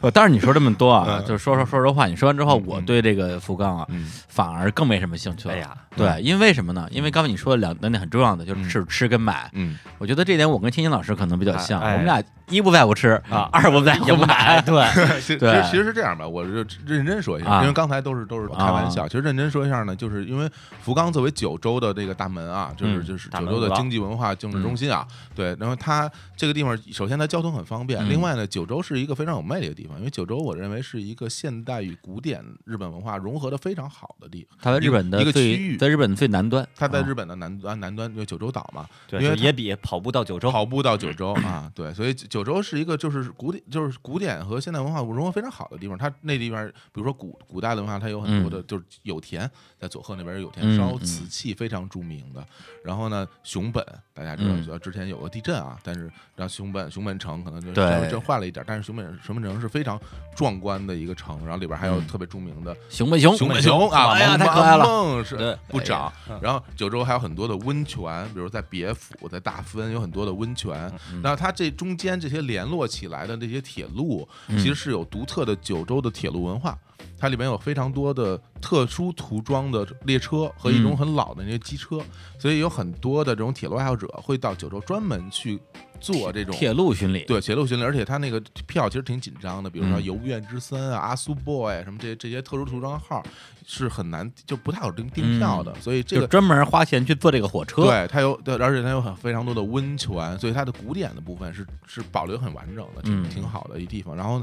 Speaker 3: 呃，但是你说这么多啊，
Speaker 1: 嗯
Speaker 3: 就是说说说实话，你说完之后，
Speaker 1: 嗯
Speaker 3: 我
Speaker 1: 嗯
Speaker 3: 对这个福冈啊，
Speaker 1: 嗯
Speaker 3: 反而更没什么兴趣了。
Speaker 2: 哎呀，
Speaker 3: 对，因为什么呢？因为刚才你说的两两点很重要的，就是
Speaker 1: 嗯啊
Speaker 3: 吃吃跟买。
Speaker 1: 嗯，
Speaker 3: 我觉得这点我跟天津老师可能比较像，
Speaker 2: 哎
Speaker 3: 我们俩一不在乎吃
Speaker 2: 啊
Speaker 3: 二不在乎买。
Speaker 2: 对，
Speaker 1: 其实其
Speaker 3: 对
Speaker 1: 实其实是这样吧，我就认真说一
Speaker 3: 啊
Speaker 1: 下，因为刚才都是都是开玩笑。其实认真说一下呢，就是因为福冈作为九州的这个大门啊，就是
Speaker 3: 嗯
Speaker 1: 就是
Speaker 2: 大
Speaker 1: 九
Speaker 2: 门
Speaker 1: 州
Speaker 2: 五
Speaker 1: 的
Speaker 2: 郎
Speaker 1: 经济文化政治中心啊，对。然后它这个地方，首先它交通很方便，
Speaker 3: 嗯
Speaker 1: 另外呢，九州是一个非常有魅力的地方，因为九州我认为是一个现代与古典日本文化融合的非常好的地方。
Speaker 3: 它在日本的
Speaker 1: 一个区
Speaker 3: 最
Speaker 1: 域
Speaker 3: 在日本的最南端，
Speaker 1: 它在
Speaker 3: 啊
Speaker 1: 日本的南端南端，就九州岛嘛，
Speaker 2: 对，
Speaker 1: 因
Speaker 2: 就
Speaker 1: 为
Speaker 2: 也比跑步到九州
Speaker 1: 跑步到九州啊，对，所以九九州是一个就是古典就是古典和现代文化融合非常好的地方。它那地方，比如说古古代的文化，它有很多的，就是有田，在佐贺那边有有田烧
Speaker 3: 嗯嗯，嗯
Speaker 1: 瓷器非常著名的。然后呢，熊本大家知道
Speaker 3: 嗯，
Speaker 1: 呃之前有个地震啊，但是让熊本熊本城可能就
Speaker 3: 对
Speaker 1: 稍微震坏了一点，但是熊本熊本城是非常壮观的一个城，然后里边还有
Speaker 3: 嗯
Speaker 1: 特别著名的
Speaker 3: 熊本熊
Speaker 1: 熊本熊啊，
Speaker 3: 哎呀，
Speaker 1: 萌
Speaker 3: 太可爱了。哎
Speaker 1: 萌
Speaker 2: 对
Speaker 1: 是不长。
Speaker 3: 嗯
Speaker 1: 然后九州还有很多的温泉，比如在别府、在大分有很多的温
Speaker 3: 嗯
Speaker 1: 泉。那它这中间这些联络起来的
Speaker 3: 嗯
Speaker 1: 这些铁路，其实是有独特的九州的铁路文化。它里面有非常多的特殊涂装的列车和一种
Speaker 3: 嗯
Speaker 1: 很老的那个机车，所以有很多的这种铁路爱好者会到九州专门去做这种
Speaker 3: 铁路巡礼，
Speaker 1: 对，铁路巡礼，而且他那个票其实挺紧张的，比如说
Speaker 3: 嗯
Speaker 1: 游院之森啊、阿苏 boy 什么这些这些特殊涂装号是很难，就不太好订订票的，所以这
Speaker 3: 就
Speaker 1: 个。
Speaker 3: 专门花钱去坐这个火车。，
Speaker 1: 对，它有，对，而且它有很非常多的温泉，所以它的古典的部分是是保留很完整的，挺、
Speaker 3: 嗯
Speaker 1: 挺好的一地方。然后，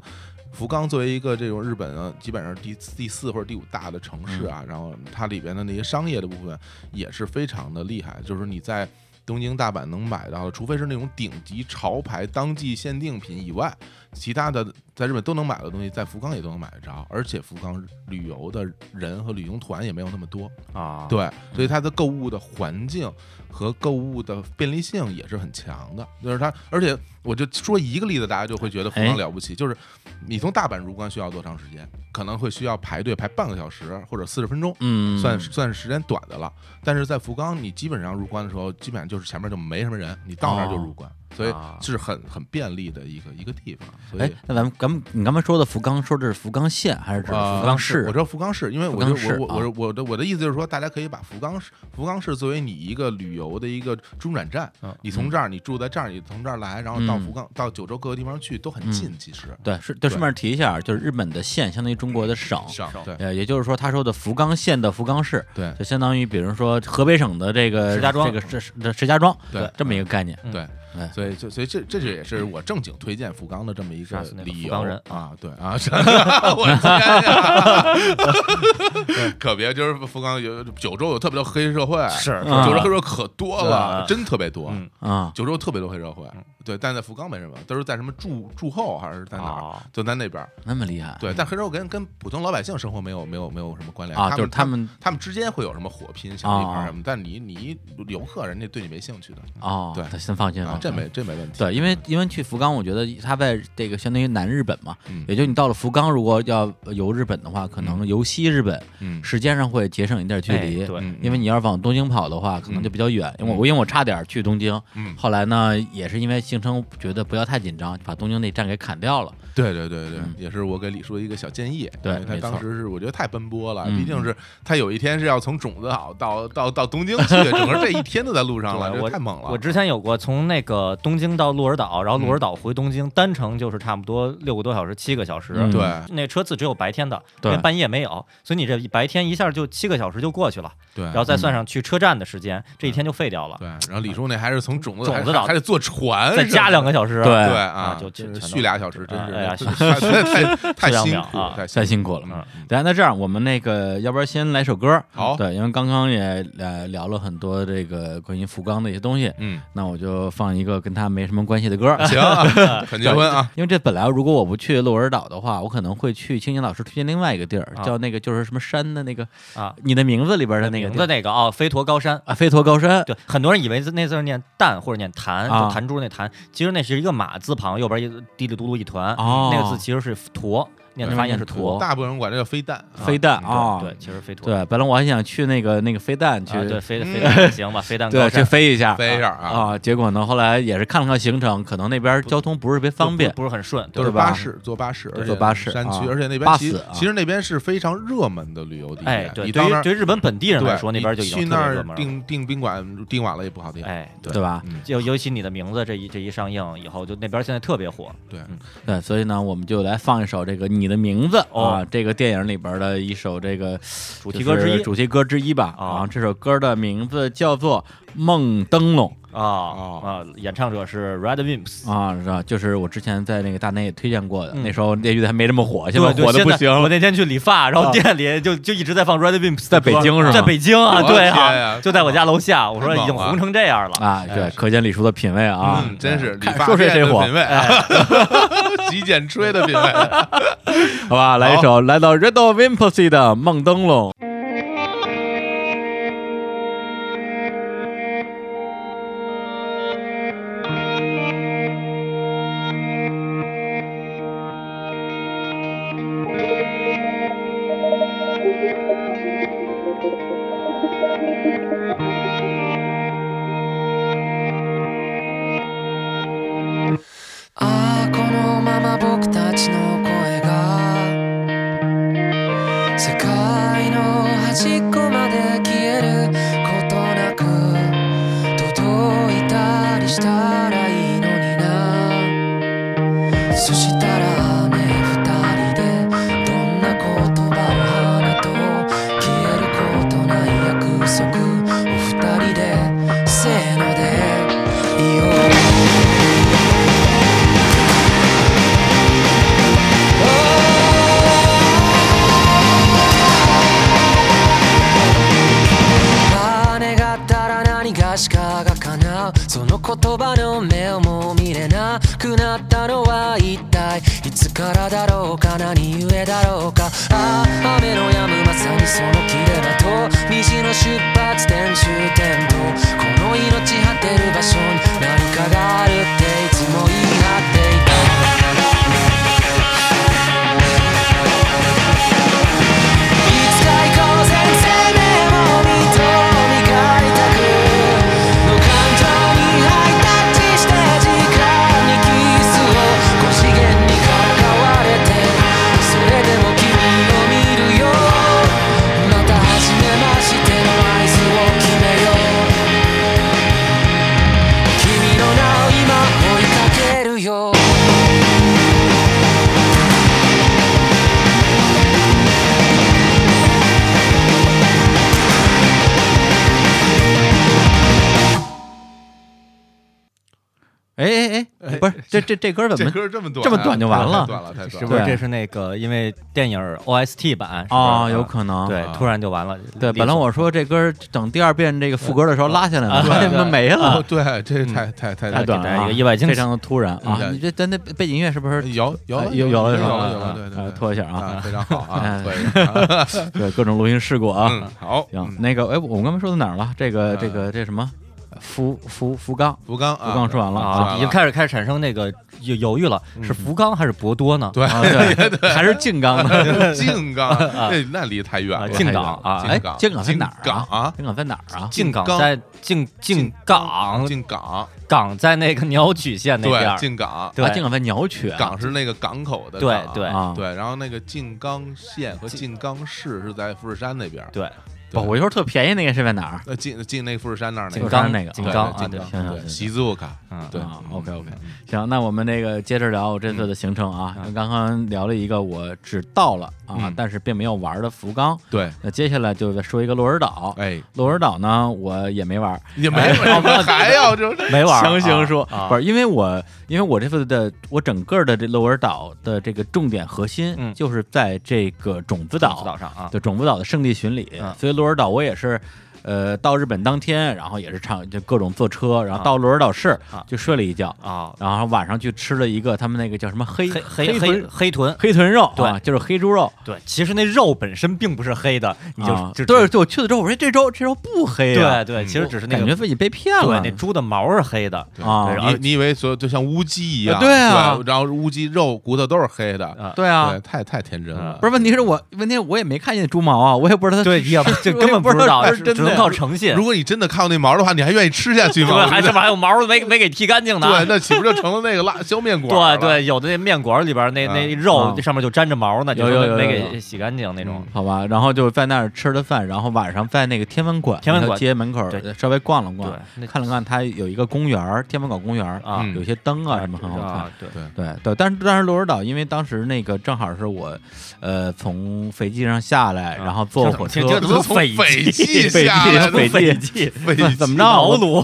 Speaker 1: 福冈作为一个这种日本啊，基本上第第四或者第五大的城市
Speaker 3: 嗯
Speaker 1: 啊，然后它里边的那些商业的部分也是非常的厉害，就是你在。东京、大阪能买到的，除非是那种顶级潮牌、当季限定品以外，其他的在日本都能买的东西，在福冈也都能买得着。而且福冈旅游的人和旅行团也没有那么多，
Speaker 2: 啊，
Speaker 1: 对，所以它的购物的环境和购物的便利性也是很强的。就是它，而且我就说一个例子，大家就会觉得福
Speaker 3: 哎
Speaker 1: 冈了不起。就是你从大阪入关需要多长时间？可能会需要排队排半个小时或者四十分钟。
Speaker 3: 嗯，
Speaker 1: 算是算是时间短的了，但是在福冈，你基本上入关的时候，基本上就是前面就没什么人，你到那儿就入
Speaker 3: 哦
Speaker 1: 关，所以
Speaker 2: 啊
Speaker 1: 是很很便利的一个一个地方。所
Speaker 3: 哎
Speaker 1: 以，
Speaker 3: 那咱们咱们你刚才说的福冈，说这是福冈县还是指
Speaker 1: 啊
Speaker 3: 福冈市？
Speaker 1: 我知道福冈市，因为
Speaker 3: 福
Speaker 1: 我
Speaker 3: 冈
Speaker 1: 就
Speaker 3: 市
Speaker 1: 我我
Speaker 3: 啊
Speaker 1: 我的我的我的意思就是说，大家可以把福冈市福冈市作为你一个旅游的一个中转站
Speaker 2: 嗯，
Speaker 1: 你从这儿你住在这儿，你从这儿来，然后到
Speaker 3: 嗯
Speaker 1: 福冈到九州各个地方去都很近，
Speaker 2: 嗯
Speaker 1: 其实
Speaker 3: 对，是就顺便提一下，就是日本的县相当于中国的省，
Speaker 1: 上
Speaker 2: 省
Speaker 1: 啊对
Speaker 3: 呃，也就是说他说的福冈县的福冈市，
Speaker 1: 对
Speaker 3: 就相当于比如说河北省的这个
Speaker 2: 石家庄
Speaker 3: 这个这这石家庄，
Speaker 1: 对
Speaker 3: 这么一个概念。
Speaker 2: 嗯
Speaker 1: 对
Speaker 3: 哎，
Speaker 1: 所以就所以这这是也是我正经推荐福冈的这么一
Speaker 2: 杀
Speaker 1: 个
Speaker 2: 死那个
Speaker 1: 理
Speaker 2: 福
Speaker 1: 由
Speaker 2: 冈人
Speaker 1: 啊，对啊， 是我的天呀 可别就是福冈有九州有特别多黑社会，
Speaker 2: 是
Speaker 3: 啊
Speaker 1: 九州黑社会可多了，
Speaker 2: 对啊
Speaker 1: 真特别多。
Speaker 2: 嗯
Speaker 3: 啊，
Speaker 1: 九州特别多黑社会，
Speaker 3: 嗯
Speaker 1: 对，但在福冈没什么，都是在什么驻驻后还是在哪儿，
Speaker 2: 啊，
Speaker 1: 就在那边儿。
Speaker 3: 那么厉害，
Speaker 1: 对，但黑社会跟跟普通老百姓生活没有没有没有什么关联
Speaker 3: 嗯啊，
Speaker 1: 他
Speaker 3: 就是
Speaker 1: 们
Speaker 3: 他们啊
Speaker 1: 他们之间会有什么火拼小地盘什么，但你你游客人家对你没兴趣的
Speaker 3: 哦，
Speaker 1: 对
Speaker 3: 先放心
Speaker 1: 啊
Speaker 3: 吧，，
Speaker 1: 这没嗯这没问题。
Speaker 3: 嗯对，因为因为去福冈，我觉得它在这个相当于南日本嘛，
Speaker 1: 嗯
Speaker 3: 也就你到了福冈，如果要游日本的话，可能游西日本
Speaker 1: 嗯
Speaker 3: 时间上会节省一点距离，
Speaker 2: 哎对
Speaker 1: 嗯
Speaker 3: 因为你要是往东京跑的话，可能就比较远。因为我因为我差点去东京，
Speaker 1: 嗯
Speaker 3: 后来呢也是因为行程觉得不要太紧张，把东京那站给砍掉了。
Speaker 1: 对对对对
Speaker 3: 嗯，
Speaker 1: 也是我给李叔的一个小建议。
Speaker 3: 对
Speaker 1: 因为他
Speaker 3: 没错
Speaker 1: 当时是我觉得太奔波了，
Speaker 3: 嗯
Speaker 1: 毕竟是他有一天是要从种子岛到到到东京去，整个这一天都在路上了，
Speaker 2: 对
Speaker 1: 这
Speaker 2: 我
Speaker 1: 太猛了。嗯
Speaker 2: 我之前有过从那个东京到鹿儿岛，然后鹿儿岛回东京，单程就是差不多六个多小时，七个小时。
Speaker 3: 嗯
Speaker 1: 对
Speaker 2: 那车次只有白天的，
Speaker 3: 对
Speaker 2: 连半夜没有，所以你这白天一下就七个小时就过去了，
Speaker 1: 对，
Speaker 2: 然后再算上去车站的时间，这一天就废掉了，
Speaker 1: 对，然后李叔那还是从种子
Speaker 2: 啊种
Speaker 1: 还
Speaker 2: 子岛
Speaker 1: 还得坐船，
Speaker 2: 再加两个小时，
Speaker 3: 对
Speaker 1: 对
Speaker 2: 啊就
Speaker 1: 就
Speaker 2: 全
Speaker 1: 是
Speaker 2: 都
Speaker 1: 续俩小时，真
Speaker 2: 啊
Speaker 1: 是
Speaker 2: 哎呀
Speaker 1: 的太太太
Speaker 2: 受不了
Speaker 1: 辛
Speaker 2: 了
Speaker 1: 苦
Speaker 2: 啊，
Speaker 1: 辛
Speaker 3: 太
Speaker 1: 苦
Speaker 3: 辛苦了。
Speaker 2: 嗯
Speaker 3: 对，那这样我们那个，要不然先来首歌。
Speaker 1: 好
Speaker 3: 对，因为刚刚也呃聊了很多这个关于福冈的一些东西，
Speaker 1: 嗯，
Speaker 3: 那我就放一个跟他没什么关系的歌。
Speaker 1: 行 啊，肯结婚 啊，
Speaker 3: 因为这本来如果我不去鹿儿岛的话，我可能会去青年老师推荐另外一个地儿，
Speaker 2: 啊
Speaker 3: 叫那个就是什么山的那个，
Speaker 2: 啊。
Speaker 3: 你的名字里边的那个
Speaker 2: 名
Speaker 3: 地儿
Speaker 2: 字那个啊，飞驼高山。
Speaker 3: 啊，飞驼高山。
Speaker 2: 对，很多人以为那字儿念蛋或者念弹，
Speaker 3: 啊
Speaker 2: 就弹珠那弹，其实那是一个马字旁，右边一个滴里嘟噜一团，
Speaker 3: 哦
Speaker 2: 那个字其实是驼，念
Speaker 1: 对嗯
Speaker 2: 发音是
Speaker 3: 哦
Speaker 2: 驼。
Speaker 1: 大部分人管这叫飞弹，啊
Speaker 3: 飞弹啊，
Speaker 2: 对，其实飞驼。
Speaker 3: 对，本来我还想去那个那个飞弹去，
Speaker 2: 啊，对，飞
Speaker 1: 嗯
Speaker 2: 飞弹行吧，飞弹
Speaker 3: 对
Speaker 2: 高
Speaker 3: 去
Speaker 2: 山
Speaker 3: 飞一下，
Speaker 1: 飞一下啊，
Speaker 3: 啊。结果呢，后来也是看了看行程，可能那边交通不是特别方便
Speaker 2: 不不是很顺，
Speaker 1: 都
Speaker 2: 对
Speaker 1: 是
Speaker 3: 对吧
Speaker 1: 巴士，坐巴士，而且
Speaker 3: 坐巴士
Speaker 1: 山
Speaker 3: 啊
Speaker 1: 区，而且那边
Speaker 3: 巴
Speaker 1: 其
Speaker 3: 死啊
Speaker 1: 其实那边是非常热门的旅游地
Speaker 2: 哎
Speaker 1: 点，，
Speaker 2: 对，
Speaker 1: 你
Speaker 2: 对
Speaker 1: 到那
Speaker 2: 于
Speaker 1: 儿
Speaker 2: 对于日本本地人
Speaker 1: 对
Speaker 2: 来说，那边就
Speaker 1: 你
Speaker 2: 已
Speaker 1: 去
Speaker 2: 经
Speaker 1: 那
Speaker 2: 特别热
Speaker 1: 儿
Speaker 2: 门了。
Speaker 1: 订订宾馆，订晚了也不好订，
Speaker 2: 哎，对，
Speaker 3: 对吧？
Speaker 1: 嗯，
Speaker 2: 就尤其你的名字这一这一上映以后，就那边现在特别火。
Speaker 1: 对，
Speaker 3: 对，所以呢，我们就来放一首这个《你的名字》啊
Speaker 2: 哦，
Speaker 3: 这个电影里边的一首这个主
Speaker 2: 主题歌之一
Speaker 3: 主题歌之一吧。
Speaker 2: 啊
Speaker 3: 啊，这首歌的名字叫做《梦灯笼
Speaker 2: 啊
Speaker 1: 哦
Speaker 2: 啊！演唱者是 Red Wimps，》
Speaker 3: 啊，是吧？就是我之前在那个大内也推荐过的，
Speaker 2: 嗯
Speaker 3: 那时候那乐队还没这么火，现
Speaker 2: 对对
Speaker 3: 火的不
Speaker 2: 现
Speaker 3: 行
Speaker 2: 在我
Speaker 3: 了。
Speaker 2: 那天去理发，然
Speaker 3: 啊
Speaker 2: 后店里就 就一直在放 Red Wimps，
Speaker 3: 在北京是吗
Speaker 2: 在北京啊，
Speaker 1: 我的
Speaker 2: 对
Speaker 1: 天呀
Speaker 2: 啊，就在我家楼下。我说
Speaker 1: 太
Speaker 2: 已经
Speaker 1: 猛了
Speaker 2: 红成这样了，
Speaker 3: 啊，对，可见李叔的品味啊，
Speaker 1: 嗯，真是理
Speaker 3: 看
Speaker 1: 发
Speaker 3: 说哎谁
Speaker 1: 店
Speaker 3: 谁
Speaker 1: 的
Speaker 3: 火
Speaker 1: 品味啊， 极简吹的品 味，
Speaker 3: 好吧，来一首来到 Red o Wimpsy 的《梦灯笼》。
Speaker 4: ああこのまま僕たちの声が世界のでいよう金があったら何がしかが叶うその言葉の目をも見れなくなったのは一体いつからだろうか何故だろうかああ雨の止むまさにその切れ間と虹の出発点終点とこの命果てる場所に何かがあるっていつも言い張っていたいつか行こうぜ生命を認めたく無感情にハイタッチして時間にキスをご資源にからわれてそれでも君を見るよまた初めましての合図を決めよう君の名を今追いかけるよ
Speaker 3: 哎哎哎，不是，这这这歌怎
Speaker 1: 这
Speaker 3: 么
Speaker 1: 歌这么短啊，
Speaker 3: 这么短就完了
Speaker 1: 太短了，太
Speaker 2: 是
Speaker 1: 短
Speaker 2: 不
Speaker 1: 了。
Speaker 2: 是
Speaker 3: 对
Speaker 2: 这是那个因为电影 OST 版是不是
Speaker 3: 啊？有可能。
Speaker 2: 对
Speaker 1: 啊，
Speaker 2: 突然就完了。
Speaker 3: 对，本来 我说这歌等第二遍这个副歌的时
Speaker 2: 啊
Speaker 3: 候拉下来了，
Speaker 1: 对
Speaker 3: 发现
Speaker 1: 对
Speaker 3: 它没
Speaker 1: 哦
Speaker 3: 了，
Speaker 1: 对，这太太太
Speaker 3: 啊嗯太短
Speaker 2: 给大家
Speaker 3: 了，啊
Speaker 2: 一个意外惊喜
Speaker 3: 非常的突然啊！
Speaker 1: 嗯
Speaker 3: 你这咱那背景音乐是不是
Speaker 1: 有有
Speaker 3: 哎有
Speaker 1: 有
Speaker 3: 有了
Speaker 1: 呃有
Speaker 3: 是吧
Speaker 1: 了有
Speaker 3: 啊
Speaker 1: 了，对对
Speaker 3: 啊
Speaker 1: 对，
Speaker 3: 拖一下啊，
Speaker 1: 非常好啊
Speaker 3: 哎，
Speaker 1: 可以 啊，
Speaker 3: 对各种录音事故
Speaker 1: 嗯
Speaker 3: 啊？，
Speaker 1: 好，
Speaker 3: 行，
Speaker 1: 嗯
Speaker 3: 那个哎，我们刚才说到哪儿了？这个
Speaker 1: 嗯
Speaker 3: 这个这什么？福福福冈，
Speaker 1: 福冈
Speaker 3: 福
Speaker 1: 啊，
Speaker 3: 冈 说完了
Speaker 1: 啊
Speaker 2: 已经开始开始产生那个犹犹豫了，是福冈还是博多呢？
Speaker 1: 对
Speaker 3: 啊，对，还是静冈的。
Speaker 1: 静冈，那那离太远
Speaker 2: 啊
Speaker 1: 了，
Speaker 2: 静冈啊
Speaker 3: 哎
Speaker 1: 静，冈
Speaker 3: 静冈在哪儿
Speaker 1: 静冈
Speaker 3: 啊
Speaker 1: 啊？
Speaker 3: 静冈在哪儿啊？
Speaker 2: 靖港
Speaker 1: 靖
Speaker 2: 在靖靖港
Speaker 1: 静冈，
Speaker 2: 港在那个鸟取县那边
Speaker 1: 对，
Speaker 2: 儿，
Speaker 1: 静冈，
Speaker 2: 对
Speaker 3: 啊静冈在鸟取啊。
Speaker 1: 港是那个港口的
Speaker 2: 对
Speaker 1: 港，
Speaker 2: 对
Speaker 3: 啊，
Speaker 1: 对，然后那个静冈县和静冈市是在富士山那边儿，
Speaker 2: 对
Speaker 3: 不，哦我一会儿特便宜那个是在哪儿？
Speaker 1: 呃，进进那个富士山那儿那
Speaker 3: 静
Speaker 1: 个
Speaker 2: 冈
Speaker 3: 冈那个，
Speaker 2: 静
Speaker 1: 对对
Speaker 2: 冈啊
Speaker 1: 静冈
Speaker 3: 对行行行
Speaker 1: 对，习作卡，
Speaker 2: 嗯
Speaker 1: 对
Speaker 3: 啊，OK OK，行，那我们那个接着聊我这次的行程啊。
Speaker 2: 嗯
Speaker 3: 刚刚聊了一个我只到了啊，
Speaker 1: 嗯
Speaker 3: 但是并没有玩的福冈。
Speaker 1: 对，
Speaker 3: 那接下来就再说一个鹿儿岛。
Speaker 1: 哎，
Speaker 3: 鹿儿岛呢，我也没玩。
Speaker 1: 也没什么， 还要就是
Speaker 2: 没玩儿
Speaker 3: 强行说，
Speaker 2: 啊啊
Speaker 3: 不是因为我，因为我这次的我整个的这鹿儿岛的这个重点核心
Speaker 2: 嗯
Speaker 3: 就是在这个种子
Speaker 2: 岛
Speaker 3: 岛，
Speaker 2: 岛上啊，
Speaker 3: 对种子岛的圣地巡礼，
Speaker 2: 嗯
Speaker 3: 所以鹿儿岛我也是，呃，到日本当天，然后也是唱就各种坐车，然后
Speaker 2: 啊
Speaker 3: 到鹿儿岛市、
Speaker 2: 啊
Speaker 3: 就睡了一觉，
Speaker 2: 啊，
Speaker 3: 然后晚上去吃了一个他们那个叫什么黑
Speaker 2: 黑
Speaker 3: 黑
Speaker 2: 黑黑
Speaker 3: 豚
Speaker 2: 黑豚，
Speaker 3: 黑豚肉，
Speaker 2: 对
Speaker 3: 啊就是黑猪肉，
Speaker 2: 对，其实那肉本身并不是黑的，你就
Speaker 3: 啊
Speaker 2: 就
Speaker 3: 对
Speaker 2: 对
Speaker 3: 对，我去了之后，我说这周这周不黑啊，
Speaker 2: 对对，
Speaker 1: 嗯
Speaker 2: 其实只是那
Speaker 3: 感
Speaker 2: 个
Speaker 3: 觉自己被骗
Speaker 2: 对
Speaker 3: 了
Speaker 2: 那猪的毛是黑的
Speaker 3: 啊
Speaker 2: 对然后
Speaker 1: 你你以为所有就像乌鸡一样，
Speaker 3: 啊对啊
Speaker 1: 然后乌鸡肉骨头都是黑的，
Speaker 2: 啊，
Speaker 3: 对啊
Speaker 1: 对，，太太天真了，
Speaker 3: 不是问题是我问题我也没看见猪毛啊，我也不知道它
Speaker 2: 对，
Speaker 3: 是
Speaker 2: 也 这根本不知
Speaker 3: 我
Speaker 2: 道，
Speaker 3: 也不
Speaker 2: 只
Speaker 3: 知道是真
Speaker 2: 只
Speaker 3: 的
Speaker 2: 能靠诚信
Speaker 1: 如。果你真的看到那毛的话，你还愿意吃下去
Speaker 2: 对，
Speaker 1: 吗？
Speaker 2: 还是还有毛没没给剃干净呢。啊
Speaker 1: 对，那岂不就成了那个辣椒面馆
Speaker 2: 对
Speaker 1: 了？
Speaker 2: 对，有的那面馆里边那那
Speaker 1: 嗯
Speaker 2: 肉
Speaker 3: 嗯
Speaker 2: 上面就沾着毛呢，就
Speaker 3: 有有有
Speaker 2: 是没
Speaker 3: 有有
Speaker 2: 给洗干净那种。
Speaker 3: 好吧，然后就在那儿吃了饭，然后晚上在那个天文馆
Speaker 2: 天文
Speaker 3: 那条
Speaker 2: 馆
Speaker 3: 街门口儿
Speaker 2: 对
Speaker 3: 稍微逛了逛
Speaker 2: 对，那
Speaker 3: 嗯看了看它有一个公园儿，天文馆公园儿
Speaker 2: 啊
Speaker 3: 有些灯啊什么很好看。
Speaker 2: 啊，对
Speaker 3: 对对，但是但是鹿儿岛，因为当时那个正好是我，呃，从飞机上下来，
Speaker 2: 啊
Speaker 3: 然后坐火车
Speaker 2: 听，听
Speaker 1: 怎么从
Speaker 2: 匪
Speaker 1: 匪
Speaker 2: 气
Speaker 1: 气
Speaker 3: 匪
Speaker 1: 下来
Speaker 3: 气
Speaker 1: 的
Speaker 3: 匪
Speaker 2: 匪
Speaker 3: 气，
Speaker 2: 气，
Speaker 1: 匪
Speaker 3: 怎
Speaker 1: 气
Speaker 3: 怎么着？
Speaker 2: 挠
Speaker 3: 我
Speaker 2: 炉。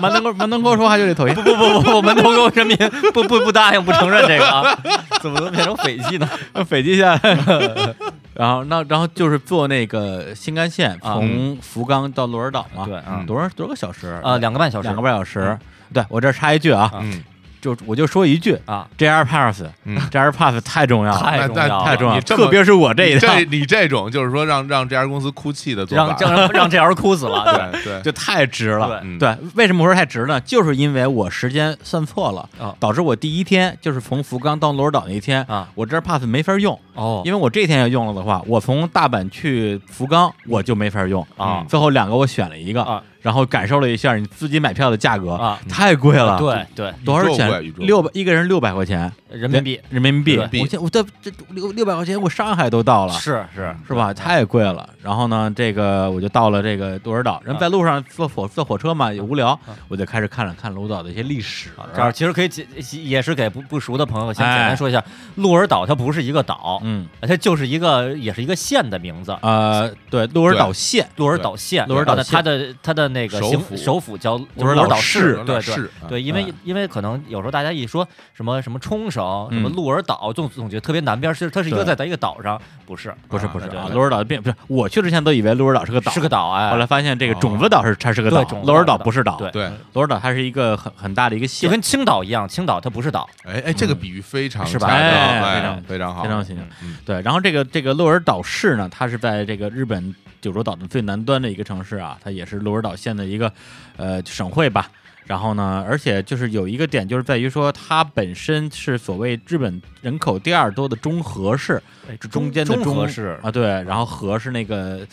Speaker 3: 门能够门能够说话就得头一
Speaker 2: 不不不不，门头沟人民不不不答应，不承认这个啊！怎么能变成匪气呢？
Speaker 3: 啊飞机下 来，然后那然后就是坐那个新干线
Speaker 2: 啊
Speaker 3: 从福冈到鹿儿岛嘛，
Speaker 2: 对啊
Speaker 3: 多少多少个小时
Speaker 2: 呃，两个半小时，
Speaker 3: 嗯两个半小时。对我这儿插一句啊，
Speaker 1: 嗯
Speaker 3: 就我就说一句
Speaker 2: 啊，
Speaker 3: ，JR Pass，
Speaker 1: 嗯
Speaker 3: JR Pass 太重要了，
Speaker 2: 太
Speaker 1: 那
Speaker 2: 重要
Speaker 1: 那
Speaker 2: 了，
Speaker 3: 太重要了，
Speaker 1: 你这么
Speaker 3: 特别是我这一
Speaker 1: 这
Speaker 3: 趟，
Speaker 1: 你这种就是说让让这家公司哭泣的做法
Speaker 2: 让，让让这人哭死了， 对。
Speaker 1: 对对
Speaker 3: 就太值了。
Speaker 1: 嗯
Speaker 3: 对，为什么说太值呢？就是因为我时间算错了
Speaker 2: 啊，
Speaker 3: 导致我第一天就是从福冈到鹿儿岛那一天
Speaker 2: 啊，
Speaker 3: 我 JR Pass 没法用，
Speaker 2: 哦，
Speaker 3: 因为我这天要用了的话，我从大阪去福冈我就没法用
Speaker 2: 嗯
Speaker 3: 嗯
Speaker 2: 啊
Speaker 3: 最后两个我选了一个
Speaker 2: 啊，
Speaker 3: 然后感受了一下你自己买票的价格
Speaker 2: 啊
Speaker 3: 太贵了，
Speaker 2: 对对
Speaker 3: 多少
Speaker 1: 宇宙
Speaker 3: 钱
Speaker 1: 贵？宇宙贵
Speaker 3: 六百一个人六百块钱，
Speaker 2: 人民币。
Speaker 3: 人民币，
Speaker 2: 人民
Speaker 1: 币
Speaker 3: 我现我这这六六百块钱，我上海都到了，
Speaker 2: 是是，
Speaker 3: 是吧？太贵了。然后呢，这个我就到了这个鹿儿
Speaker 2: 啊
Speaker 3: 岛，人在路上坐火坐火车嘛，也无聊，我就开始看了看鹿儿岛的一些历史。
Speaker 2: 啊这儿其实可以解，也是给不不熟的朋友先简单说一下，鹿儿岛它不是一个岛，
Speaker 3: 哎嗯，
Speaker 2: 它就是一个也是一个县的名字，
Speaker 3: 呃，对，鹿儿岛县，
Speaker 2: 鹿儿岛县。
Speaker 3: 鹿儿岛
Speaker 2: 然后呢
Speaker 3: 县
Speaker 2: 它的它的那个
Speaker 1: 首
Speaker 2: 行
Speaker 1: 府
Speaker 2: 首府叫鹿
Speaker 3: 鹿儿
Speaker 2: 儿
Speaker 3: 岛
Speaker 2: 岛
Speaker 3: 市
Speaker 1: 鹿儿啊
Speaker 2: 对
Speaker 1: 岛
Speaker 2: 对
Speaker 1: 市
Speaker 3: 啊
Speaker 2: 对，因
Speaker 3: 嗯
Speaker 2: 为因为可能有时候大家一说什么什么冲绳、什么
Speaker 3: 嗯
Speaker 2: 鹿儿岛，总总觉得特别南边，其实它是一个
Speaker 3: 对
Speaker 2: 在在一个岛上，不是
Speaker 3: 不是
Speaker 1: 啊
Speaker 3: 不是
Speaker 2: 对
Speaker 3: 啊，
Speaker 2: 对
Speaker 3: 鹿儿岛并不是，我去之前都以为鹿儿岛是个岛，
Speaker 2: 是个岛哎，
Speaker 3: 后来发现这个种子岛是它是个
Speaker 2: 对
Speaker 3: 岛
Speaker 2: 种，子
Speaker 3: 鹿儿
Speaker 2: 岛
Speaker 3: 岛不是岛，
Speaker 2: 对
Speaker 1: 对，
Speaker 3: 鹿儿岛它是一个很很大的一个
Speaker 2: 就
Speaker 3: 县，
Speaker 2: 跟青岛一样，青岛它不是岛，
Speaker 1: 哎哎，这个比喻非常
Speaker 2: 是吧
Speaker 1: 恰当
Speaker 3: 哎
Speaker 1: 哎
Speaker 3: 非常
Speaker 1: 非常好，
Speaker 3: 非常形象
Speaker 1: 嗯。
Speaker 3: 对，然后这个这个鹿儿岛市呢，它是在这个日本九州岛的最南端的一个城市啊，它也是鹿儿岛县的一个呃省会吧。然后呢，而且就是有一个点，就是在于说它本身是所谓日本人口第二多的中和市，哎这中间的
Speaker 2: 中和
Speaker 3: 中
Speaker 2: 是
Speaker 3: 啊，对，然后和是那个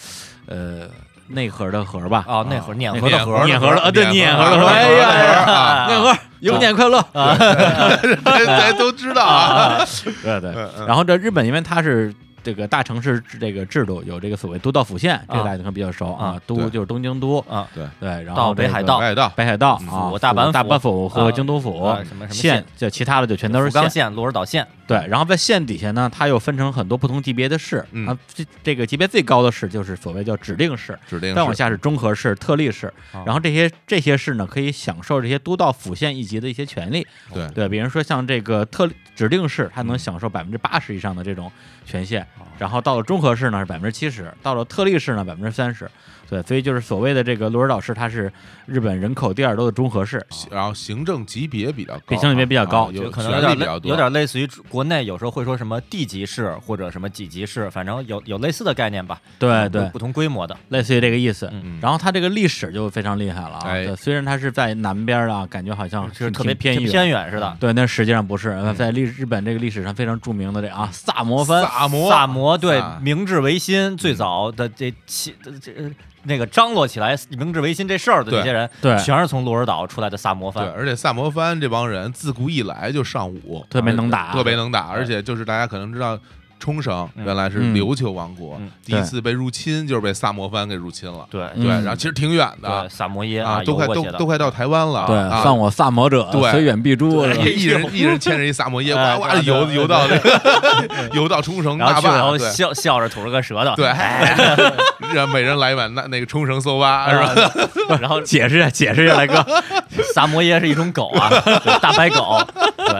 Speaker 3: 呃内核的核吧，
Speaker 2: 啊，内核碾
Speaker 3: 那
Speaker 2: 核的
Speaker 1: 碾
Speaker 2: 核
Speaker 1: 核
Speaker 3: 碾核的啊对
Speaker 1: 碾
Speaker 3: 碾核的
Speaker 1: 核
Speaker 3: 核哎呀
Speaker 1: 碾核啊
Speaker 3: 内核
Speaker 2: 嗯
Speaker 3: 永年快乐啊，
Speaker 1: 嗯大家都知道 啊，
Speaker 3: 对对
Speaker 1: 嗯。嗯
Speaker 3: 然后这日本因为它是这个大城市制这个制度，有这个所谓都道府县，这个
Speaker 2: 啊
Speaker 3: 大家可能比较熟啊
Speaker 2: 啊，
Speaker 3: 都
Speaker 1: 对
Speaker 3: 就是东京都，
Speaker 2: 啊，
Speaker 3: 对，然
Speaker 2: 到
Speaker 3: 后
Speaker 2: 北
Speaker 3: 这
Speaker 2: 海
Speaker 3: 个
Speaker 2: 道嗯
Speaker 1: 北海道
Speaker 3: 北海道啊，
Speaker 2: 府大阪府
Speaker 3: 大阪府和
Speaker 2: 啊
Speaker 3: 京都府
Speaker 2: 啊什么什么
Speaker 3: 县
Speaker 2: 县，
Speaker 3: 就其他的就全都是
Speaker 2: 福冈
Speaker 3: 县。
Speaker 2: 县、鹿儿岛县，
Speaker 3: 对，然后在县底下呢，它又分成很多不同级别的市
Speaker 1: 嗯
Speaker 3: 啊，这这个级别最高的市就是所谓叫指定市，
Speaker 1: 指定
Speaker 3: 再往
Speaker 1: 是
Speaker 3: 下是中和市、特例市，
Speaker 2: 啊
Speaker 3: 然后这些这些市呢，可以享受这些都道府县一级的一些权利。
Speaker 2: 嗯
Speaker 1: 对
Speaker 3: 对，比如说像这个特指定市，它能享受百分之八十以上的这种权限，
Speaker 2: 哦
Speaker 3: 然后到了中和市呢是百分之七十，到了特例市呢百分之三十。对，所以就是所谓的这个鹿儿岛市，它是日本人口第二多的中和市。
Speaker 2: 哦
Speaker 1: 然后行政级别比较高，
Speaker 3: 比行政级别比较高
Speaker 1: 啊
Speaker 2: 就
Speaker 1: 有
Speaker 2: 可能
Speaker 1: 权
Speaker 2: 有
Speaker 1: 力
Speaker 2: 点
Speaker 1: 比
Speaker 2: 类
Speaker 1: 较多，
Speaker 2: 有点类似于国内有时候会说什么地级市或者什么几级市，反正有有类似的概念吧。
Speaker 3: 对
Speaker 2: 不
Speaker 3: 哎对，
Speaker 2: 不同规模的，
Speaker 3: 类似于这个意思。
Speaker 2: 嗯
Speaker 3: 然后它这个历史就非常厉害了啊，
Speaker 1: 哎
Speaker 3: 对虽然它是在南边儿啊，感觉好像
Speaker 2: 就是
Speaker 3: 挺
Speaker 2: 特别
Speaker 3: 挺偏
Speaker 2: 挺
Speaker 3: 远。嗯
Speaker 2: 偏远似的。
Speaker 3: 对，但实际上不是，在历日本这个历史上非常著名的这啊萨摩藩，
Speaker 1: 萨摩
Speaker 2: 萨摩对
Speaker 1: 萨
Speaker 2: 明治维新最早的这起这这那个张罗起来明治维新这事儿的
Speaker 1: 对
Speaker 2: 这些人，
Speaker 3: 对
Speaker 2: 全是从鹿儿岛出来的萨摩
Speaker 1: 对，
Speaker 2: 藩。
Speaker 1: 而且萨摩藩这帮人自古以来就尚武，
Speaker 3: 特别能打
Speaker 1: 特别能打，而且就是大家可能知道。冲绳
Speaker 2: 嗯
Speaker 1: 原来是
Speaker 3: 嗯
Speaker 1: 琉球王国，
Speaker 2: 嗯
Speaker 1: 第一
Speaker 3: 对
Speaker 1: 次被入侵就是被萨摩藩给入侵了。
Speaker 2: 对
Speaker 3: 嗯
Speaker 1: 对，然后其实挺远
Speaker 2: 对，
Speaker 1: 的
Speaker 2: 萨摩耶
Speaker 1: 啊，都
Speaker 2: 游
Speaker 1: 快
Speaker 2: 过
Speaker 1: 都
Speaker 2: 去的
Speaker 1: 都快到台湾了。
Speaker 3: 对，
Speaker 1: 啊
Speaker 3: 犯我萨摩者，
Speaker 1: 对
Speaker 3: 虽远必诛。是吧
Speaker 1: 对，一人一人牵着一萨摩耶，
Speaker 2: 哎
Speaker 1: 哇哇地
Speaker 2: 对
Speaker 1: 游
Speaker 2: 对
Speaker 1: 游到那个游到冲绳
Speaker 2: 然
Speaker 1: 大
Speaker 2: 后去了，然
Speaker 1: 坝，
Speaker 2: 后
Speaker 1: 对
Speaker 2: 笑 笑着吐了个舌头，哎
Speaker 1: 对， 让每人来一碗那那个冲绳搜吧，是吧？
Speaker 2: 吧？ 然后
Speaker 3: 解释一下，解释一下，来哥，
Speaker 2: 萨摩耶是一种狗啊，对大白狗，对，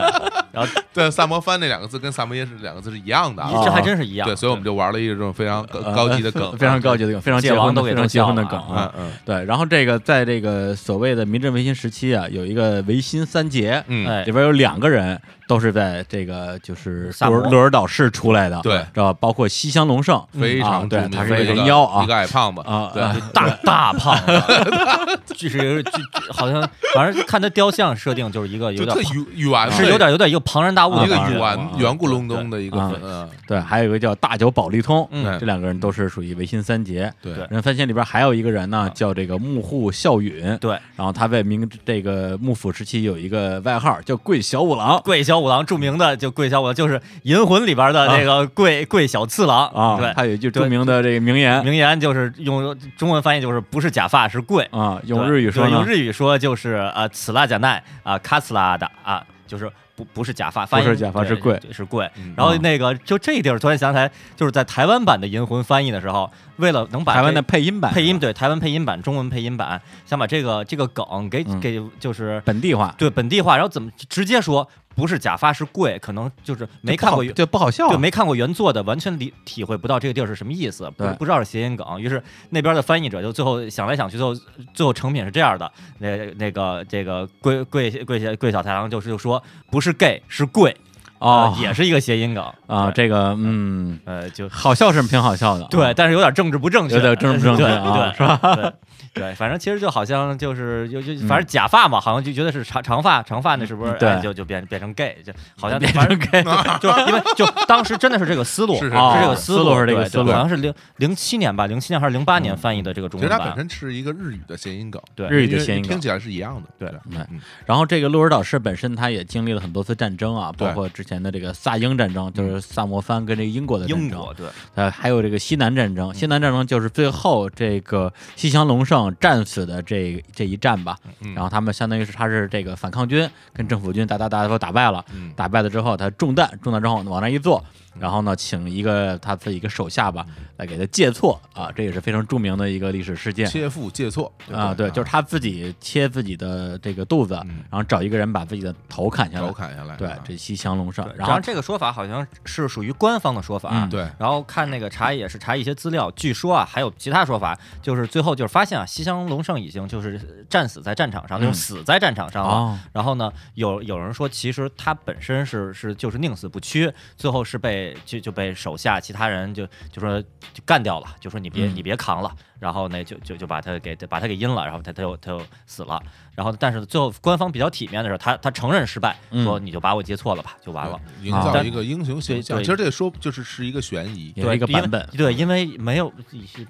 Speaker 2: 然后
Speaker 1: 对，萨摩藩那两个字跟萨摩耶是两个字是一样的 啊。
Speaker 2: 这还真是一样。呃
Speaker 1: 对，所以我们就玩了一个这种非常高高级的梗，啊
Speaker 3: 非常高级的梗，非常
Speaker 2: 界
Speaker 3: 结婚
Speaker 2: 王
Speaker 3: 的
Speaker 2: 都给
Speaker 3: 非常
Speaker 2: 都
Speaker 3: 结婚的
Speaker 2: 笑
Speaker 3: 梗
Speaker 2: 了
Speaker 1: 嗯
Speaker 3: 啊。
Speaker 1: 嗯
Speaker 3: 对，然后这个在这个所谓的明治维新时期啊，有一个维新三杰，
Speaker 1: 嗯，
Speaker 2: 哎
Speaker 3: 里边有两个人都是在这个就是
Speaker 2: 萨
Speaker 3: 鹿
Speaker 2: 摩
Speaker 3: 儿鹿儿岛市出来的，
Speaker 1: 对
Speaker 3: 知道吧？包括西乡隆盛，
Speaker 2: 嗯
Speaker 1: 非
Speaker 3: 啊
Speaker 1: 常著
Speaker 3: 对
Speaker 1: 名，
Speaker 3: 他是
Speaker 1: 非
Speaker 3: 一个
Speaker 1: 常
Speaker 3: 人妖啊
Speaker 1: 一个矮胖子
Speaker 3: 啊
Speaker 1: 对
Speaker 3: 啊
Speaker 2: 就大大胖子， 就是就就好像反正看他雕像设定就是一个
Speaker 1: 就
Speaker 2: 有点
Speaker 1: 特
Speaker 2: 庞
Speaker 1: 圆圆，
Speaker 2: 是有点有点一个庞然大物的
Speaker 1: 一个
Speaker 2: 感觉。
Speaker 3: 啊
Speaker 1: 圆圆咕隆咚的一个
Speaker 3: 啊
Speaker 1: 粉，嗯
Speaker 3: 对，还有一个叫大久保利通，
Speaker 1: 嗯
Speaker 3: 这两个人都是属于维新三杰。
Speaker 1: 对
Speaker 2: 对
Speaker 3: 人三贤里边还有一个人呢，叫这个幕户孝允，
Speaker 2: 啊对，
Speaker 3: 然后他在明这个幕府时期有一个外号叫贵小五郎，
Speaker 2: 桂小五郎著名的就桂小五郎就是《银魂》里边的那个桂桂小次郎
Speaker 3: 啊，
Speaker 2: 对，
Speaker 3: 他有一句著名的这个名言
Speaker 2: 名言就是用中文翻译就是不是假发是贵，
Speaker 3: 啊，用日语说
Speaker 2: 对用
Speaker 3: 呢，
Speaker 2: 日语说就是呃，此拉假奈啊，卡斯拉的啊，就是不不是假发，翻译
Speaker 3: 不是假发
Speaker 2: 对
Speaker 3: 是贵
Speaker 2: 对是贵
Speaker 1: 嗯。
Speaker 2: 然后那个就这地儿，突然想起来，就是在台湾版的《银魂》翻译的时候，为了能把
Speaker 3: 台湾的
Speaker 2: 这
Speaker 3: 配音版啊
Speaker 2: 配音对台湾配音版中文配音版，想把这个这个梗给
Speaker 3: 嗯
Speaker 2: 给就是
Speaker 3: 本地化，
Speaker 2: 对本地化，然后怎么直接说不是假发是贵，可能就是没看过
Speaker 3: 就不好就不好笑啊，
Speaker 2: 对，没看过原作的，完全理体会不到这个地儿是什么意思，不
Speaker 3: 对
Speaker 2: 不知道是谐音梗。于是那边的翻译者就最后想来想去，最后最后成品是这样的：那那个这个贵贵贵小贵小太郎就是就说不是 gay 是贵
Speaker 3: 哦
Speaker 2: 呃也是一个谐音梗
Speaker 3: 啊，
Speaker 2: 对
Speaker 3: 这个嗯，
Speaker 2: 呃就
Speaker 3: 好笑是挺好笑的，
Speaker 1: 啊
Speaker 3: 啊
Speaker 2: 对，，但是有点政治不正确，
Speaker 3: 有点政治不正确
Speaker 2: 对
Speaker 3: 啊
Speaker 2: 对，是吧？对对，反正其实就好像就是就就反正假发嘛，好像就觉得是长长发，长发那是不是
Speaker 3: 嗯嗯对
Speaker 2: 哎就就变变成 gay，就好像变成 gay，就因为就当时真的是这个思路，
Speaker 1: 是是
Speaker 2: 这个
Speaker 3: 哦
Speaker 2: 思
Speaker 3: 思路是这
Speaker 2: 对
Speaker 3: 个
Speaker 2: 对
Speaker 3: 思路嗯
Speaker 2: 好像是零零七年吧，零七年还是零八年翻译的这个中
Speaker 1: 其实
Speaker 2: 文
Speaker 1: 它本
Speaker 2: 版，
Speaker 1: 身是一个日语的谐音梗，
Speaker 2: 对
Speaker 3: 日语的谐音
Speaker 1: 因为
Speaker 3: 梗
Speaker 1: 听起来是一样的。
Speaker 2: 对
Speaker 3: 对
Speaker 1: 嗯
Speaker 3: 然后这个鹿儿岛市本身，它也经历了很多次战争啊，
Speaker 1: 对
Speaker 3: 包括之前的这个萨英战争，就是萨摩藩跟这个英国的战
Speaker 2: 英
Speaker 3: 争，
Speaker 2: 国对，
Speaker 3: 呃，还有这个西南战争。西南战争就是最后这个西乡隆盛战死的这这一战吧。
Speaker 1: 嗯
Speaker 3: 然后他们相当于是他是这个反抗军跟政府军打打打打打败了，
Speaker 1: 嗯
Speaker 3: 打败了之后他中弹，中弹之后往那一坐，然后呢请一个他自己一个手下吧来给他借错啊，这也是非常著名的一个历史事件。
Speaker 1: 切腹借错
Speaker 3: 啊，对，就是他自己切自己的这个肚子，
Speaker 1: 嗯
Speaker 3: 然后找一个人把自己的头砍下来
Speaker 1: 头。砍下来，啊
Speaker 3: 对，这西乡隆盛
Speaker 2: 对，
Speaker 3: 然
Speaker 2: 然
Speaker 3: 后
Speaker 2: 后这个说法好像是属于官方的说法，
Speaker 3: 嗯
Speaker 1: 对
Speaker 2: 然后看那个查也是查一些资料，据说啊还有其他说法，就是最后就是发现啊西乡隆盛已经就是战死在战场上，
Speaker 3: 嗯
Speaker 2: 就是死在战场上了。
Speaker 3: 哦
Speaker 2: 然后呢，有有人说其实他本身是是就是宁死不屈，最后是被就就被手下其他人就就说就干掉了，就说你别、
Speaker 3: 嗯
Speaker 2: 你别扛了，然后呢就就就把他给把他给阴了，然后他他又他又死了。然后但是最后官方比较体面的是他他承认失败，
Speaker 3: 嗯
Speaker 2: 说你就把我接错了吧，就完了。
Speaker 1: 对营
Speaker 3: 啊
Speaker 1: 造
Speaker 2: 但
Speaker 1: 一个英雄形象。
Speaker 2: 对对
Speaker 1: 其实这个说就是是一个悬疑，
Speaker 3: 也是一个
Speaker 2: 因为
Speaker 3: 版本
Speaker 2: 对，因为没有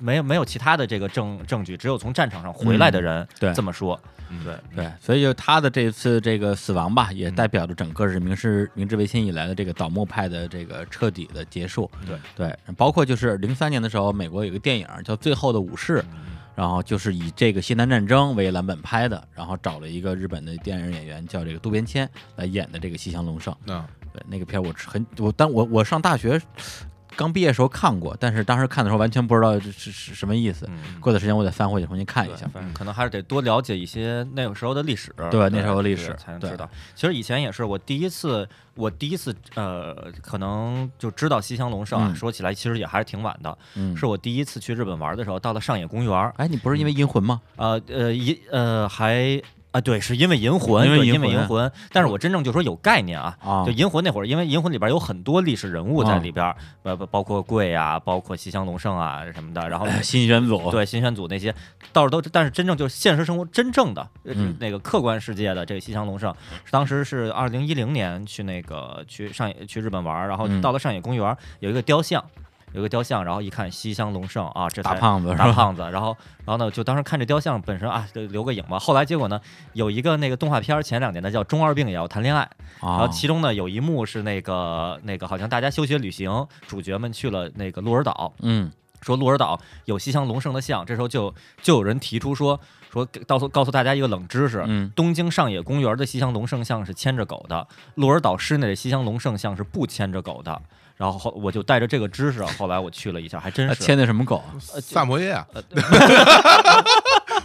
Speaker 2: 没有没有其他的这个证证据，只有从战场上回来的人
Speaker 3: 嗯对
Speaker 2: 这么说。嗯对，嗯
Speaker 3: 对，所以就他的这次这个死亡吧，也代表着整个是明治明治维新以来的这个倒幕派的这个彻底的结束。
Speaker 1: 对
Speaker 3: 对，包括就是零三年的时候，美国有个电影叫《最后的武士》，
Speaker 2: 嗯
Speaker 3: 然后就是以这个西南战争为蓝本拍的，然后找了一个日本的电影演员叫这个渡边谦来演的这个西乡隆盛。
Speaker 1: 那
Speaker 3: 对，那个片儿我很我，但我我上大学刚毕业时候看过，但是当时看的时候完全不知道这是是什么意思。
Speaker 2: 嗯
Speaker 3: 过段时间我得翻回去重新看一下嗯
Speaker 2: 对。反正可能还是得多了解一些那个时候的历史，
Speaker 3: 对那时候的历
Speaker 2: 对
Speaker 3: 史
Speaker 2: 才能
Speaker 3: 对
Speaker 2: 知道。其实以前也是，我第一次，我第一次呃，可能就知道西乡隆盛啊。
Speaker 3: 嗯
Speaker 2: 说起来其实也还是挺晚的，
Speaker 3: 嗯，
Speaker 2: 是我第一次去日本玩的时候，到了上野公园儿，
Speaker 3: 哎，你不是因为银魂吗？
Speaker 2: 呃呃银呃还啊对，是因为银魂，
Speaker 3: 因为
Speaker 2: 对
Speaker 3: 银
Speaker 2: 因为
Speaker 3: 魂
Speaker 2: 银魂，但是我真正就说有概念啊，
Speaker 3: 啊
Speaker 2: 就银魂那会儿，因为银魂里边有很多历史人物在里边儿，呃包、包括贵啊，包括西乡隆盛啊什么的，然后。
Speaker 3: 哎 新选组，
Speaker 2: 对新选组那些倒是都，但是真正就是现实生活真正的、呃
Speaker 3: 嗯
Speaker 2: 那个客观世界的这个西乡隆盛，当时是二零一零年去那个去上野去日本玩儿，然后
Speaker 3: 嗯
Speaker 2: 到了上野公园儿有一个雕像，有一个雕像，然后一看西乡隆盛啊，这才
Speaker 3: 大胖子是
Speaker 2: 大
Speaker 3: 吧？
Speaker 2: 胖子，然后然后呢，就当时看这雕像本身啊，就留个影吧。后来结果呢，有一个那个动画片儿前两年的叫《中二病也要谈恋爱》，然后
Speaker 3: 啊，
Speaker 2: 其中呢有一幕是那个那个好像大家休学旅行，主角们去了那个鹿儿岛，
Speaker 3: 嗯，
Speaker 2: 说鹿儿岛有西乡隆盛的像，这时候就就有人提出说说告诉告诉大家一个冷知识，
Speaker 3: 嗯
Speaker 2: 东京上野公园的西乡隆盛像是牵着狗的，鹿儿岛市内的西乡隆盛像是不牵着狗的。然后后我就带着这个知识，后来我去了一下，还真
Speaker 3: 他
Speaker 2: 是。
Speaker 3: 牵的什么 狗啊？
Speaker 1: 萨摩耶啊！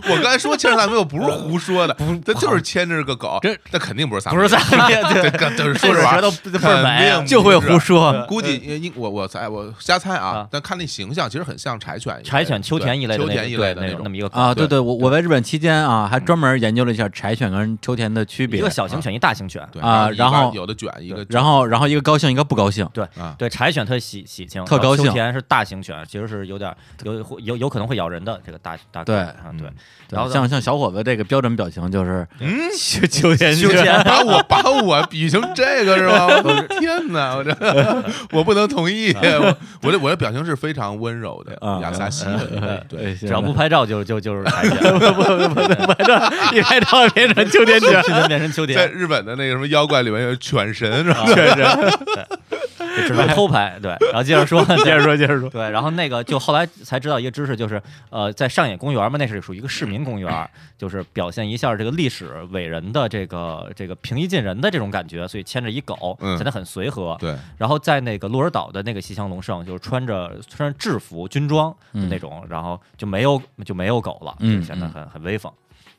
Speaker 1: 我刚才说牵着萨摩耶，我不是胡说的，他就是牵着个狗，
Speaker 3: 这
Speaker 1: 那肯定不是萨
Speaker 2: 不
Speaker 1: 摩
Speaker 2: 是
Speaker 1: 耶，
Speaker 2: 在
Speaker 1: 这跟就是说这玩意
Speaker 2: 都
Speaker 1: 儿。
Speaker 2: 倍儿美，
Speaker 3: 就会胡说
Speaker 1: 嗯。估计因因我我猜我瞎猜啊
Speaker 2: 啊，
Speaker 1: 但看那形象其实很像柴犬一类的，
Speaker 2: 柴犬、秋田一类的
Speaker 1: 对
Speaker 2: 那
Speaker 1: 秋
Speaker 2: 个
Speaker 1: 田一类的
Speaker 2: 对那
Speaker 1: 种
Speaker 2: 那么一个
Speaker 3: 啊，对
Speaker 1: 对
Speaker 3: 对，我我在日本期间啊，还专门研究了一下柴犬跟秋田的区
Speaker 2: 一
Speaker 3: 别
Speaker 2: 个。小型犬，一大型犬。
Speaker 1: 对
Speaker 3: 啊
Speaker 1: 一
Speaker 3: 然
Speaker 1: 般
Speaker 3: 后
Speaker 1: 有的卷一个
Speaker 3: 然后，然后一个高兴，一个不高兴。
Speaker 2: 对
Speaker 1: 啊
Speaker 2: 对，柴犬特喜喜庆，
Speaker 3: 特高
Speaker 2: 然后
Speaker 3: 兴
Speaker 2: 秋田是大型犬，其实是有点有有有可能会咬人的这个大大
Speaker 3: 对
Speaker 2: 啊对
Speaker 1: 嗯。
Speaker 2: 然后呢
Speaker 3: 像像小伙子这个标准表情就是
Speaker 1: 嗯，
Speaker 3: 秋 秋田
Speaker 2: 秋田
Speaker 1: 把我把我比成这个是吧？我的天哪，我这我不能同 意，我我这我这表情是非常温柔的
Speaker 3: 啊，
Speaker 1: 亚萨西的，对，
Speaker 3: 对，
Speaker 2: 哎只
Speaker 3: 只
Speaker 2: 要不拍照就就就是柴 犬，
Speaker 3: 一拍照变成秋田犬，
Speaker 2: 就能变成 秋
Speaker 1: 在
Speaker 2: 田，
Speaker 1: 日本的那个什么妖怪里面有犬神是吧？
Speaker 2: 啊 就只能偷拍。对，然后接着说，
Speaker 3: 接着说，接着说。
Speaker 2: 对，然后那个就后来才知道一个知识，就是呃，在上野公园嘛，那是属于一个市民公园，就是表现一下这个历史伟人的这个这个平易近人的这种感觉，所以牵着一狗
Speaker 1: 嗯
Speaker 2: 显得很随和。
Speaker 1: 对，
Speaker 2: 然后在那个鹿儿岛的那个西乡隆盛，就是穿着穿着制服军装的那种，然后就没有就没有狗了，
Speaker 3: 嗯
Speaker 2: 就显得
Speaker 3: 嗯
Speaker 2: 很很威风。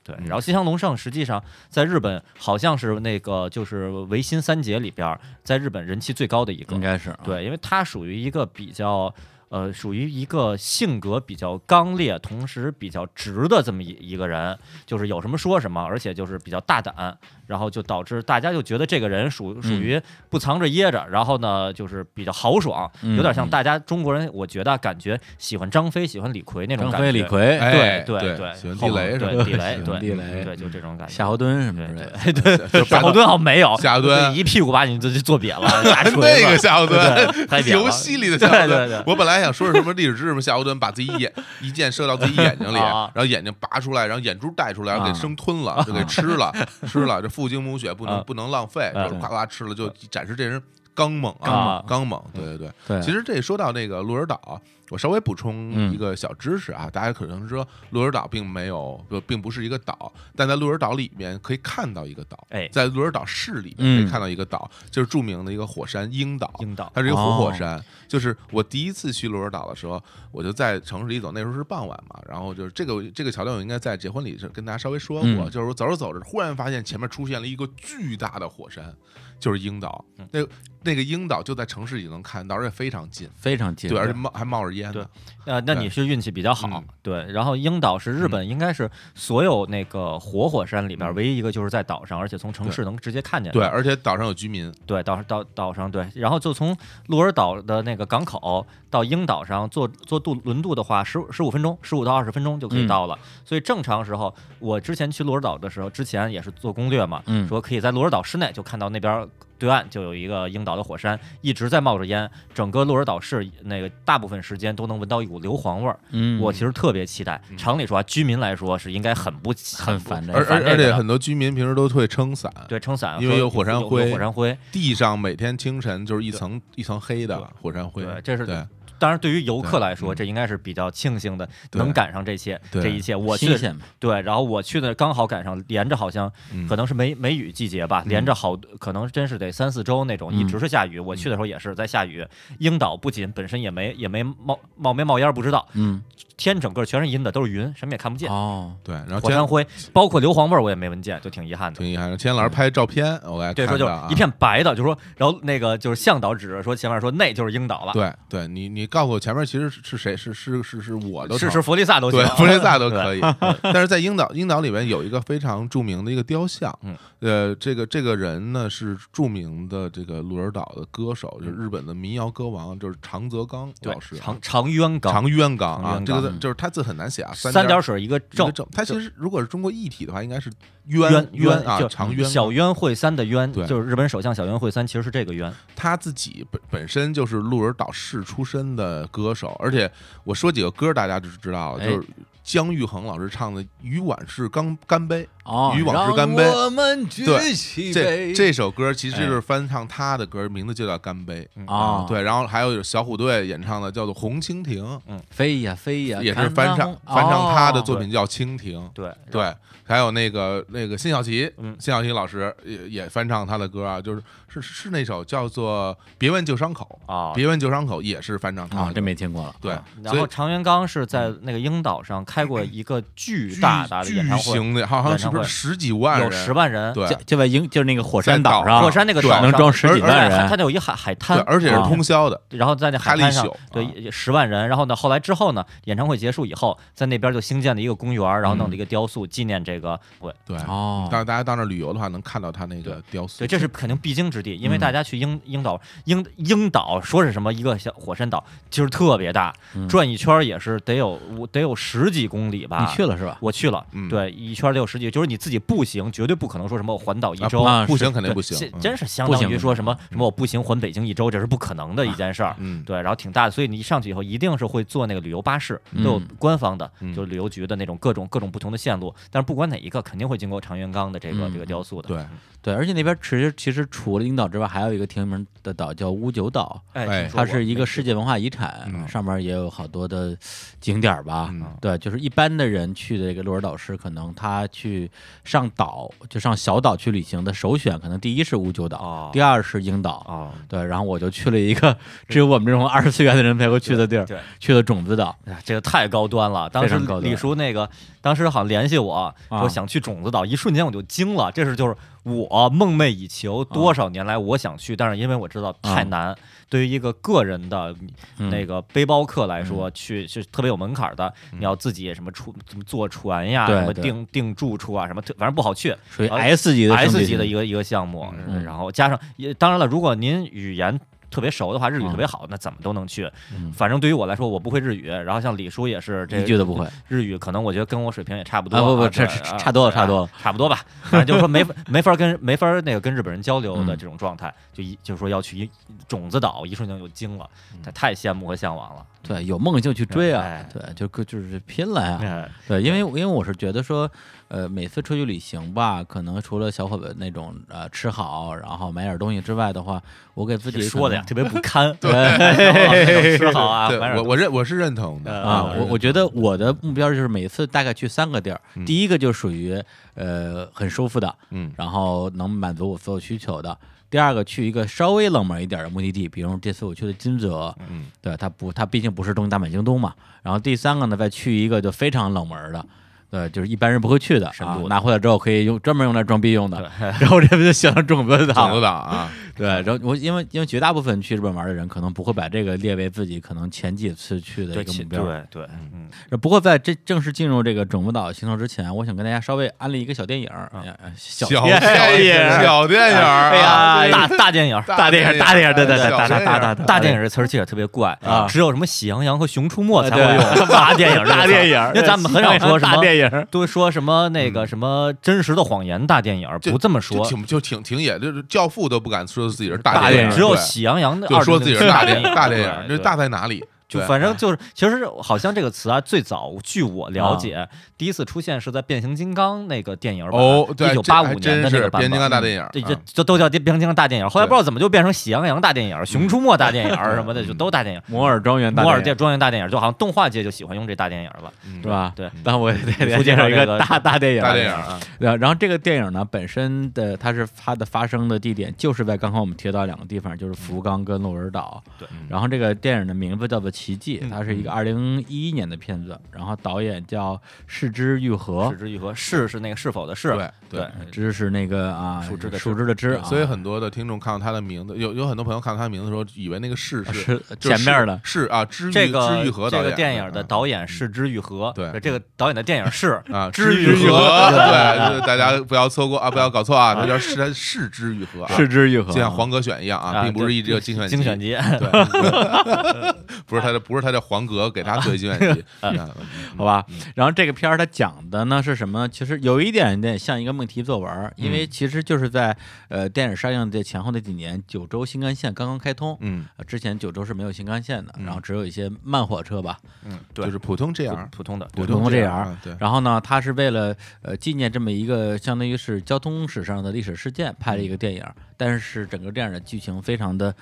Speaker 2: 对，然后西乡隆盛实际上在日本好像是那个就是维新三杰里边儿，在日本人气最高的一个
Speaker 3: 应，该是啊
Speaker 2: 对，因为它属于一个比较呃，属于一个性格比较刚烈，同时比较直的这么一一个人，就是有什么说什么，而且就是比较大胆，然后就导致大家就觉得这个人属
Speaker 1: 嗯
Speaker 2: 属于不藏着掖着，然后呢就是比较豪爽，
Speaker 1: 嗯
Speaker 2: 有点像大家中国人，我觉得感觉喜欢张飞、喜欢李逵那种
Speaker 3: 张
Speaker 2: 感
Speaker 3: 飞、
Speaker 2: 觉。
Speaker 3: 李逵、
Speaker 1: 哎
Speaker 2: 对
Speaker 1: 对
Speaker 2: 对，
Speaker 1: 喜欢
Speaker 2: 后
Speaker 1: 地雷什
Speaker 2: 对
Speaker 1: 么的
Speaker 2: 地雷，
Speaker 1: 喜
Speaker 2: 对
Speaker 1: 欢嗯
Speaker 3: 地雷
Speaker 2: 对，就这种感觉。
Speaker 3: 夏侯惇什
Speaker 2: 对
Speaker 3: 么之类
Speaker 2: 对
Speaker 3: 的。
Speaker 1: 就
Speaker 2: 夏侯惇好像没有，
Speaker 1: 夏侯惇
Speaker 2: 一屁股把你就就坐瘪了，大 锤
Speaker 1: 那个
Speaker 2: 子
Speaker 1: 夏侯
Speaker 2: 对太
Speaker 1: 惇，
Speaker 2: 屌了
Speaker 1: 游戏里的夏侯惇。
Speaker 2: 对对对
Speaker 1: 我本来想说是什么历史知识，夏侯惇把自己眼一箭射到自己眼睛里，
Speaker 2: 啊
Speaker 1: 然后眼睛拔出来，然后眼珠带出来，然后给
Speaker 3: 啊
Speaker 1: 生吞了，就给吃 了，吃了。这父精母血不能、
Speaker 2: 啊
Speaker 1: 不能浪费，
Speaker 2: 啊
Speaker 1: 就是夸夸吃了，就展示这人刚猛啊
Speaker 2: 啊，
Speaker 1: 刚猛。对对对。
Speaker 3: 对，嗯
Speaker 1: 其实这说到那个鹿儿岛，我稍微补充一个小知识啊，大家可能说鹿儿岛并没有，不并不是一个岛，但在鹿儿岛里面可以看到一个岛，
Speaker 2: 哎
Speaker 1: 在鹿儿岛市里面
Speaker 3: 嗯
Speaker 1: 可以看到一个岛，就是著名的一个火山鹰岛，
Speaker 2: 樱岛
Speaker 1: 它是一个活火
Speaker 3: 哦
Speaker 1: 山。就是我第一次去鹿儿岛的时候，我就在城市里走，那时候是傍晚嘛，然后就是这个这个桥段，我应该在结婚礼是跟大家稍微说过，
Speaker 3: 嗯
Speaker 1: 就是我走着走着，忽然发现前面出现了一个巨大的火山，就是樱岛，
Speaker 2: 嗯
Speaker 1: 那那个樱岛就在城市里能看到，而且非常近。
Speaker 3: 非常近，
Speaker 1: 对，而且冒还冒着烟呢。
Speaker 2: 呃，那
Speaker 1: 对
Speaker 2: 你是运气比较好，
Speaker 1: 嗯
Speaker 2: 对。然后樱岛是日本应该是所有那个活火山里边唯一一个就是在岛上，而且从城市能直接看见
Speaker 1: 嗯
Speaker 2: 的。
Speaker 1: 对，而且岛上有居民，
Speaker 2: 对，岛上岛岛上对，然后就从鹿儿岛的那个港口到樱岛上坐坐渡轮渡的话，十十五分钟，十五到二十分钟就可以
Speaker 3: 嗯
Speaker 2: 到了。所以正常时候，我之前去鹿儿岛的时候，之前也是做攻略嘛，
Speaker 3: 嗯
Speaker 2: 说可以在鹿儿岛市内就看到那边对岸就有一个樱岛的火山一直在冒着烟，整个鹿儿岛市那个大部分时间都能闻到一股硫磺味儿。
Speaker 3: 嗯，
Speaker 2: 我其实特别期待。常理说啊，居民来说是应该很不
Speaker 3: 很
Speaker 2: 不
Speaker 3: 烦这
Speaker 1: 而
Speaker 3: 个，
Speaker 2: 反
Speaker 1: 而
Speaker 2: 这
Speaker 1: 而且
Speaker 2: 个
Speaker 1: 很多居民平时都会撑伞，
Speaker 2: 对撑伞，
Speaker 1: 因为
Speaker 2: 说
Speaker 1: 有火山
Speaker 2: 有
Speaker 1: 灰
Speaker 2: 火山灰。
Speaker 1: 地上每天清晨就是一层一层黑的火山灰，
Speaker 2: 对这是
Speaker 1: 对
Speaker 2: 当然，对于游客
Speaker 1: 对
Speaker 2: 来说，
Speaker 1: 嗯
Speaker 2: 这应该是比较庆幸的，
Speaker 1: 对
Speaker 2: 能赶上这些
Speaker 1: 对
Speaker 2: 这一切。我去
Speaker 3: 新鲜嘛，
Speaker 2: 对，然后我去的刚好赶上，连着好像
Speaker 1: 嗯
Speaker 2: 可能是梅梅雨季节吧，连着好可能真是得三四周那种，一直是下雨。我去的时候也是在下雨。樱岛不仅本身也没也没冒冒没冒烟儿不知道，
Speaker 3: 嗯，
Speaker 2: 天整个全是阴的，都是云，什么也看不见。
Speaker 3: 哦，
Speaker 1: 对。然后
Speaker 2: 火
Speaker 1: 今天
Speaker 2: 山灰，包括硫磺味儿我也没闻见，就挺遗憾的。
Speaker 1: 挺遗憾的，今天老师拍照片，我给
Speaker 2: 嗯对，
Speaker 1: 大家
Speaker 2: 说
Speaker 1: 看到
Speaker 2: 就是
Speaker 1: 啊
Speaker 2: 一。片白的，就说，然后那个就是向导指着说前面说那就是樱岛了，，
Speaker 1: 对，对你你告诉我前面其实是是谁？是是是是我都
Speaker 2: 是
Speaker 1: 成
Speaker 2: 是弗利萨都行啊
Speaker 1: 对，弗雷萨都可
Speaker 2: 以，
Speaker 1: 以。但是在樱岛，樱岛里面有一个非常著名的一个雕像，
Speaker 2: 嗯
Speaker 1: 呃，这个这个人呢是著名的这个鹿儿岛的歌手，就是日本的民谣歌王，就是长泽刚
Speaker 2: 嗯对
Speaker 1: 老师，啊
Speaker 2: 长长渊港，
Speaker 1: 长渊港
Speaker 2: 长
Speaker 1: 啊，
Speaker 2: 渊
Speaker 1: 这
Speaker 2: 港
Speaker 1: 个字就是他字很难写啊，
Speaker 2: 三
Speaker 1: 点
Speaker 2: 点水一个
Speaker 1: 一个
Speaker 2: 正，
Speaker 1: 正，它其实如果是中国一体的话，应该是
Speaker 2: 渊
Speaker 1: 渊
Speaker 2: 渊
Speaker 1: 啊，
Speaker 2: 就
Speaker 1: 长渊
Speaker 2: 小
Speaker 1: 港。
Speaker 2: 渊惠三的渊，
Speaker 1: 对
Speaker 2: 就是日本首相小渊惠三，其实是这个渊，
Speaker 1: 他自己本本身就是鹿儿岛市出身的歌手，而且我说几个歌大家就知道了，
Speaker 3: 哎
Speaker 1: 就是姜育恒老师唱的《与碗是干干杯》。
Speaker 3: 哦，
Speaker 1: 与往事干杯
Speaker 3: 让我们举
Speaker 1: 对
Speaker 3: 起
Speaker 1: 这
Speaker 3: 杯，
Speaker 1: 这首歌其实就是翻唱他的歌，名字就叫《干杯》
Speaker 3: 啊，，
Speaker 1: 对，然后还有有小虎队演唱的叫做《红蜻蜓》，
Speaker 3: 飞呀飞呀，
Speaker 1: 也是
Speaker 3: 看
Speaker 1: 翻唱
Speaker 3: 当
Speaker 1: 翻唱他的
Speaker 3: 哦
Speaker 1: 作品叫《蜻蜓》。
Speaker 2: 对，
Speaker 1: 对，还有那个那个辛晓琪，
Speaker 2: 嗯
Speaker 1: 辛晓琪老师也也翻唱他的歌啊，就是是是那首叫做《别问旧伤口》
Speaker 2: 啊
Speaker 1: 别问旧伤口》也是翻唱他
Speaker 3: 啊，
Speaker 1: 的
Speaker 3: 这
Speaker 1: 歌。
Speaker 3: 没听过了，
Speaker 1: 对
Speaker 3: 啊，
Speaker 2: 然
Speaker 1: 所以
Speaker 2: 后
Speaker 1: 嗯
Speaker 2: 长渊刚是在那个樱岛上开过一个巨大大的
Speaker 1: 巨
Speaker 2: 演唱会，
Speaker 1: 型的，好像是不
Speaker 2: 演唱会
Speaker 1: 是十几万人？
Speaker 2: 有十万人，
Speaker 1: 对
Speaker 3: 就就在英就是那个火山
Speaker 1: 在岛
Speaker 3: 上，
Speaker 2: 火山那个
Speaker 1: 对
Speaker 2: 岛
Speaker 3: 能
Speaker 2: 上
Speaker 3: 装十
Speaker 1: 而
Speaker 3: 几
Speaker 1: 而
Speaker 3: 万
Speaker 2: 对还它
Speaker 3: 人，
Speaker 2: 那有一海海
Speaker 1: 对，
Speaker 2: 滩，
Speaker 1: 而且是
Speaker 3: 啊
Speaker 1: 通宵的。
Speaker 2: 然后在那
Speaker 1: 开
Speaker 2: 海
Speaker 1: 了一
Speaker 2: 滩上
Speaker 1: 宿，
Speaker 2: 对
Speaker 1: 啊
Speaker 2: 也十万人。然后呢，后来之后呢，演唱会结束以后，在那边就兴建了一个公园儿，然后弄
Speaker 1: 嗯
Speaker 2: 了一个雕塑纪念这个会。
Speaker 1: 对，
Speaker 3: 哦
Speaker 1: 当大家到那儿旅游的话，能看到他那个雕塑。
Speaker 2: 对，这是肯定必经之地，因为大家去樱樱岛，樱樱岛说是什么一个小火山岛，其实特别大，
Speaker 1: 嗯
Speaker 2: 转一圈儿也是得有我得有十几公里吧。
Speaker 3: 你去？了是吧？
Speaker 2: 我去了
Speaker 1: 嗯，
Speaker 2: 对，一圈儿得有十几，就是你自己步行，绝对不可能说什么我环岛一
Speaker 1: 啊
Speaker 2: 周，
Speaker 3: 啊
Speaker 1: 不不行，肯
Speaker 2: 对
Speaker 1: 定不行
Speaker 2: 这，
Speaker 1: 嗯
Speaker 2: 真是相
Speaker 3: 不
Speaker 2: 当
Speaker 3: 行
Speaker 2: 于
Speaker 3: 不
Speaker 2: 说
Speaker 3: 行
Speaker 2: 什么什么我步行环北京一周，这是不可能的一件事儿。
Speaker 1: 嗯
Speaker 2: 对，然后挺大的，所以你一上去以后一定是会坐那个旅游巴士，都有官方的，
Speaker 1: 嗯
Speaker 2: 就是旅游局的那种各种各种不同的线路，但是不管哪一个，肯定会经过长垣冈的这个、
Speaker 3: 嗯
Speaker 2: 这个雕塑的。
Speaker 1: 对，
Speaker 3: 对，而且那边其实其实除了樱岛之外，还有一个挺有名的岛叫乌九岛，
Speaker 1: 哎
Speaker 2: 哎，听说
Speaker 3: 它
Speaker 2: 过
Speaker 3: 是一个世界文化遗产，
Speaker 1: 嗯
Speaker 3: 上面也有好多的景点儿吧。
Speaker 2: 啊
Speaker 1: 嗯
Speaker 3: 对，就就是一般的人去的这个鹿儿岛市，可能他去上岛就上小岛去旅行的首选，可能第一是五九岛，
Speaker 2: 哦
Speaker 3: 第二是樱岛。
Speaker 2: 哦，
Speaker 3: 对，然后我就去了一个只有我们这种二次元的人才会去的地儿，
Speaker 2: 对，
Speaker 3: 去了种子岛。
Speaker 2: 哎呀这个太高端了。当时
Speaker 3: 非常高端
Speaker 2: 李叔那个，当时好像联系我
Speaker 3: 啊
Speaker 2: 说想去种子岛，一瞬间我就惊了。这是就是我梦寐以求，多
Speaker 3: 啊
Speaker 2: 少年来我想去，但是因为我知道太难，对于一个个人的
Speaker 3: 嗯
Speaker 2: 那个背包客来说，去是特别有门槛的。你要自己什么出怎么坐船呀，
Speaker 3: 嗯对
Speaker 2: 什么
Speaker 3: 对
Speaker 2: 订订住处啊，什么特反正不好去。
Speaker 3: 属于
Speaker 2: 啊
Speaker 3: S 级的
Speaker 2: S 级的一
Speaker 3: 个，
Speaker 2: 个一个项目，
Speaker 3: 嗯
Speaker 2: 然后加上也当然了，如果您语言特别熟的话，日语特别好，那怎么都能去。
Speaker 3: 嗯
Speaker 2: 反正对于我来说，我不会日语，然后像李叔也是这
Speaker 3: 一句都不会。
Speaker 2: 日语可能我觉得跟我水平也差不多
Speaker 3: 啊不不
Speaker 2: 对
Speaker 3: 差差差多了
Speaker 2: 啊
Speaker 3: 差多了
Speaker 2: 差不多吧。反正就是说没法没法跟没法那个跟日本人交流的
Speaker 3: 嗯
Speaker 2: 这种状态，就一就说要去一种子岛，一瞬间就惊了，
Speaker 3: 嗯
Speaker 2: 太太羡慕和向往了。
Speaker 3: 对，有梦就去追啊
Speaker 2: 哎！
Speaker 3: 对，就就就是拼了呀！
Speaker 2: 哎
Speaker 3: 对，啊因为因为我是觉得说，呃，每次出去旅行吧，可能除了小伙伴那种呃吃好，然后买点东西之外的话，我给自己
Speaker 2: 说的呀，
Speaker 3: 可
Speaker 2: 特别不 堪，
Speaker 3: 对
Speaker 2: 对，吃 好啊，
Speaker 1: 对
Speaker 2: 买点
Speaker 1: 我我认我是认同的
Speaker 3: 能啊，
Speaker 2: 嗯
Speaker 3: 我我觉得我的目标就是每次大概去三个地儿，
Speaker 1: 嗯
Speaker 3: 第一个就属于呃很舒服的，
Speaker 1: 嗯
Speaker 3: 然后能满足我所有需求的。第二个去一个稍微冷门一点的目的地，比如这次我去的金泽，
Speaker 1: 嗯，
Speaker 3: 对，它不，它毕竟不是东京大阪京东嘛。然后第三个呢，再去一个就非常冷门的，对，就是一般人不会去的
Speaker 2: 深
Speaker 3: 啊
Speaker 2: 度，的
Speaker 3: 拿回来之后可以用专门用来装逼用的。然后这不就选了种 子
Speaker 1: 种
Speaker 3: 岛
Speaker 1: 子，岛 啊，
Speaker 3: 对，然后我因为因为绝大部分去日本玩的人，可能不会把这个列为自己可能前几次去的
Speaker 2: 对
Speaker 3: 一个
Speaker 2: 其
Speaker 3: 目标。
Speaker 2: 对对，嗯，
Speaker 3: 呃不过在这正式进入这个种子岛行程之前，我想跟大家稍微安利一个小电影，呃小
Speaker 1: 小
Speaker 3: 电
Speaker 1: 电影，小电影儿，
Speaker 3: 哎呀
Speaker 1: 啊
Speaker 2: 大大电影，
Speaker 1: 大电影
Speaker 3: 大电影，对对对，
Speaker 1: 小哎
Speaker 3: 大大
Speaker 1: 电影
Speaker 3: 大大
Speaker 2: 大电影这词儿起也特别怪
Speaker 3: 啊
Speaker 2: 只有什么《喜羊羊》和《熊出没》才会
Speaker 3: 对
Speaker 2: 用大电影。
Speaker 3: 大电影，嗯
Speaker 2: 因为咱们很少说什
Speaker 3: 大
Speaker 2: 么
Speaker 3: 电影。
Speaker 2: 都说什么那个什么真实的谎言大电影，
Speaker 1: 就
Speaker 2: 不这么
Speaker 1: 就
Speaker 2: 说。
Speaker 1: 挺就挺挺野，就是《教父》都不敢说自己是
Speaker 3: 大
Speaker 1: 大
Speaker 3: 电
Speaker 1: 电
Speaker 3: 影
Speaker 1: 影，
Speaker 2: 只有《
Speaker 1: 对
Speaker 2: 喜羊羊》的
Speaker 1: 就
Speaker 2: 二
Speaker 1: 说自己是大电影，大电
Speaker 2: 对
Speaker 1: 影，这
Speaker 2: 对
Speaker 1: 大在哪里？
Speaker 2: 就
Speaker 1: 对哎
Speaker 2: 反正就是，其实好像这个词啊，最早据我
Speaker 1: 啊
Speaker 2: 了解，第一次出现是在《变形金刚》那个电影版，
Speaker 1: 哦，对，
Speaker 2: 一九
Speaker 1: 这
Speaker 2: 八五
Speaker 1: 还
Speaker 2: 年
Speaker 1: 真
Speaker 2: 的
Speaker 1: 是
Speaker 2: 那个
Speaker 1: 《
Speaker 2: 版
Speaker 1: 变
Speaker 2: 本嗯
Speaker 1: 形。金刚》大电影，
Speaker 2: 这这
Speaker 1: 啊
Speaker 2: 这都叫《变形金刚》大电影，后来不知道怎么就变成《喜羊羊》大电影、《熊出没》大电影
Speaker 1: 嗯
Speaker 2: 什么的，就都大电影。
Speaker 3: 摩尔庄园，
Speaker 2: 摩尔电庄园大电影，就好像动画界就喜欢用这大电影了。
Speaker 1: 嗯
Speaker 3: 是吧？
Speaker 2: 对
Speaker 3: 但我得
Speaker 2: 你
Speaker 3: 得
Speaker 2: 说
Speaker 3: 介
Speaker 2: 介
Speaker 3: 绍
Speaker 2: 绍
Speaker 3: 一
Speaker 2: 这
Speaker 3: 个
Speaker 2: 个
Speaker 3: 大大电影，
Speaker 1: 大电影
Speaker 2: 啊，
Speaker 3: 对，然后这个电影呢，本身的它是它的发生的地点就是在刚刚我们提到两个地方，就是福冈跟鹿儿岛。
Speaker 2: 对，
Speaker 3: 然后这个电影的名字叫做《奇迹》，
Speaker 1: 嗯
Speaker 3: 它是一个二零一一年的片子，然后导演叫市之愈合
Speaker 2: 是，之愈合，是是那个是否的是，
Speaker 1: 哦对
Speaker 2: 对
Speaker 1: 对嗯
Speaker 3: 之是那个啊
Speaker 2: 树枝的枝
Speaker 3: 树枝的枝，啊
Speaker 1: 所以很多的听众看到他的名字，有有很多朋友看到他的名字的时候，以为那个是
Speaker 3: 啊是
Speaker 1: 啊就是
Speaker 3: 前面的
Speaker 1: 是啊，知愈
Speaker 2: 这个
Speaker 1: 知愈合导
Speaker 2: 这
Speaker 1: 演
Speaker 2: 个电影的
Speaker 1: 嗯
Speaker 2: 导演是之愈合，
Speaker 1: 对
Speaker 2: 这个导演的电影是
Speaker 1: 啊，
Speaker 2: 知
Speaker 1: 愈
Speaker 2: 愈
Speaker 1: 合，
Speaker 2: 合
Speaker 1: 对，就是大家不要错过啊，不要搞错啊，那叫是是知愈合啊，
Speaker 3: 市之愈合，
Speaker 1: 就像黄格选一样啊，并不是一
Speaker 2: 这
Speaker 1: 个精选
Speaker 2: 精选，集，
Speaker 1: 对， 不是他的不是他的黄格给他做的精选集，啊
Speaker 3: 好吧？然后这个片儿它讲的呢是什么呢？其实有一点有点像一个命题作文儿，因
Speaker 1: 嗯
Speaker 3: 为其实就是在呃电影上映的前后的几年，九州新干线刚刚开通，
Speaker 1: 嗯，
Speaker 3: 呃之前九州是没有新干线的，然后只有一些慢火车吧，
Speaker 2: 嗯，对，
Speaker 1: 就是普通这样，
Speaker 2: 普通的，
Speaker 1: 普
Speaker 3: 通
Speaker 1: 这
Speaker 3: 样
Speaker 1: 啊
Speaker 3: 儿。
Speaker 1: 对，
Speaker 3: 然后呢，它是为了呃纪念这么一个相当于是交通史上的历史事件拍了一个电影，但是整个电影的剧情非常的。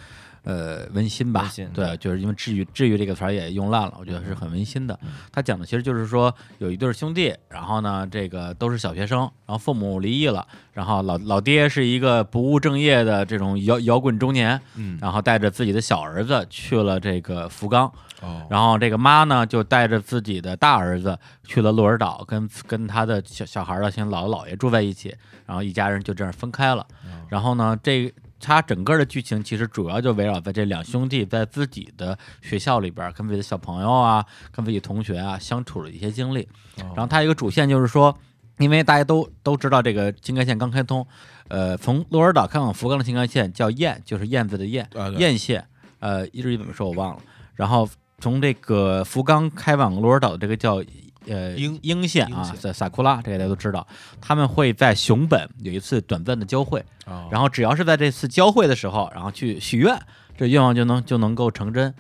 Speaker 3: 呃，温馨吧，
Speaker 2: 温馨
Speaker 3: 对，就是因为“治愈”“治愈”这个词儿也用烂了，我觉得是很温馨的。他讲的其实就是说，有一对儿兄弟，然后呢，这个都是小学生，然后父母离异了，然后老老爹是一个不务正业的这种摇摇滚中年，
Speaker 1: 嗯，
Speaker 3: 然后带着自己的小儿子去了这个福冈，
Speaker 1: 哦，
Speaker 3: 然后这个妈呢，就带着自己的大儿子去了鹿儿岛，跟跟他的小小孩儿的啊先姥姥姥爷住在一起，然后一家人就这样分开了。然后呢，这他整个的剧情其实主要就围绕在这两兄弟在自己的学校里边儿跟自己的小朋友啊、跟自己同学啊相处的一些经历。
Speaker 1: 哦
Speaker 3: 然后他一个主线就是说，因为大家都都知道这个新干线刚开通，呃，从鹿儿岛开往福冈的新干线叫燕，就是燕子的燕，
Speaker 1: 啊对
Speaker 3: 燕线，呃，日语怎么说我忘了。然后从这个福冈开往鹿儿岛的这个叫呃
Speaker 1: 鹰
Speaker 3: 鹰线啊
Speaker 1: 鹰线，
Speaker 3: 在萨库拉，这个大家都知道，他们会在熊本有一次短暂的交汇，
Speaker 1: 哦
Speaker 3: 然后只要是在这次交汇的时候，然后去许愿，这愿望就能就能够成真。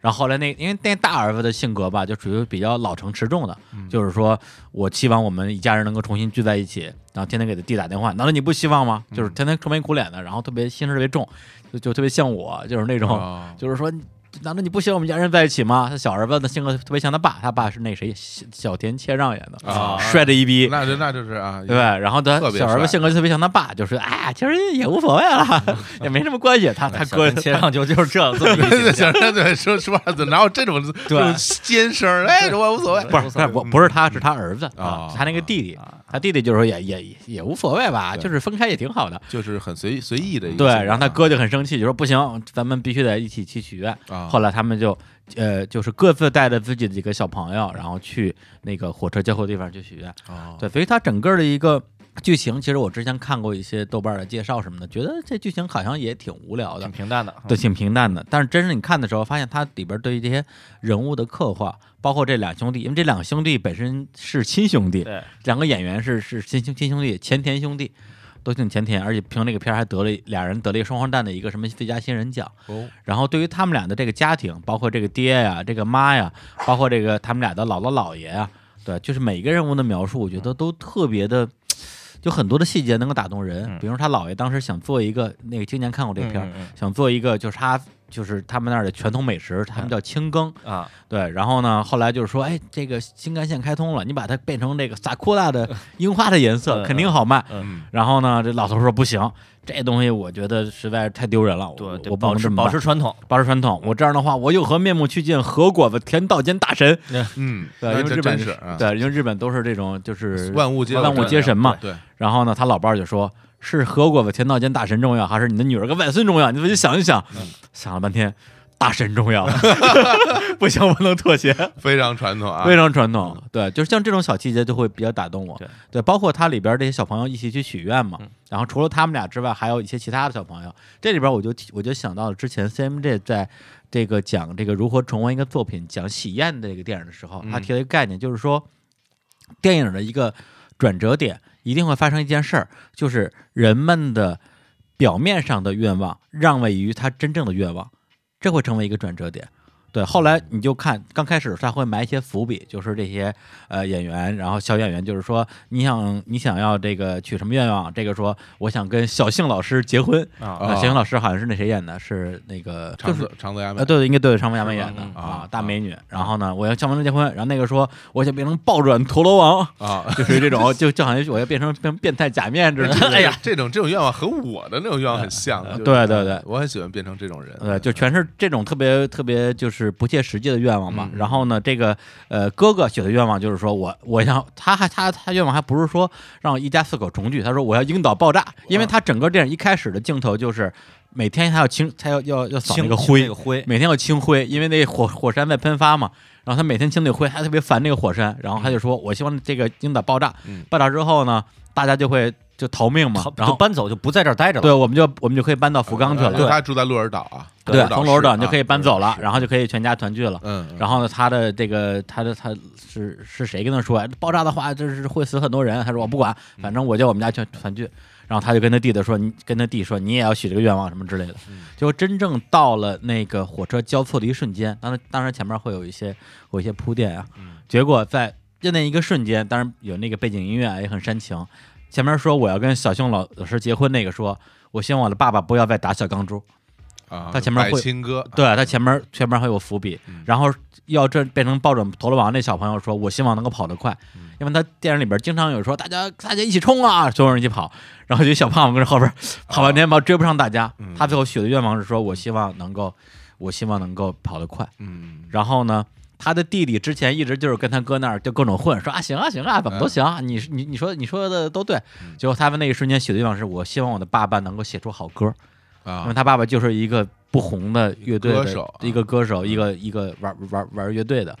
Speaker 3: 然后后来那因为那大儿子的性格吧，就属于比较老成持重的，就是说我期望我们一家人能够重新聚在一起，然后天天给他弟打电话，难道你不希望吗？就是天天愁眉苦脸的，然后特别心事特别重，就就特别像我，就是那种、
Speaker 1: 哦
Speaker 3: 就是说。难道你不希望我们家人在一起吗？他小儿子的性格特别像他爸，他爸是那谁小小田切让演的，
Speaker 1: 啊
Speaker 3: 帅的一逼。
Speaker 1: 那就那就是啊，
Speaker 3: 对，然后他
Speaker 1: 特别
Speaker 3: 小儿
Speaker 1: 帅嗯
Speaker 3: 子性格特别像他爸，就是哎，其实也无所谓了， 也没什么关系。他他哥
Speaker 2: 切让就就是 这 这么一
Speaker 1: 对
Speaker 2: 形
Speaker 1: 想
Speaker 2: 象
Speaker 1: 着对说说话，哪有这种这种尖声儿？哎，我无所谓，
Speaker 3: 不是，不是我不是他，是他儿子
Speaker 1: 啊
Speaker 3: 是他那个弟弟，他弟弟就是说也也也也无所谓吧，
Speaker 1: 对
Speaker 3: 就是分开也挺好的。
Speaker 1: 就是很随随意的一个啊
Speaker 3: 对，
Speaker 1: 行为
Speaker 3: 然后他哥就很生气，就说不行，咱们必须得一起去许愿。
Speaker 1: 啊
Speaker 3: 后来他们就呃，就是各自带着自己的几个小朋友，然后去那个火车交汇的地方去许愿。
Speaker 1: 啊，
Speaker 3: 对，所以它整个的一个剧情，其实我之前看过一些豆瓣儿的介绍什么的，觉得这剧情好像也挺无聊的
Speaker 2: 挺，平淡的。
Speaker 3: 对，挺平淡的。但是真是你看的时候，发现它里边对于这些人物的刻画，包括这两兄弟，因为这两兄弟本身是亲兄弟，
Speaker 2: 对，
Speaker 3: 两个演员是是亲兄亲兄弟，前田兄弟。都姓前田，而且凭这个片儿还得了俩人得了一个双黄蛋的一个什么最佳新人奖。
Speaker 1: 哦
Speaker 3: 然后对于他们俩的这个家庭，包括这个爹呀、这个妈呀，包括这个他们俩的姥姥姥爷呀、对，就是每一个人物的描述，我觉
Speaker 2: 嗯
Speaker 3: 得都特别的，就很多的细节能够打动人。
Speaker 2: 嗯
Speaker 3: 比如他姥爷当时想做一个，那个今年看过这片儿，
Speaker 2: 嗯嗯嗯
Speaker 3: 想做一个就是他就是他们那儿的传统美食，他们叫清羹。
Speaker 2: 啊，
Speaker 3: 对，然后呢，后来就是说，哎，这个新干线开通了，你把它变成这个萨库拉的樱花的颜色，
Speaker 2: 嗯
Speaker 3: 肯定好卖。
Speaker 1: 嗯
Speaker 3: 然后呢，这老头说不行，这东西我觉得实在是太丢人了，我
Speaker 2: 对，
Speaker 3: 我
Speaker 2: 得
Speaker 3: 不能
Speaker 2: 保持
Speaker 3: 这么
Speaker 2: 保
Speaker 3: 办
Speaker 2: 持传统。
Speaker 3: 保持传统。我这样的话，我又和面目去见和果子田道间大神。
Speaker 1: 嗯，
Speaker 3: 对，
Speaker 1: 那
Speaker 3: 因为
Speaker 1: 这
Speaker 3: 日本
Speaker 1: 真是啊
Speaker 3: 对，因为日本都是这种就是
Speaker 1: 万物皆啊
Speaker 3: 万物皆神嘛。
Speaker 1: 对，
Speaker 3: 然后呢，他老伴儿就说。是和果子田道间大神重要，还是你的女儿跟外孙重要？你自己想一想。想了半天，大神重要， 不行，我不能妥协。
Speaker 1: 非常传统啊，
Speaker 3: 非常传统， 嗯对，就是像这种小细节就会比较打动我。
Speaker 2: 对
Speaker 3: 包括它里边这些小朋友一起去许愿嘛，然后除了他们俩之外，还有一些其他的小朋友。这里边我就提我就想到了之前 CMJ 在这个讲这个如何重温一个作品，讲喜宴的这个电影的时候，他提了一个概念，就是说电影的一个转折点一定会发生一件事儿，就是人们的表面上的愿望让位于他真正的愿望，这会成为一个转折点。对，后来你就看，刚开始他会埋一些伏笔，就是这些呃演员，然后小演员就是说你想你想要这个取什么愿望？这个说我想跟小幸老师结婚
Speaker 2: 啊
Speaker 3: 呃小幸老师好像是那谁演的？是那个就
Speaker 1: 长
Speaker 3: 是
Speaker 1: 泽长泽雅美
Speaker 3: 呃，，对对，应该对上班衙门演的
Speaker 2: 嗯
Speaker 1: 嗯
Speaker 3: 啊
Speaker 1: 啊，
Speaker 3: 大美女。然后呢，我要向王结婚，然后那个说我想变成暴转陀螺王，
Speaker 1: 啊，
Speaker 3: 就属于这种，就就好像我要变成变变态假面之 类的。
Speaker 1: 哎呀，这种这种愿望和我的那种愿望很像的，
Speaker 3: 呃
Speaker 1: 就是
Speaker 3: 对对对
Speaker 1: 我很喜欢变成这种人，
Speaker 3: 呃，就全是这种特别特别就是不切实际的愿望
Speaker 2: 嗯
Speaker 3: 嘛。然后呢，这个呃哥哥许的愿望就是说我我要他还他他愿望还不是说让一家四口重聚，他说我要樱岛爆炸，因为他整个电影一开始的镜头就是每天他要清他要要要扫
Speaker 2: 清
Speaker 3: 那个
Speaker 2: 清
Speaker 3: 灰
Speaker 2: 那个，灰，
Speaker 3: 每天要清灰，因为那火火山在喷发嘛。然后他每天清理灰，他特别烦那个火山，然后他
Speaker 2: 嗯
Speaker 3: 就说：“我希望这个樱岛爆炸，
Speaker 1: 嗯
Speaker 3: 爆炸之后呢，大家就会就逃命嘛
Speaker 2: 好，
Speaker 3: 然
Speaker 2: 就
Speaker 3: 后
Speaker 2: 搬走，就呃不在这儿待着了。
Speaker 3: 对，我们就我们就可以搬到福冈去了，
Speaker 1: 呃因为他住在鹿儿岛啊，
Speaker 3: 对，从鹿儿岛
Speaker 1: 市
Speaker 3: 你就可以搬走了，
Speaker 1: 啊
Speaker 3: 然后就可以全家团聚了。
Speaker 1: 嗯，
Speaker 3: 然后呢，他的这个，他的他是是谁跟他说、啊、爆炸的话，就是会死很多人。他说我不管，
Speaker 1: 嗯
Speaker 3: 反正我叫我们家全团聚。然后他就跟他弟弟说，你跟他弟说，你也要许这个愿望什么之类的。
Speaker 1: 嗯
Speaker 3: 结果真正到了那个火车交错的一瞬间，当然当然前面会有一些有一些铺垫啊。
Speaker 1: 嗯
Speaker 3: 结果在就那一个瞬间，当然有那个背景音乐啊也很煽情。前面说我要跟小幸老老师结婚那个说，我希望我的爸爸不要再打小钢珠。
Speaker 1: 啊，
Speaker 3: 他前面会
Speaker 1: 百亲哥，
Speaker 3: 对他前面前面还有伏笔，然后要这变成暴转陀螺王那小朋友说，我希望能够跑得快，因为他电影里边经常有说大家大家一起冲啊，所有人一起跑，然后就小胖子跟着后边跑半天吧，追不上大家，他最后许的愿望是说我希望能够我希望能够跑得快，
Speaker 1: 嗯，
Speaker 3: 然后呢。他的弟弟之前一直就是跟他哥那儿就各种混，说啊行啊行啊，怎么都行啊，你你你说你说的都对。结果他们那一瞬间许的愿望是我希望我的爸爸能够写出好歌，因为
Speaker 1: 啊，
Speaker 3: 他爸爸就是一个不红的乐队的
Speaker 1: 歌手啊嗯
Speaker 3: 一个歌手，一个一个玩玩玩乐队的，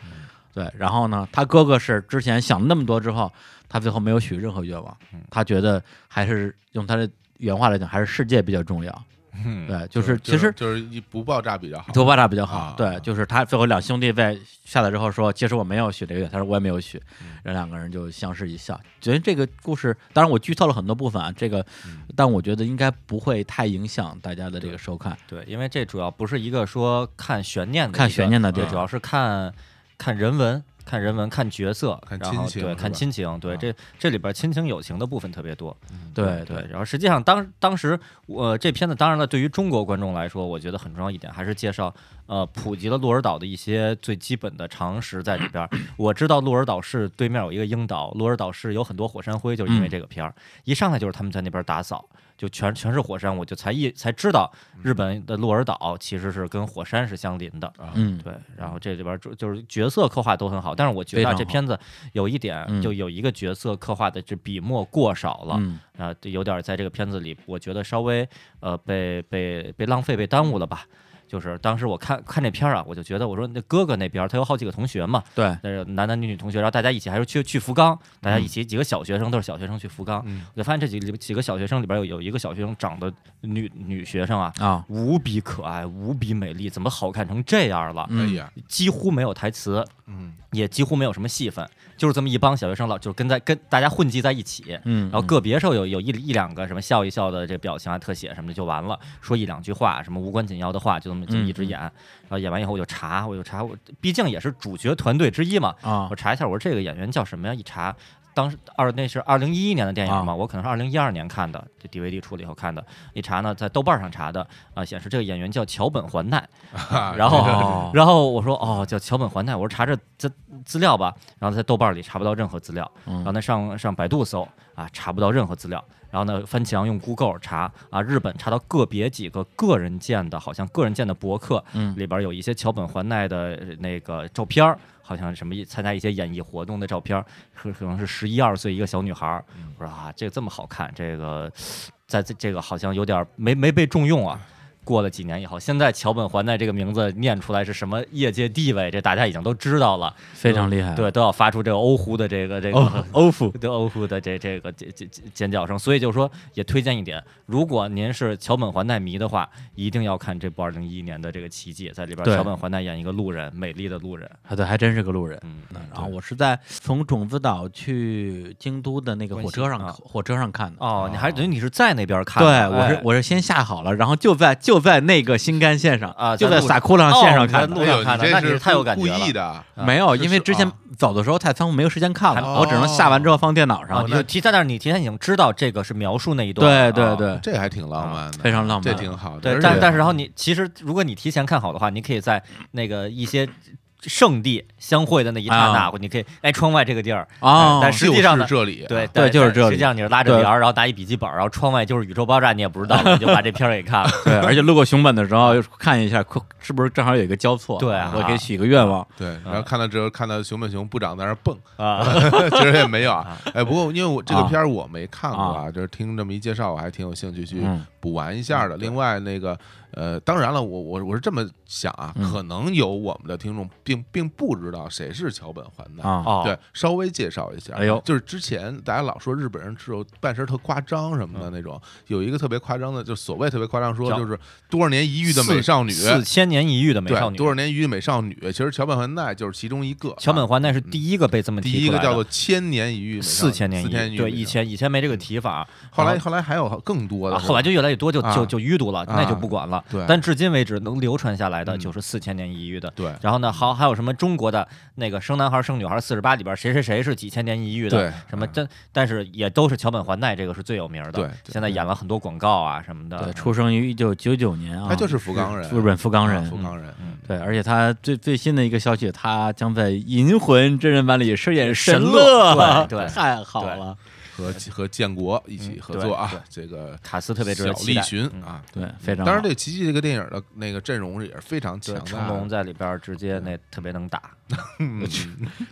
Speaker 3: 对。然后呢，他哥哥是之前想了那么多之后，他最后没有许任何愿望，
Speaker 1: 嗯
Speaker 3: 他觉得还是用他的原话来讲，还是世界比较重要，
Speaker 1: 嗯
Speaker 3: 对，就是
Speaker 1: 就
Speaker 3: 其实
Speaker 1: 就是一不爆炸比较好，
Speaker 3: 头发炸比较
Speaker 1: 啊
Speaker 3: 好，对，就是他最后两兄弟在下来之后说，其实我没有许这个愿，他说我也没有许，
Speaker 1: 嗯
Speaker 3: 然后两个人就相视一笑。觉得这个故事，当然我剧透了很多部分啊，这个，
Speaker 1: 嗯
Speaker 3: 但我觉得应该不会太影响大家的这个收看。
Speaker 2: 对，因为这主要不是一个说看悬念的一个，
Speaker 3: 看悬念的
Speaker 2: 对，
Speaker 3: 对
Speaker 2: 主要是看看人文。看人文、看角色，
Speaker 1: 看
Speaker 2: 然后
Speaker 1: 亲情
Speaker 2: 对，
Speaker 1: 是
Speaker 2: 看
Speaker 1: 吧
Speaker 2: 亲情，对，
Speaker 1: 啊
Speaker 2: 这这里边亲情友情的部分特别多。
Speaker 3: 对
Speaker 2: 嗯对，然后实际上当当时我、呃这片子当然了，对于中国观众来说，我觉得很重要一点还是介绍呃普及了鹿儿岛的一些最基本的常识在里边儿。我知道鹿儿岛市对面有一个樱岛，鹿儿岛市有很多火山灰，就是
Speaker 3: 嗯
Speaker 2: 因为这个片儿、一上来就是他们在那边打扫。就全全是火山，我就才一才知道日本的鹿儿岛其实是跟火山是相邻的。
Speaker 3: 嗯，
Speaker 2: 对，然后这里边儿就就是角色刻画都很好，但是我觉
Speaker 3: 非
Speaker 2: 得啊
Speaker 3: 常
Speaker 2: 这
Speaker 3: 好
Speaker 2: 片子有一点
Speaker 3: 嗯，
Speaker 2: 就有一个角色刻画的这笔墨过少了，
Speaker 3: 嗯
Speaker 2: 啊，对有点在这个片子里，我觉得稍微呃被被被浪费被耽误了吧。就是当时我看看这片儿啊，我就觉得我说那哥哥那边儿他有好几个同学嘛，
Speaker 3: 对，
Speaker 2: 那是男男女女同学，然后大家一起还是去去福冈，大家一起几个小学生都是小学生去福冈，
Speaker 1: 嗯
Speaker 2: 我就发现这几几个小学生里边有有一个小学生长得女女学生啊，
Speaker 3: 啊，
Speaker 2: 无比可爱，无比美丽，怎么好看成这样
Speaker 3: 嗯
Speaker 2: 了？
Speaker 1: 哎呀，
Speaker 2: 几乎没有台词，
Speaker 1: 嗯，
Speaker 2: 也几乎没有什么戏份，就是这么一帮小学生老就是跟在跟大家混迹在一起。
Speaker 3: 嗯，
Speaker 2: 然后个别时候有有一一两个什么笑一笑的这表情啊、特写什么的就完了，说一两句话，什么无关紧要的话，就这么就
Speaker 3: 嗯
Speaker 2: 一直演。然后演完以后我就查，我就查，我毕竟也是主角团队之一嘛，
Speaker 3: 啊
Speaker 2: 我，查一下，我说这个演员叫什么呀？一查，当时二那是二零一一年的电影嘛，
Speaker 3: 啊
Speaker 2: 我可能是二零一二年看的，这 DVD 出了以后看的。一查呢，在豆瓣上查的，啊、显示这个演员叫桥本环 奈。然后，
Speaker 3: 哦
Speaker 2: 然后我说哦，叫桥本环奈，我说查这资资料吧，然后在豆瓣里查不到任何资料，然后呢上上百度搜啊，查不到任何资料。然后呢，翻墙用 Google 查啊，日本查到个别几个个人建的，好像个人建的博客，
Speaker 3: 嗯
Speaker 2: 里边有一些桥本环奈的呃那个照片儿，好像什么一参加一些演艺活动的照片儿，可可能是十一二岁一个小女孩儿。
Speaker 3: 嗯
Speaker 2: 我说啊，这个这么好看，这个在这这个好像有点儿没没被重用啊。过了几年以后，现在桥本环奈这个名字念出来是什么业界地位，这大家已经都知道了，
Speaker 3: 非常厉害，
Speaker 2: 对，都要发出这个欧呼的这个这个、
Speaker 3: 哎哦，欧服，
Speaker 2: 德欧夫的这这个这这这尖叫声，所以就是说也推荐一点，如果您是桥本环奈迷的话，一定要看这部二零一一年的这个奇迹，在里边
Speaker 3: 对
Speaker 2: 桥本环奈演一个路人，美丽的路人，
Speaker 3: 啊，对，还真是个路人。
Speaker 2: 嗯，
Speaker 3: 然后我是在从种子岛去京都的那个火车上，
Speaker 2: 关西
Speaker 3: 火车上看的。
Speaker 2: 哦，你还等于你是在那边看
Speaker 3: 对，
Speaker 2: 的，哎
Speaker 3: 我是我是先下好了，然后就在就在那个新干线上
Speaker 2: 啊
Speaker 3: 就
Speaker 2: 在
Speaker 3: 在
Speaker 2: 路
Speaker 3: 萨库拉
Speaker 2: 哦
Speaker 3: 线上
Speaker 2: 你在
Speaker 3: 看的。啊
Speaker 2: 路上看的
Speaker 1: 哎呦
Speaker 2: 那
Speaker 1: 你这
Speaker 2: 你是
Speaker 1: 是
Speaker 2: 太有感觉
Speaker 1: 故意
Speaker 2: 了
Speaker 1: 的，啊
Speaker 3: 没有，因为之前
Speaker 1: 是
Speaker 3: 走的时候太仓促，没有时间看
Speaker 2: 还
Speaker 3: 了，我只能下完之后放电脑
Speaker 2: 啊，
Speaker 3: 上
Speaker 2: 你。
Speaker 1: 那
Speaker 2: 就提在那儿，你提前已经知道这个是描述那一段
Speaker 3: 对
Speaker 2: 了，
Speaker 3: 对
Speaker 2: 啊。
Speaker 3: 对，
Speaker 1: 这还挺浪漫的，
Speaker 3: 啊非常浪漫
Speaker 1: 这挺好的。
Speaker 2: 对
Speaker 1: 而，
Speaker 2: 但
Speaker 1: 且
Speaker 2: 但是然后你其实如果你提前看好的话，你可以在那个一些圣地相会的那一刹那，
Speaker 3: 啊
Speaker 2: 你可以哎窗外这个地儿哎
Speaker 3: 哦
Speaker 2: 但实际上呢
Speaker 1: 就是这里啊
Speaker 2: 对
Speaker 3: 对就是这里
Speaker 2: 实际上你是拉着
Speaker 3: 对
Speaker 2: 帘儿，然后拿一笔记本儿，然后窗外就是宇宙爆炸，你也不 知道，你就把这片儿给看了。
Speaker 3: 对，而且路过熊本的时候，又看一下，可是不是正好有一个交错？
Speaker 2: 对啊
Speaker 3: 我给许个愿望。
Speaker 1: 对，然后看到之后看到熊本熊部长在那儿蹦，
Speaker 2: 啊，
Speaker 1: 其实也没有啊。哎，不过因为我这个片儿我没看过
Speaker 3: 啊
Speaker 1: 啊，就是听这么一介绍，我还挺有兴趣去
Speaker 3: 嗯
Speaker 1: 补完一下的。另外那个呃，当然了，我我我是这么想啊，
Speaker 3: 嗯
Speaker 1: 可能有我们的听众并并不知道谁是桥本环奈。
Speaker 3: 啊
Speaker 2: 哦，
Speaker 1: 对，稍微介绍一下。啊
Speaker 3: 哎呦
Speaker 1: 就是之前大家老说日本人是有办事儿特夸张什么的那种，有一个特别夸张的，就所谓特别夸张说
Speaker 2: 嗯叫
Speaker 1: 就是多少年一遇的美少女，
Speaker 2: 四千年一遇的美
Speaker 1: 对
Speaker 2: 少，女，
Speaker 1: 多少年一遇美少女，其实桥本环奈就是其中一个。
Speaker 2: 桥本
Speaker 1: 啊
Speaker 2: 环奈是第一个被这么
Speaker 1: 第
Speaker 2: 提
Speaker 1: 一
Speaker 2: 出
Speaker 1: 个
Speaker 2: 来的
Speaker 1: 叫做千年一遇美少女，
Speaker 2: 四千年
Speaker 1: 四
Speaker 2: 一
Speaker 1: 千年一
Speaker 2: 遇，
Speaker 1: 遇
Speaker 2: 对，
Speaker 1: 美少女
Speaker 2: 以前以前没这个提法，
Speaker 1: 后来
Speaker 2: 然
Speaker 1: 后来还有更多的
Speaker 2: 啊
Speaker 1: 是吧，
Speaker 2: 后来就越来越多，就
Speaker 1: 啊
Speaker 2: 就就淤堵了，那就不管了。
Speaker 1: 对
Speaker 2: 但至今为止能流传下来的
Speaker 1: 嗯
Speaker 2: 就是四千年一遇的。
Speaker 1: 对
Speaker 2: 然后呢，还还有什么中国的那个生男孩生女孩四十八里边谁谁谁是几千年一遇的
Speaker 1: 对，嗯
Speaker 2: 什么但但是也都是桥本环奈这个是最有名的。
Speaker 1: 对对
Speaker 2: 现在演了很多广告啊什么的。
Speaker 3: 对，出生于一九九九年啊，
Speaker 1: 他就是福冈人，
Speaker 3: 日本福冈
Speaker 1: 啊
Speaker 3: 人
Speaker 1: 福。冈人，
Speaker 2: 嗯
Speaker 3: 对，而且他最最新的一个消息，他将在《银魂》真人版里饰演
Speaker 2: 神
Speaker 3: 乐，
Speaker 2: 乐对对
Speaker 3: 太好了。
Speaker 1: 和和建国一起合作啊，这个
Speaker 2: 卡嗯斯特别值
Speaker 1: 小
Speaker 2: 得期
Speaker 1: 栗
Speaker 2: 待。嗯
Speaker 1: 旬啊。
Speaker 3: 对，非常好。
Speaker 1: 当然，这《奇迹》这个电影的那个阵容也是非常强
Speaker 2: 对，
Speaker 1: 大的。
Speaker 2: 成龙在里边直接那特别能打，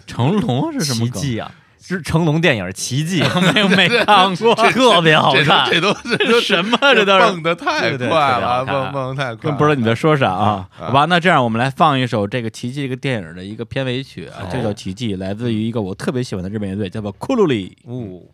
Speaker 3: 成龙是什么
Speaker 2: 奇
Speaker 3: 梗？
Speaker 2: 迹啊！是成龙电影《奇迹》，
Speaker 3: 没有没看过，
Speaker 2: 特别好
Speaker 1: 这都
Speaker 2: 看。
Speaker 1: 这 都是这都啊
Speaker 3: 什么这都是
Speaker 1: 蹦的太
Speaker 2: 对对
Speaker 1: 快了啊，
Speaker 2: 特别好
Speaker 1: 蹦
Speaker 2: 看
Speaker 1: 蹦太快
Speaker 3: 真
Speaker 1: 了，
Speaker 3: 不知道你在说啥啊？
Speaker 1: 啊
Speaker 3: 好吧，那这样我们来放一首这个《奇迹》这个电影的一个片尾曲啊，
Speaker 2: 好
Speaker 3: 这叫《奇迹》，来自于一个我特别喜欢的日本乐队，叫做库鲁里。
Speaker 2: 哦，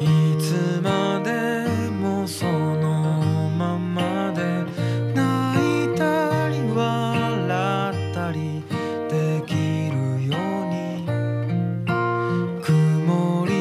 Speaker 4: いつまでもそのままで泣いたり笑ったりできるように曇り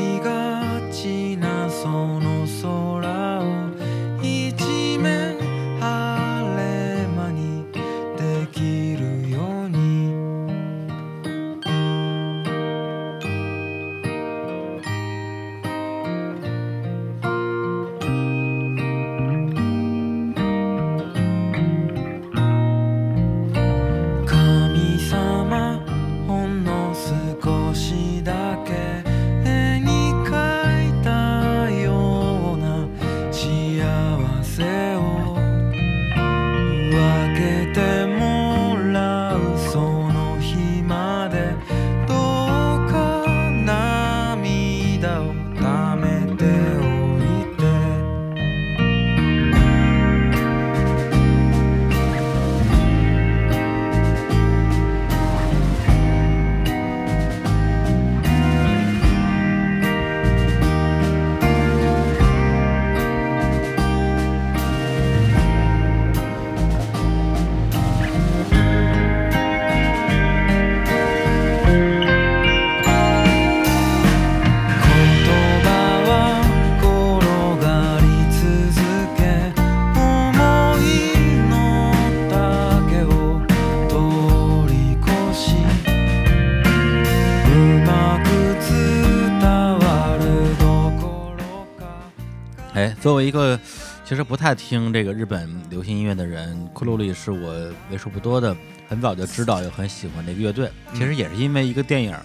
Speaker 3: 哎作为一个其实不太听这个日本流行音乐的人，库洛里是我为数不多的很早就知道又很喜欢的一个乐队。其实也是因为一个电影，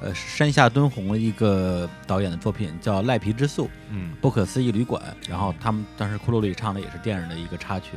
Speaker 3: 呃，山下敦弘的一个导演的作品叫《赖皮之宿》，
Speaker 1: 嗯
Speaker 3: 不可思议旅馆，然后他们当时库洛里唱的也是电影的一个插曲，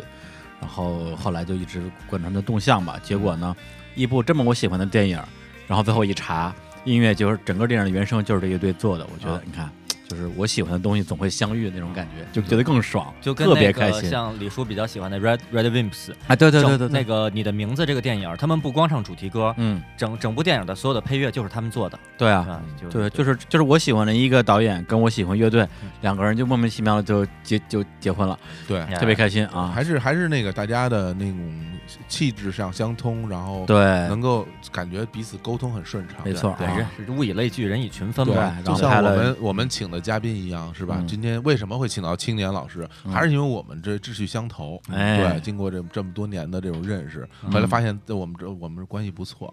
Speaker 3: 然后后来就一直贯穿的动向吧。结果
Speaker 2: 嗯
Speaker 3: 呢，一部这么我喜欢的电影，然后最后一查，音乐就是整个电影的原声就是这乐队做的，我觉得、
Speaker 2: 啊嗯
Speaker 3: 你看，就是我喜欢的东西总会相遇那种感觉，就觉得更爽，
Speaker 2: 就跟
Speaker 3: 特
Speaker 2: 那
Speaker 3: 别开
Speaker 2: 个
Speaker 3: 心
Speaker 2: 像李叔比较喜欢的 Red Red Wimps，
Speaker 3: 啊！对对对对
Speaker 2: 整那个你的名字这个电影，他们不光唱主题歌，
Speaker 3: 嗯，
Speaker 2: 整整部电影的所有的配乐就是他们做的
Speaker 3: 对啊。
Speaker 2: 啊，就
Speaker 3: 对，就是就是我喜欢的一个导演，跟我喜欢乐队，
Speaker 2: 嗯
Speaker 3: 两个人就莫名其妙的就结就结婚了，
Speaker 1: 对，
Speaker 2: 哎
Speaker 3: 特别开心啊！
Speaker 1: 还是还是那个大家的那种气质上相通，然后
Speaker 3: 对，
Speaker 1: 能够感觉彼此沟通很顺畅，
Speaker 3: 没错
Speaker 2: 对人
Speaker 3: 啊，
Speaker 2: 是物以类聚，人以群分
Speaker 1: 对
Speaker 2: 嘛。
Speaker 3: 然
Speaker 1: 就
Speaker 3: 后
Speaker 1: 像我
Speaker 3: 拍了
Speaker 1: 们我们请的嘉宾一样，是吧
Speaker 3: 嗯？
Speaker 1: 今天为什么会请到青年老师，
Speaker 3: 嗯
Speaker 1: 还是因为我们这志趣相投，
Speaker 3: 哎嗯
Speaker 1: 对，经过这这么多年的这种认识，后来发现呃我们这我们关系不 错。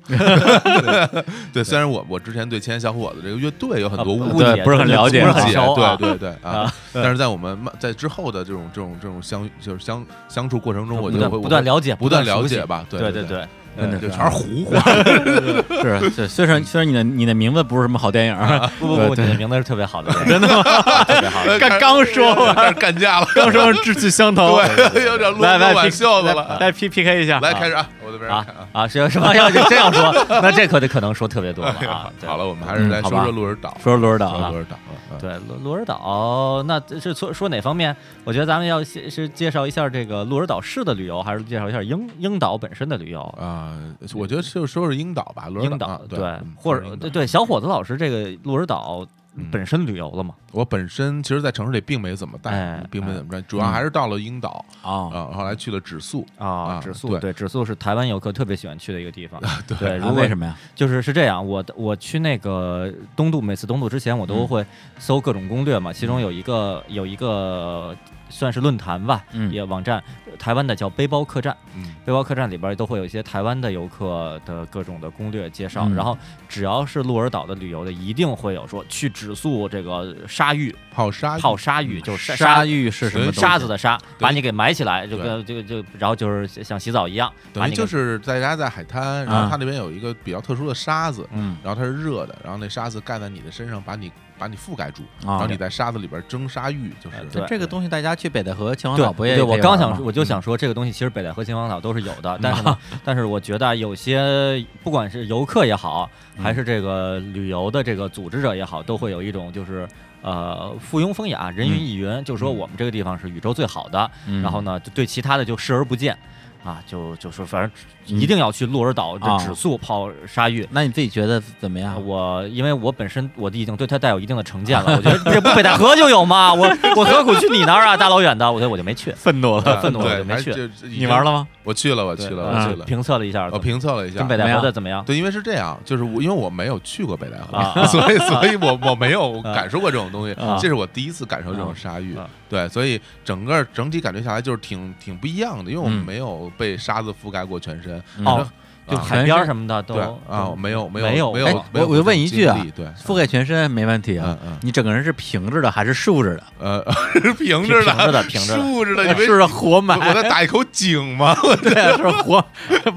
Speaker 1: 对，虽然我我之前对青年小伙子这个乐队有很多误解
Speaker 2: 啊不误解
Speaker 3: 对，不是很了解，
Speaker 2: 不是
Speaker 1: 误
Speaker 2: 很
Speaker 1: 解
Speaker 2: 熟啊
Speaker 1: 对对对啊！ 但是在我们慢在之后的这种这种这种相就是相相处过程中，我
Speaker 2: 不
Speaker 1: 就
Speaker 2: 断
Speaker 1: 会
Speaker 2: 不断了解，
Speaker 1: 不断了解
Speaker 2: 熟悉。
Speaker 1: 吧，对
Speaker 2: 对
Speaker 1: 对
Speaker 2: 对，
Speaker 1: 对
Speaker 3: 真的
Speaker 1: 就是全是胡话，
Speaker 3: 是，是虽然虽然你的你的名字不是什么好电影儿，
Speaker 2: 不不不，你
Speaker 3: 对
Speaker 2: 的名字是特别好的，真的吗？ 特别好的，
Speaker 3: 刚 刚说完，
Speaker 1: 开始干架了，
Speaker 3: 刚说志趣相投，
Speaker 1: 对，有点撸
Speaker 3: 来来
Speaker 1: 挽袖子
Speaker 3: 来
Speaker 1: 了。
Speaker 3: 来 P P K 一下，
Speaker 1: 来，开始啊！我这边
Speaker 2: 啊
Speaker 1: 看啊。
Speaker 2: 啊，是什么要是这样说，那这可得可能说特别多了啊。对
Speaker 1: 好了，，我们还是
Speaker 3: 嗯
Speaker 1: 来
Speaker 3: 好
Speaker 1: 说
Speaker 3: 吧
Speaker 1: 说鹿儿岛，
Speaker 3: 说说鹿儿岛
Speaker 1: 说
Speaker 3: 啊
Speaker 1: 鹿，儿岛。嗯，
Speaker 2: 对鹿鹿儿岛，那这是说说哪方面？我觉得咱们要先是介绍一下这个鹿儿岛市的旅游，还是介绍一下英英岛本身的旅游？
Speaker 1: 啊，我觉得就说是英岛吧，鹿
Speaker 2: 英
Speaker 1: 儿岛
Speaker 2: 岛
Speaker 1: 啊，
Speaker 2: 对
Speaker 1: 嗯，
Speaker 2: 或
Speaker 1: 说
Speaker 2: 者
Speaker 1: 说英
Speaker 2: 对
Speaker 1: 岛
Speaker 2: 对，小伙子老师这个鹿儿岛
Speaker 1: 嗯
Speaker 2: 本身旅游了嘛？
Speaker 1: 我本身其实，在城市里并没怎么待
Speaker 2: 哎，
Speaker 1: 并没怎么待，主要还是到了英岛
Speaker 3: 啊，
Speaker 1: 啊，后来去了指宿，
Speaker 2: 啊
Speaker 1: 啊
Speaker 2: 指宿
Speaker 1: 对
Speaker 2: 对指宿是台湾游客特别喜欢去的一个地方。对，
Speaker 1: 对
Speaker 2: 如
Speaker 3: 啊
Speaker 2: 果
Speaker 3: 为什么呀？
Speaker 2: 就是是这样，我我去那个东渡，每次东渡之前我
Speaker 3: 嗯
Speaker 2: 都会搜各种攻略嘛，其中有一个有一个算是论坛吧，
Speaker 3: 嗯
Speaker 2: 也网站，台湾的叫背包客栈，
Speaker 1: 嗯
Speaker 2: 背包客栈里边都会有一些台湾的游客的各种的攻略介绍，
Speaker 3: 嗯
Speaker 2: 然后只要是鹿儿岛的旅游的，一定会有说去指宿这个沙浴
Speaker 1: 泡沙
Speaker 2: 泡沙浴，就是
Speaker 3: 嗯鲨鱼是什么东西？
Speaker 2: 沙子的沙，把
Speaker 1: 对
Speaker 2: 你给埋起来，就
Speaker 1: 对
Speaker 2: 跟就就然后就是像洗澡一样，把
Speaker 1: 等
Speaker 2: 你
Speaker 1: 于
Speaker 2: 给
Speaker 1: 就是大家在海滩，然
Speaker 3: 啊
Speaker 1: 后它那边有一个比较特殊的沙子，
Speaker 3: 嗯
Speaker 1: 然后它是热的，然后那沙子盖在你的身上，把你把你覆盖住，然
Speaker 3: 啊
Speaker 1: 后，你在沙子里边蒸沙浴，就是
Speaker 2: 对
Speaker 3: 这个东西大家去北戴河秦皇
Speaker 2: 对
Speaker 3: 岛啊不也？
Speaker 2: 对，我刚想，
Speaker 3: 说，
Speaker 2: 我就想说，这个东西其实北戴河、秦皇岛都是有
Speaker 3: 嗯
Speaker 2: 的，但是 呢，但是我觉得啊有些不管是游客也好，还
Speaker 3: 嗯
Speaker 2: 是这个旅游的这个组织者也好，都会有一种就是。呃，附庸风雅，人云亦云，就说我们这个地方是宇宙最好的，
Speaker 3: 嗯
Speaker 2: 然后呢，就对其他的就视而不见，啊，就就说反正
Speaker 3: 嗯
Speaker 2: 一定要去鹿儿岛
Speaker 3: 啊
Speaker 2: 这指宿泡沙浴。
Speaker 3: 那你自己觉得怎么样？
Speaker 2: 我因为我本身我已经对它带有一定的成见了，我觉得这不北戴河就有吗？我我何苦去你那儿啊？大老远的，我觉得我就没去。
Speaker 3: 愤怒了，
Speaker 1: 对
Speaker 2: 愤怒了
Speaker 1: 对
Speaker 2: 就没
Speaker 1: 还
Speaker 2: 去
Speaker 1: 就已
Speaker 3: 你
Speaker 1: 经
Speaker 3: 玩了吗？
Speaker 1: 我去了，我去
Speaker 2: 对
Speaker 1: 了，
Speaker 2: 呃
Speaker 1: 我
Speaker 3: 嗯
Speaker 1: 去了，
Speaker 2: 评测了一下，
Speaker 1: 我评测了一下
Speaker 2: 跟北，
Speaker 3: 怎
Speaker 2: 戴
Speaker 3: 么
Speaker 2: 河
Speaker 3: 样
Speaker 2: 的怎么样？
Speaker 1: 对，因为是这样，就是我因为我没有去过北戴河，
Speaker 2: 啊
Speaker 1: 所以所以我我没有感受过这种东西，
Speaker 2: 啊
Speaker 1: 这是我第一次感受这种沙浴，
Speaker 2: 啊啊
Speaker 1: 对，所以整个整体感觉下来就是挺挺不一样的，因为我们
Speaker 3: 嗯
Speaker 1: 没有被沙子覆盖过全身，
Speaker 2: 哦
Speaker 3: 嗯
Speaker 1: 反正
Speaker 2: 就
Speaker 1: 啊
Speaker 2: 海边儿什么的都
Speaker 1: 对啊，我没有没有
Speaker 2: 没有
Speaker 1: 没
Speaker 2: 哎
Speaker 1: 有
Speaker 2: 我，
Speaker 1: 没有
Speaker 3: 我就问一句
Speaker 1: 这
Speaker 3: 啊
Speaker 1: 种经历对，
Speaker 3: 覆盖全身没问题啊
Speaker 1: 嗯，嗯
Speaker 3: 你整个人是平着的还是竖着的？
Speaker 1: 呃 平
Speaker 2: 平
Speaker 1: 着
Speaker 2: 平着的平着的
Speaker 1: 竖着的，你
Speaker 3: 是
Speaker 1: 没
Speaker 3: 不是活埋
Speaker 1: 我？我在打一口井吗？我
Speaker 3: 对啊， 是活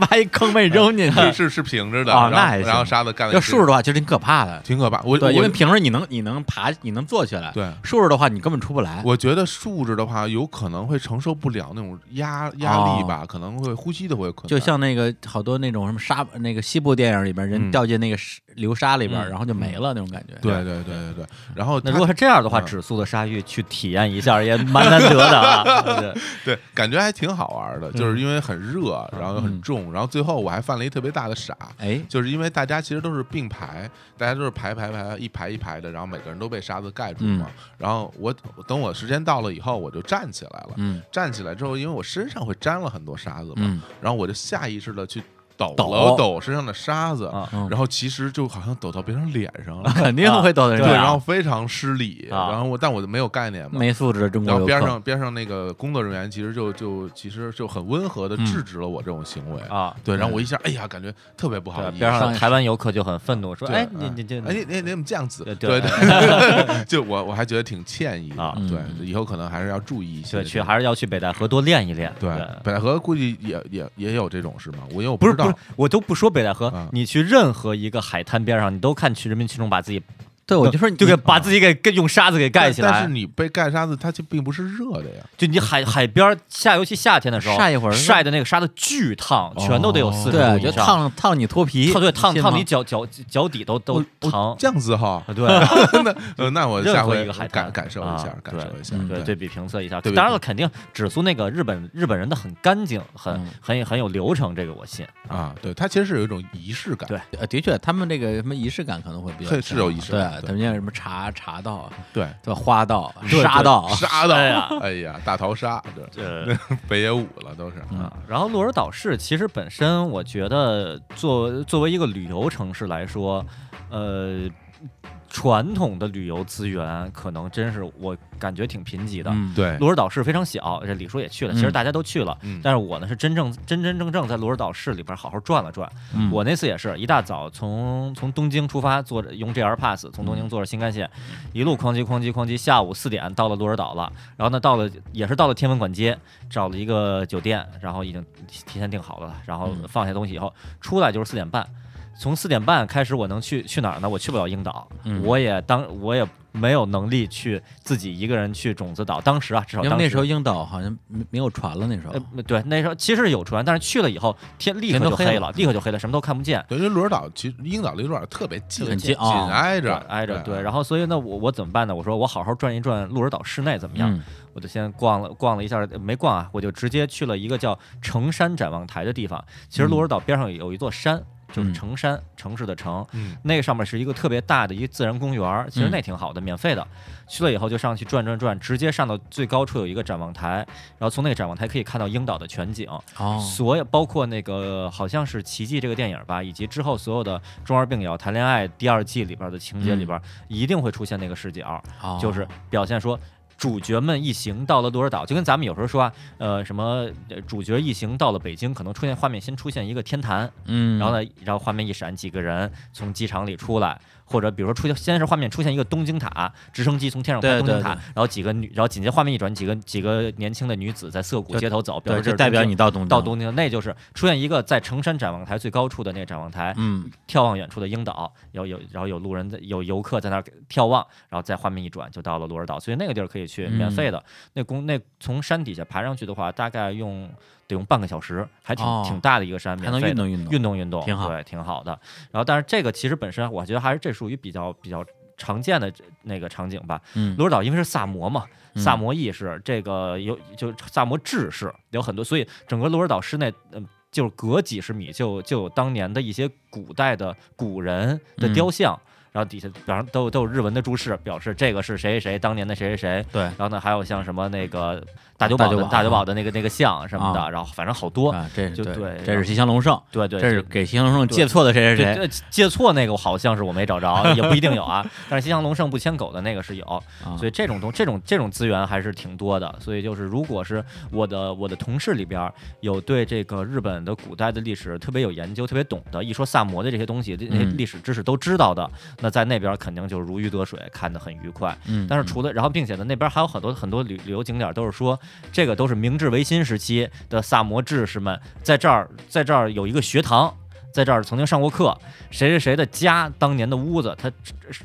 Speaker 3: 挖一坑被扔进去。
Speaker 1: 是是是平 着的，
Speaker 3: 啊
Speaker 1: 然
Speaker 3: 那
Speaker 1: 后
Speaker 3: 还行
Speaker 1: 然后沙子干了
Speaker 3: 要
Speaker 1: 一
Speaker 3: 竖着的话，其实挺可怕的。
Speaker 1: 挺可怕，我
Speaker 3: 对，
Speaker 1: 我
Speaker 3: 因为平时你能你能爬，你能坐起来。
Speaker 1: 对
Speaker 3: 竖着的话你根本出不来。
Speaker 1: 我觉得竖着的话，有可能会承受不了那种压压力吧，可能会呼吸都会有困难。
Speaker 3: 哦就像那个好多那种什么沙，那个西部电影里边人
Speaker 1: 嗯
Speaker 3: 掉进那个沙流沙里边，
Speaker 2: 嗯
Speaker 3: 然后就没了那种感觉。
Speaker 1: 对对对对
Speaker 3: 嗯
Speaker 1: 对，然后
Speaker 2: 那
Speaker 1: 它
Speaker 2: 如果是这样的话，
Speaker 1: 嗯
Speaker 2: 指宿的沙浴去体验一下也蛮难得的啊。对
Speaker 1: 对感觉还挺好玩的，就是因为很热，然后又
Speaker 3: 嗯
Speaker 1: 很重，然后最后我还犯了一特别大的傻。
Speaker 3: 哎，
Speaker 1: 就是因为大家其实都是并排，大家都是排排排一排一排的，然后每个人都被沙子盖住嘛。然后我等我时间到了以后，我就站起来了。
Speaker 3: 嗯
Speaker 1: 站起来之后，因为我身上会沾了很多沙子嘛，
Speaker 3: 嗯
Speaker 1: 然后我就下意识的去抖
Speaker 2: 抖
Speaker 1: 了抖身上的沙子
Speaker 2: 啊，
Speaker 3: 嗯
Speaker 1: 然后其实就好像抖到别人脸上了，
Speaker 3: 肯定会逗得人
Speaker 1: 对，
Speaker 3: 笑。
Speaker 1: 然后非常失礼，
Speaker 2: 啊
Speaker 1: 然后我但我就没有概念嘛。
Speaker 3: 嗯没素质的中国
Speaker 1: 然后
Speaker 3: 游
Speaker 1: 边
Speaker 3: 客，
Speaker 1: 上边上那个工作人员其实就就其实就很温和的制止了我这种行为，
Speaker 2: 啊，
Speaker 1: 对，然后我一下哎呀感觉特别不好
Speaker 2: 对，
Speaker 1: 意思，
Speaker 2: 边上
Speaker 3: 上
Speaker 2: 的台湾游客就很愤怒，说：“
Speaker 1: 对
Speaker 2: 哎，你你这
Speaker 1: 哎，你你你怎么这样子？
Speaker 2: 对
Speaker 1: 对
Speaker 2: 对
Speaker 1: 对， 就我我还觉得挺歉意的
Speaker 2: 啊
Speaker 1: 对，
Speaker 3: 嗯
Speaker 1: 以后可能还是要注意一些。
Speaker 2: 对，去还是要去北戴河多练一练。”
Speaker 1: 对
Speaker 2: 对，
Speaker 1: 北戴河估计也也也有这种是吗？我因为我
Speaker 2: 不
Speaker 1: 知
Speaker 2: 是不
Speaker 1: 道
Speaker 2: 是，我都不说北戴
Speaker 1: 啊
Speaker 2: 河，你去任何一个海滩边上，你都看去人民群众把自己
Speaker 3: 对我就说你
Speaker 2: 就给把自己给给用沙子给盖
Speaker 1: 但
Speaker 2: 起
Speaker 1: 但
Speaker 2: 来
Speaker 1: 是。你被盖沙子，它就并不是热的呀。
Speaker 2: 就你海海边儿下，尤其夏天的时候，
Speaker 3: 晒一会儿
Speaker 2: 晒的那个沙子巨烫，全都得有四十度
Speaker 3: 对，就
Speaker 2: 以上，
Speaker 3: 烫烫你脱皮，
Speaker 2: 烫对烫
Speaker 3: 信
Speaker 2: 烫
Speaker 3: 吗
Speaker 2: 你脚脚脚底都都
Speaker 1: 我我
Speaker 2: 疼。
Speaker 1: 这样子哈，
Speaker 2: 啊对，
Speaker 1: 那呃那我下
Speaker 2: 任何
Speaker 1: 回
Speaker 2: 一个海
Speaker 1: 感
Speaker 2: 滩
Speaker 1: 感受一下
Speaker 2: 啊，
Speaker 1: 感受一下
Speaker 3: 对。
Speaker 2: 对对比评测一下，
Speaker 1: 对比
Speaker 2: 当然了，
Speaker 1: 评
Speaker 2: 肯定只苏那个日本日本人的很干净，很、
Speaker 3: 嗯
Speaker 2: 很很有流程，这个我信。
Speaker 1: 啊，对，它其实是有一种仪式感。
Speaker 2: 对
Speaker 3: 呃，的确，他们这个什么仪式感可能会比较
Speaker 1: 是
Speaker 3: 强，
Speaker 1: 是有仪式
Speaker 3: 对
Speaker 1: 感对
Speaker 3: 他们叫什么茶茶道，
Speaker 1: 对，
Speaker 3: 对吧花道、
Speaker 2: 对
Speaker 3: 沙道，
Speaker 1: 沙的
Speaker 2: 哎呀，
Speaker 1: 哎呀，大逃杀，对，
Speaker 2: 呃
Speaker 1: 北野武了都是。
Speaker 2: 啊，然后鹿儿岛市其实本身，我觉得作作为一个旅游城市来说，呃，传统的旅游资源可能真是我感觉挺贫瘠的。
Speaker 3: 嗯，
Speaker 1: 对，
Speaker 2: 鹿儿岛市非常小，这李叔也去了，其实
Speaker 3: 嗯
Speaker 2: 大家都去了，
Speaker 1: 嗯
Speaker 2: 但是我呢是真正真真正正在鹿儿岛市里边好好转了转。
Speaker 3: 嗯
Speaker 2: 我那次也是一大早从从东京出发，坐着用 JR Pass 从东京坐着新干线，
Speaker 3: 嗯
Speaker 2: 一路哐叽哐叽哐叽，下午四点到了鹿儿岛了。然后呢，到了也是到了天文馆街，找了一个酒店，然后已经提提前订好了，然后
Speaker 3: 嗯
Speaker 2: 放下东西以后出来就是四点半。从四点半开始，我能去去哪儿呢？我去不了樱岛，
Speaker 3: 嗯
Speaker 2: 我也当我也没有能力去自己一个人去种子岛。当时啊，至少
Speaker 3: 因为
Speaker 2: 当
Speaker 3: 那时
Speaker 2: 时
Speaker 3: 候樱岛好像没没有船了，那时候
Speaker 2: 呃，对，那时候其实是有船，但是去了以后天立
Speaker 3: 啊全
Speaker 2: 刻
Speaker 3: 都
Speaker 2: 就
Speaker 3: 黑
Speaker 2: 黑
Speaker 3: 了
Speaker 2: 了，立刻就黑了，什么都看不见。
Speaker 1: 对因为鹿儿岛其实樱岛离鹿儿岛特别近，
Speaker 3: 很
Speaker 1: 紧
Speaker 3: 近啊
Speaker 1: 挨
Speaker 2: 对
Speaker 1: 着
Speaker 2: 挨着，对。然后所以呢，我我怎么办呢？我说我好好转一转鹿儿岛市内怎么样？
Speaker 3: 嗯
Speaker 2: 我就先逛了逛了一下，呃没逛啊，我就直接去了一个叫城山展望台的地方。其实鹿儿岛边上有一座山，就是
Speaker 3: 嗯
Speaker 2: 城山，城市的城。
Speaker 1: 嗯，
Speaker 2: 那个上面是一个特别大的一个自然公园儿，
Speaker 3: 嗯
Speaker 2: 其实那挺好的，免费的。去了以后就上去转转转，直接上到最高处有一个展望台，然后从那个展望台可以看到樱岛的全景。
Speaker 3: 哦，
Speaker 2: 所有包括那个好像是《奇迹》这个电影吧，以及之后所有的《中二病也要谈恋爱》第二季里边的情节里边，一定会出现那个视角，
Speaker 3: 哦
Speaker 2: 嗯就是表现说。主角们一行到了鹿儿岛，就跟咱们有时候说啊，呃，什么呃主角一行到了北京，可能出现画面先出现一个天坛，
Speaker 3: 嗯，
Speaker 2: 然后呢，然后画面一闪，几个人从机场里出来，或者比如说出现，先是画面出现一个东京塔，直升机从天上拍
Speaker 3: 对
Speaker 2: 东京
Speaker 3: 对
Speaker 2: 塔，
Speaker 3: 对
Speaker 2: 然后几个女，然后紧接着画面一转，几个几个年轻的女子在涩谷
Speaker 3: 就
Speaker 2: 街头走，表
Speaker 3: 对，
Speaker 2: 示这
Speaker 3: 就是代表
Speaker 2: 东京
Speaker 3: 你到东京
Speaker 2: 到，东京，那就是出现一个在城山展望台最高处的那个展望台，
Speaker 3: 嗯，
Speaker 2: 眺望远处的樱岛，有有然后有路人在有游客在那儿眺望，然后再画面一转就到了鹿儿岛，所以那个地儿可以去，
Speaker 3: 嗯
Speaker 2: 免费的。那公那从山底下爬上去的话，大概用得用半个小时，还挺、
Speaker 3: 哦
Speaker 2: 挺大的一个山，
Speaker 3: 还
Speaker 2: 免
Speaker 3: 能
Speaker 2: 费
Speaker 3: 运
Speaker 2: 的
Speaker 3: 动运动，
Speaker 2: 运动运动，
Speaker 3: 挺好
Speaker 2: 对，挺好的。然后但是这个其实本身我觉得还是这属于比较比较常见的这那个场景吧，
Speaker 3: 嗯
Speaker 2: 鹿儿岛因为是萨摩嘛，
Speaker 3: 嗯
Speaker 2: 萨摩意识这个有就是萨摩制式有很多，所以整个鹿儿岛市内，嗯、就是隔几十米就就有当年的一些古代的古人的雕像，
Speaker 3: 嗯
Speaker 2: 然后底下表上都有都有日文的注释，表示这个是谁谁谁当年的谁谁谁。
Speaker 3: 对
Speaker 2: 然后呢，还有像什么那个大久保
Speaker 3: 大
Speaker 2: 的
Speaker 3: 久保
Speaker 2: 大久保的那个那个像什么的，
Speaker 3: 啊
Speaker 2: 然后反正好多，
Speaker 3: 啊，这是
Speaker 2: 就
Speaker 3: 对
Speaker 2: 对，
Speaker 3: 这是西乡隆盛，
Speaker 2: 对对，
Speaker 3: 这是给西乡隆盛借错的谁谁
Speaker 2: 对，
Speaker 3: 谁
Speaker 2: 这借错那个我好像是我没找 着，也不一定有啊。但是西乡隆盛不牵狗的那个是有，
Speaker 3: 啊
Speaker 2: 所以这种东这种这种资源还是挺多的。所以就是，如果是我的我的同事里边儿有对这个日本的古代的历史特别有研究、特别懂的，一说萨摩的这些东西、这些
Speaker 3: 嗯
Speaker 2: 历史知识都知道的，那在那边儿肯定就如鱼得水，看得很愉快。
Speaker 3: 嗯，
Speaker 2: 但是除了，然后并且呢，那边还有很多很多旅旅游景点，都是说这个都是明治维新时期的萨摩志士们在这儿在这儿有一个学堂。在这儿曾经上过课，谁谁谁的家当年的屋子，他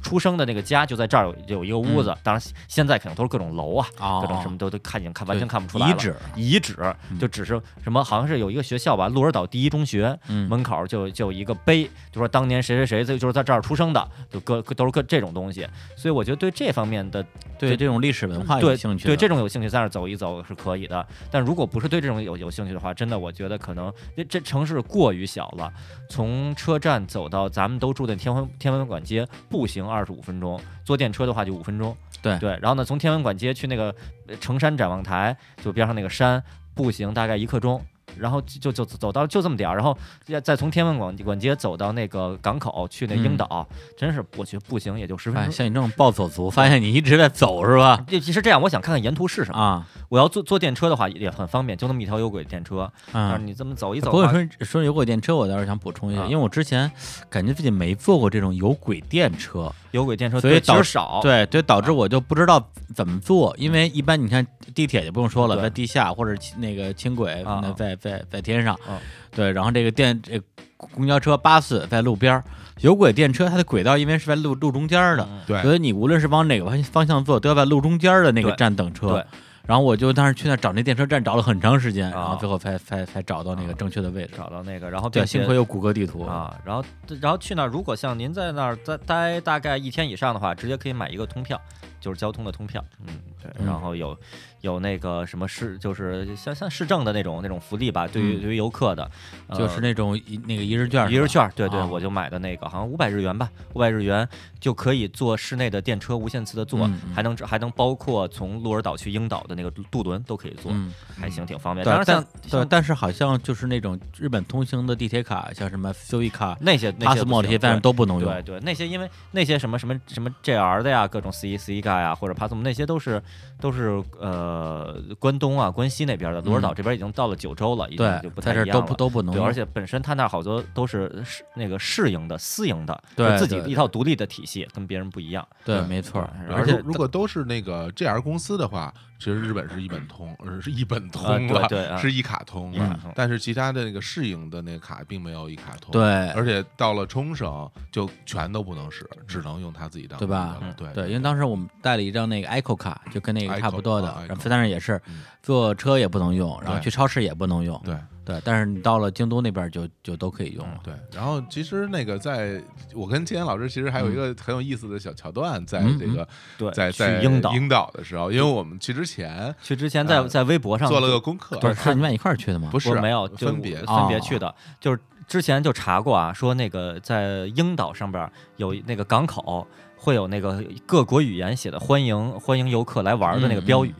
Speaker 2: 出生的那个家就在这儿有有一个屋子，当然现在肯定都是各种楼啊，
Speaker 3: 嗯哦
Speaker 2: 各种什么都都看已经看
Speaker 3: 对
Speaker 2: 完全看不出来了。
Speaker 3: 哦遗址嗯
Speaker 2: 遗址就只是什么，好像是有一个学校吧，鹿儿岛第一中学，
Speaker 3: 嗯
Speaker 2: 门口就就有一个碑，就说当年谁谁谁在就是在这儿出生的，就各各都是各这种东西。所以我觉得对这方面的
Speaker 3: 对这种历史文化有
Speaker 2: 对
Speaker 3: 兴趣的，
Speaker 2: 对这种有兴趣在那儿走一走是可以的。但如果不是对这种有有兴趣的话，真的我觉得可能这这城市过于小了，从车站走到咱们都住的天文天文馆街，步行二十五分钟，坐电车的话就五分钟。
Speaker 3: 对
Speaker 2: 对，然后呢，从天文馆街去那个呃城山展望台，就边上那个山，步行大概一刻钟。然后就就就走到就这么点儿，然后再再从天文馆馆街走到那个港口去那
Speaker 3: 嗯
Speaker 2: 英岛，真是我觉得步行也就十分
Speaker 3: 哎，
Speaker 2: 钟。
Speaker 3: 像你这种暴走族，发现你一直在走是吧？
Speaker 2: 这其实这样，我想看看沿途是什么。
Speaker 3: 啊，
Speaker 2: 我要坐坐电车的话也也很方便，就那么一条有轨电车。但是
Speaker 3: 嗯。
Speaker 2: 你这么走一
Speaker 3: 不
Speaker 2: 走
Speaker 3: 过
Speaker 2: 吧，
Speaker 3: 说说有轨电车，我倒是想补充一下，
Speaker 2: 啊
Speaker 3: 因为我之前感觉自己没坐过这种有轨电车，
Speaker 2: 有轨电车
Speaker 3: 所以
Speaker 2: 对其
Speaker 3: 导
Speaker 2: 实
Speaker 3: 致
Speaker 2: 少，
Speaker 3: 对对，导致
Speaker 2: 啊
Speaker 3: 我就不知道怎么坐，因为一般你看地铁就不用说了，
Speaker 2: 嗯对
Speaker 3: 在地下或者轻那个轻轨
Speaker 2: 啊啊
Speaker 3: 在在在天上
Speaker 2: 啊，
Speaker 3: 对，然后这个电这公交车、巴士在路边儿，有轨电车它的轨道因为是在路路中间儿的，
Speaker 2: 嗯
Speaker 1: 对
Speaker 3: 所以你无论是往哪个方方向坐，都要在路中间儿的那个
Speaker 2: 对
Speaker 3: 站等车
Speaker 2: 对。
Speaker 3: 然后我就当时去那儿找那电车站，找了很长时间，
Speaker 2: 啊
Speaker 3: 然后最后才才才找到那个正确的位置。
Speaker 2: 找到那个，然后
Speaker 3: 对，
Speaker 2: 并且
Speaker 3: 幸亏有谷歌地图。
Speaker 2: 啊，然后然后去那儿，如果像您在那儿待待大概一天以上的话，直接可以买一个通票，就是交通的通票，嗯，对，然
Speaker 3: 嗯
Speaker 2: 后有有那个什么市，就是像像市政的那种那种福利吧，对于
Speaker 3: 嗯
Speaker 2: 对于游客的，呃
Speaker 3: 就是那种一那个一日券，
Speaker 2: 一日券，对对，
Speaker 3: 啊
Speaker 2: 我就买的那个，好像五百日元吧，五百日元就可以坐室内的电车无限次的坐
Speaker 3: 嗯嗯，
Speaker 2: 还能还能包括从鹿儿岛去樱岛的那个渡轮都可以坐，
Speaker 3: 嗯，
Speaker 2: 还行，挺方便。当
Speaker 3: 对，
Speaker 2: 然像
Speaker 3: 但对，
Speaker 2: 像
Speaker 3: 但是好像就是那种日本通行的地铁卡，像什么修一卡、
Speaker 2: 那些那
Speaker 3: 帕
Speaker 2: 些
Speaker 3: 斯
Speaker 2: 不
Speaker 3: 莫这
Speaker 2: 行
Speaker 3: 些，但
Speaker 2: 对
Speaker 3: 是都不能
Speaker 2: 对
Speaker 3: 用。
Speaker 2: 对，那些因为那些什么什么什么 JR 的呀，各种 C 一 C 一盖呀，或者 Pasmo 那些都是都是呃关东啊、关西那边的，鹿儿岛
Speaker 3: 嗯
Speaker 2: 这边已经到了九州了，已经就
Speaker 3: 对
Speaker 2: 不，太
Speaker 3: 在
Speaker 2: 一
Speaker 3: 这
Speaker 2: 样
Speaker 3: 儿
Speaker 2: 了。
Speaker 3: 都不都不能
Speaker 2: 对，
Speaker 3: 用。
Speaker 2: 而且本身他那儿好多都是是那个市营的、私营的，
Speaker 3: 对
Speaker 2: 有自己
Speaker 3: 对
Speaker 2: 一套独立的体系，跟别人不一样。
Speaker 3: 对，
Speaker 1: 对
Speaker 3: 没错儿。
Speaker 2: 对
Speaker 1: 而
Speaker 2: 而
Speaker 1: 且
Speaker 2: 且
Speaker 1: 如果都是那个 JR 公司的话，其实日本是一本通，呃是一本
Speaker 2: 啊
Speaker 1: 通
Speaker 2: 对
Speaker 1: 了，
Speaker 2: 对啊
Speaker 1: 是一卡通
Speaker 2: 一卡
Speaker 1: 了
Speaker 2: 通
Speaker 1: 但是其他的那个适应的那个卡并没有一卡通。。
Speaker 3: 对
Speaker 1: 而且到了冲绳就全都不能使，只能用他自己当
Speaker 3: 对吧
Speaker 2: 嗯
Speaker 1: 地的了对
Speaker 3: 对，因为当时我们带了一张那个 Echo 卡，就跟那个
Speaker 1: Echo，
Speaker 3: 差不多的
Speaker 1: 啊，
Speaker 3: 然后
Speaker 1: Echo
Speaker 3: 但是也是
Speaker 1: 嗯
Speaker 3: 坐车也不能用，然后
Speaker 1: 对嗯
Speaker 3: 去超市也不能用。
Speaker 1: 对
Speaker 3: 对，但是你到了京都那边就就都可以用了。
Speaker 1: 对，然后其实那个在，我跟金岩老师其实还有一个很有意思的小桥段，在
Speaker 3: 嗯
Speaker 1: 这
Speaker 3: 嗯
Speaker 1: 个
Speaker 2: 对，
Speaker 1: 在
Speaker 2: 嗯去
Speaker 1: 在
Speaker 2: 樱岛
Speaker 1: 樱岛的时候，因为我们去之前
Speaker 2: 去之前
Speaker 3: 嗯
Speaker 2: 在
Speaker 1: 呃
Speaker 2: 在微博上
Speaker 1: 做了个功课，
Speaker 3: 不是是你们一块儿去的吗？
Speaker 1: 不是
Speaker 2: 我没有就
Speaker 1: 分别啊
Speaker 2: 我分
Speaker 3: 哦
Speaker 2: 别去的，就是之前就查过啊，说那个在樱岛上边儿有那个港口。会有那个各国语言写的欢迎欢迎游客来玩儿的那个
Speaker 3: 嗯
Speaker 2: 标语，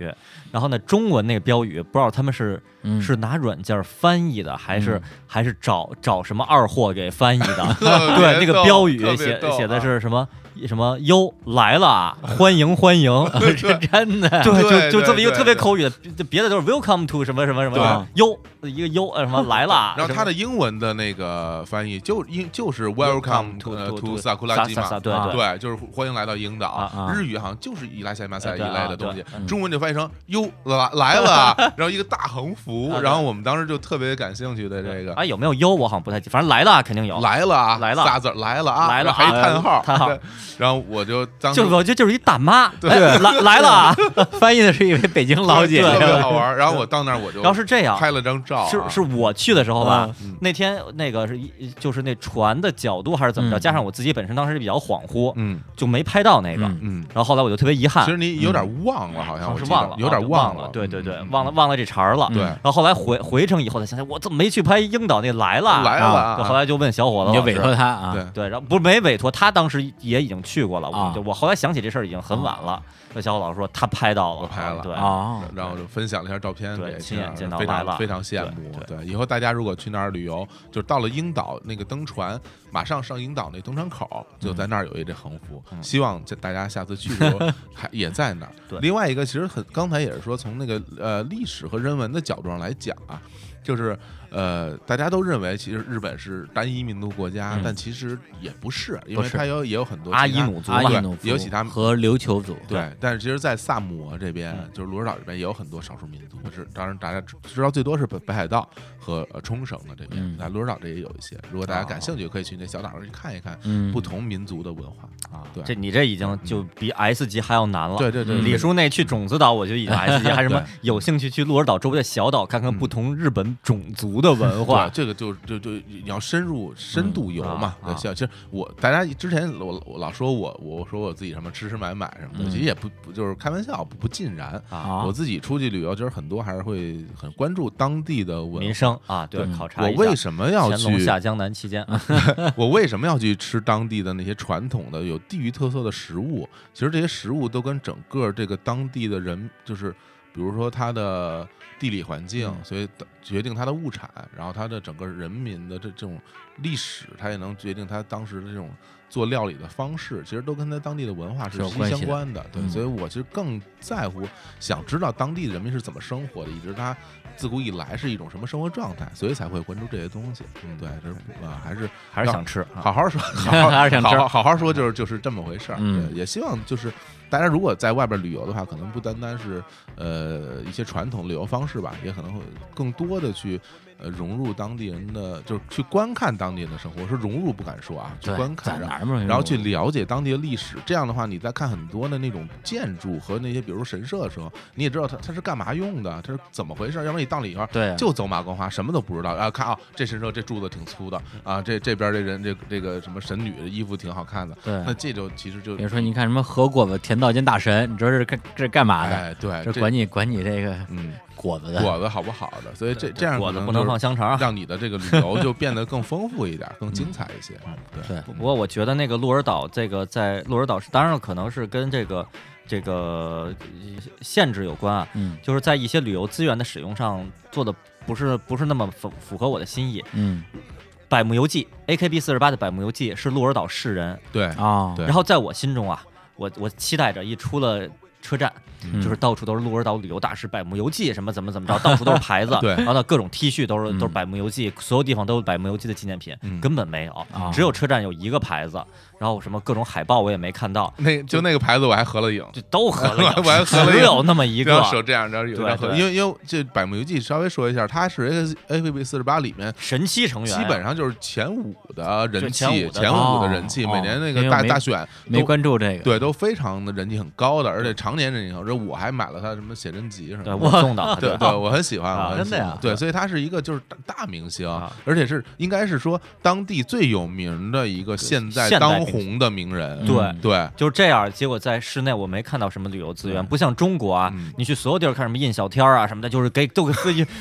Speaker 2: 然后呢，中文那个标语不知道他们是、
Speaker 3: 嗯
Speaker 2: 是拿软件儿翻译的，还是、
Speaker 3: 嗯
Speaker 2: 还是找找什么二货给翻译的？
Speaker 1: 特别
Speaker 2: 对，那个
Speaker 1: 逗
Speaker 2: 标语
Speaker 1: 特别
Speaker 2: 写
Speaker 1: 逗
Speaker 2: 写的
Speaker 1: 啊
Speaker 2: 是什么什么哟来了啊，欢迎 欢迎，
Speaker 1: 对
Speaker 3: 真的。
Speaker 1: 对
Speaker 2: 对，就就这么一个
Speaker 1: 对
Speaker 2: 特
Speaker 1: 对
Speaker 2: 别口语的，别别的都是 Welcome to 什么什么什么
Speaker 1: 对
Speaker 2: 啊哟，一个哟呃什么来了啊，
Speaker 1: 然后他
Speaker 2: 什么
Speaker 1: 的英文的那个翻译就英就是 Welcome to
Speaker 2: to-
Speaker 1: uh,
Speaker 2: to-
Speaker 1: to
Speaker 2: to-
Speaker 1: Sakura
Speaker 2: 萨萨萨对
Speaker 3: 啊
Speaker 2: 对
Speaker 1: 对，就是欢迎来到樱
Speaker 2: 啊
Speaker 1: 岛
Speaker 3: 啊。
Speaker 1: 日语好像就是伊拉塞马塞
Speaker 2: 哎
Speaker 1: 一
Speaker 2: 对
Speaker 1: 类的东西
Speaker 2: 啊，
Speaker 3: 嗯
Speaker 1: 中文就翻译成哟来来了啊， 然后一个大横幅
Speaker 2: 啊，对
Speaker 1: 然后我们当时就特别感兴趣的这个
Speaker 2: 啊有没有哟？我好像不太记，反正来了啊肯定有，
Speaker 1: 来了啊，
Speaker 2: 来了
Speaker 1: 仨字儿来了啊，
Speaker 2: 来了啊
Speaker 1: 还一叹号，
Speaker 2: 叹号
Speaker 1: 对。 然后我就当时
Speaker 2: 就是我觉得就是一大妈，哎来来 了啊，
Speaker 3: 翻译的是一位北京老姐
Speaker 1: 特别
Speaker 3: 姐。
Speaker 1: 好玩儿。然后我到那儿我就
Speaker 2: 然后是这样。
Speaker 1: 拍了张照啊，
Speaker 2: 是是我去的时候吧，
Speaker 1: 嗯
Speaker 2: 那天那个是一就是那船的角度还是怎么着，
Speaker 3: 嗯
Speaker 2: 加上我自己本身当时比较恍惚，
Speaker 1: 嗯
Speaker 2: 就没拍到那个。
Speaker 3: 嗯
Speaker 1: 嗯，
Speaker 2: 然后后来我就特别遗憾
Speaker 1: 其，实你有点忘了，好像
Speaker 2: 当
Speaker 1: 我
Speaker 2: 时
Speaker 1: 记得
Speaker 2: 嗯哦忘了，啊
Speaker 1: 有点
Speaker 2: 忘
Speaker 1: 了，
Speaker 2: 对对对，
Speaker 1: 嗯
Speaker 2: 忘了忘了这茬儿了。
Speaker 3: 嗯
Speaker 1: 对。
Speaker 2: 然后后来回回城以后才想起来，哎我怎么没去拍樱岛那来了？
Speaker 1: 来了啊
Speaker 2: 就后来就问小伙子
Speaker 3: 你就
Speaker 2: 老师
Speaker 3: 委托他啊，
Speaker 1: 对
Speaker 2: 对，然后不是没委托，他当时也已经去过了。
Speaker 3: 啊
Speaker 2: 我就我后来想起这事儿已经很晚了。那小伙老师说他拍到
Speaker 1: 我
Speaker 2: 了，
Speaker 1: 拍了
Speaker 2: 对
Speaker 3: 哦，
Speaker 1: 然后就分享了一下照片
Speaker 2: 对
Speaker 1: 给
Speaker 2: 亲眼
Speaker 1: 亲
Speaker 2: 见
Speaker 1: 人
Speaker 2: 到
Speaker 1: 非
Speaker 2: 来
Speaker 1: 常
Speaker 2: 了
Speaker 1: 非常羡慕。
Speaker 2: 对
Speaker 1: 对，以后大家如果去那儿旅游，就是到了樱岛那个登船，马上上樱岛那登船口，就在那儿有一这横幅。
Speaker 2: 嗯
Speaker 1: 希望这大家下次去的时 候还也在那儿。
Speaker 2: 对
Speaker 1: 另外一个其实很，刚才也是说从那个呃历史和人文的角度上来讲啊，就是呃大家都认为其实日本是单一民族国家，
Speaker 3: 嗯
Speaker 1: 但其实也不是，因
Speaker 2: 不
Speaker 1: 为
Speaker 2: 是
Speaker 1: 它有也有很多
Speaker 2: 阿
Speaker 1: 其
Speaker 2: 伊
Speaker 1: 他
Speaker 2: 努族
Speaker 3: 阿
Speaker 2: 嘛
Speaker 1: 对
Speaker 3: 伊努族
Speaker 1: 尤其他们
Speaker 3: 和琉球族，
Speaker 1: 对，但是其实，在萨摩这边，
Speaker 2: 嗯
Speaker 1: 就是鹿儿岛这边也有很多少数民族，是当然大家知知道最多是北北海道和呃冲绳的这边
Speaker 3: 嗯，
Speaker 1: 那、鹿儿岛这也有一些。如果大家
Speaker 2: 啊
Speaker 1: 感兴趣，可以去那小岛上去看一看
Speaker 3: 嗯，
Speaker 1: 不同民族的文化。
Speaker 2: 啊
Speaker 1: 对
Speaker 2: 这你啊这已经就比 S 级还要难了。
Speaker 1: 对对对，
Speaker 3: 嗯
Speaker 2: 李
Speaker 1: 对
Speaker 2: 叔那去种子岛，我就已经 S 级，还什么
Speaker 1: 对
Speaker 2: 有兴趣去鹿儿岛周围的小岛看看不同日本种族的文
Speaker 1: 对
Speaker 2: 化，
Speaker 1: 这个就就就你要深入深度游嘛。
Speaker 2: 嗯啊啊
Speaker 1: 像、其实我大家之前我我老说我我说我自己什么吃吃买买什么的，
Speaker 3: 嗯
Speaker 1: 其实也不不就是开玩笑，不不尽然。
Speaker 3: 啊，
Speaker 1: 我自己出去旅游，其实很多还是会很关注当地的文
Speaker 2: 民
Speaker 1: 化。
Speaker 2: 生啊，对，
Speaker 3: 嗯
Speaker 2: 考察
Speaker 1: 我
Speaker 2: 一下
Speaker 1: 为什么要
Speaker 2: 乾隆
Speaker 1: 去嗯
Speaker 2: 下江南期间，啊
Speaker 1: 我为什么要去吃当地的那些传统的有地域特色的食物？其实这些食物都跟整个这个当地的人，就是比如说它的地理环境，
Speaker 2: 嗯
Speaker 1: 所以决定它的物产，然后它的整个人民的这这种历史，它也能决定它当时的这种做料理的方式，其实都跟它当地的文化是
Speaker 3: 是有
Speaker 1: 息息
Speaker 3: 关系
Speaker 1: 相
Speaker 3: 的
Speaker 1: 关的。对，
Speaker 3: 嗯
Speaker 1: 所以我其实更在乎想知道当地人民是怎么生活的，以及他自古以来是一种什么生活状态，所以才会关注这些东西。嗯，对，这是啊，还是
Speaker 2: 还是想吃啊。
Speaker 1: 好好 说，好好
Speaker 3: 还是想吃
Speaker 1: 好好好好说，就是就是这么回事儿。
Speaker 3: 嗯
Speaker 1: 对也希望就是大家如果在外边旅游的话，可能不单单是呃一些传统旅游方式吧，也可能会更多的去呃融入当地人的，就是去观看当地人的生活。我说融入不敢说啊，去
Speaker 3: 对
Speaker 1: 观看，
Speaker 3: 在
Speaker 1: 然后
Speaker 3: 哪儿嘛？
Speaker 1: 然后去了解当地的历史。这样的话，你在看很多的那种建筑和那些比如说神社的时候，你也知道它它是干嘛用的，它是怎么回事儿。要不然你到里边
Speaker 3: 对啊
Speaker 1: 就走马观花，什么都不知道啊。看啊，这神社这柱子挺粗的啊，这这边这人这这个什么神女的衣服挺好看的。
Speaker 3: 对
Speaker 1: 那这就其实就
Speaker 3: 比如说你看什么和果子甜道间大神，你知道这是干这是干嘛的？
Speaker 1: 哎对，
Speaker 3: 这
Speaker 1: 这
Speaker 3: 管你管你这个
Speaker 1: 嗯
Speaker 3: 果子的，
Speaker 1: 果子好不好的，所以这这样
Speaker 2: 果
Speaker 1: 可
Speaker 2: 子
Speaker 1: 能
Speaker 2: 不
Speaker 1: 就
Speaker 2: 能
Speaker 1: 是
Speaker 2: 放香肠啊。
Speaker 1: 让你的这个旅游就变得更丰富一点，更精彩一些。
Speaker 3: 嗯
Speaker 1: 对
Speaker 3: 对
Speaker 2: 不过我觉得那个鹿儿岛这个在鹿儿岛是，当然了可能是跟这个这个呃限制有关啊，
Speaker 3: 嗯
Speaker 2: 就是在一些旅游资源的使用上做的不是不是那么符符合我的心意。
Speaker 3: 嗯
Speaker 2: 百慕游记 AKB 四十八的百慕游记是鹿儿岛市人，
Speaker 1: 对，
Speaker 3: 啊，
Speaker 1: 对，
Speaker 2: 然后在我心中啊，我我期待着一出了。车站
Speaker 3: 嗯
Speaker 2: 就是到处都是鹿儿岛旅游大师百慕游记什么怎么怎么着， 到处都是牌子
Speaker 1: 对
Speaker 2: 然后呢各种 T 恤都是
Speaker 3: 嗯
Speaker 2: 都是百慕游记，所有地方都有百慕游记的纪念品
Speaker 1: 嗯，
Speaker 2: 根本没有
Speaker 3: 啊，
Speaker 2: 只有车站有一个牌子，然后什么各种海报我也没看到，
Speaker 1: 那就那个牌子我还合了影。
Speaker 2: 就都合了
Speaker 1: 我还
Speaker 2: 影，
Speaker 1: 合了影
Speaker 2: 只有那么一
Speaker 1: 然后手
Speaker 2: 个
Speaker 1: 这样，然后有
Speaker 2: 对
Speaker 1: 然后
Speaker 2: 对
Speaker 1: 因为因为这《百慕游记》稍微说一下，它是 A A P P 四十八里面
Speaker 2: 神奇成员
Speaker 1: 基
Speaker 2: 啊，
Speaker 1: 本上就是前五的人气，
Speaker 2: 就前五的
Speaker 1: 前五的
Speaker 3: 哦
Speaker 1: 人气，
Speaker 3: 哦
Speaker 1: 每年那
Speaker 3: 因
Speaker 1: 个
Speaker 3: 为
Speaker 1: 大
Speaker 3: 没
Speaker 1: 大选
Speaker 3: 没
Speaker 1: 都
Speaker 3: 关注这个，
Speaker 1: 对都非常的人气很高的，而且常年人气很高。这我还买了他什么写真集什么
Speaker 2: 对
Speaker 1: 的。
Speaker 2: 我送到
Speaker 1: 对对，我很喜欢，
Speaker 2: 啊
Speaker 1: 我很喜
Speaker 3: 真的
Speaker 1: 欢
Speaker 3: 呀
Speaker 1: 对，所以他是一个就是大大明星
Speaker 2: 啊，
Speaker 1: 而且是应该是说当地最有名的一个现在
Speaker 2: 现代
Speaker 1: 当
Speaker 2: 明星
Speaker 1: 红的名人。
Speaker 2: 对
Speaker 1: 嗯对，
Speaker 2: 就是这样，结果在室内我没看到什么旅游资源，
Speaker 1: 对
Speaker 2: 不像中国啊
Speaker 1: 嗯，
Speaker 2: 你去所有地儿看什么印小天儿啊什么的，就是给 都给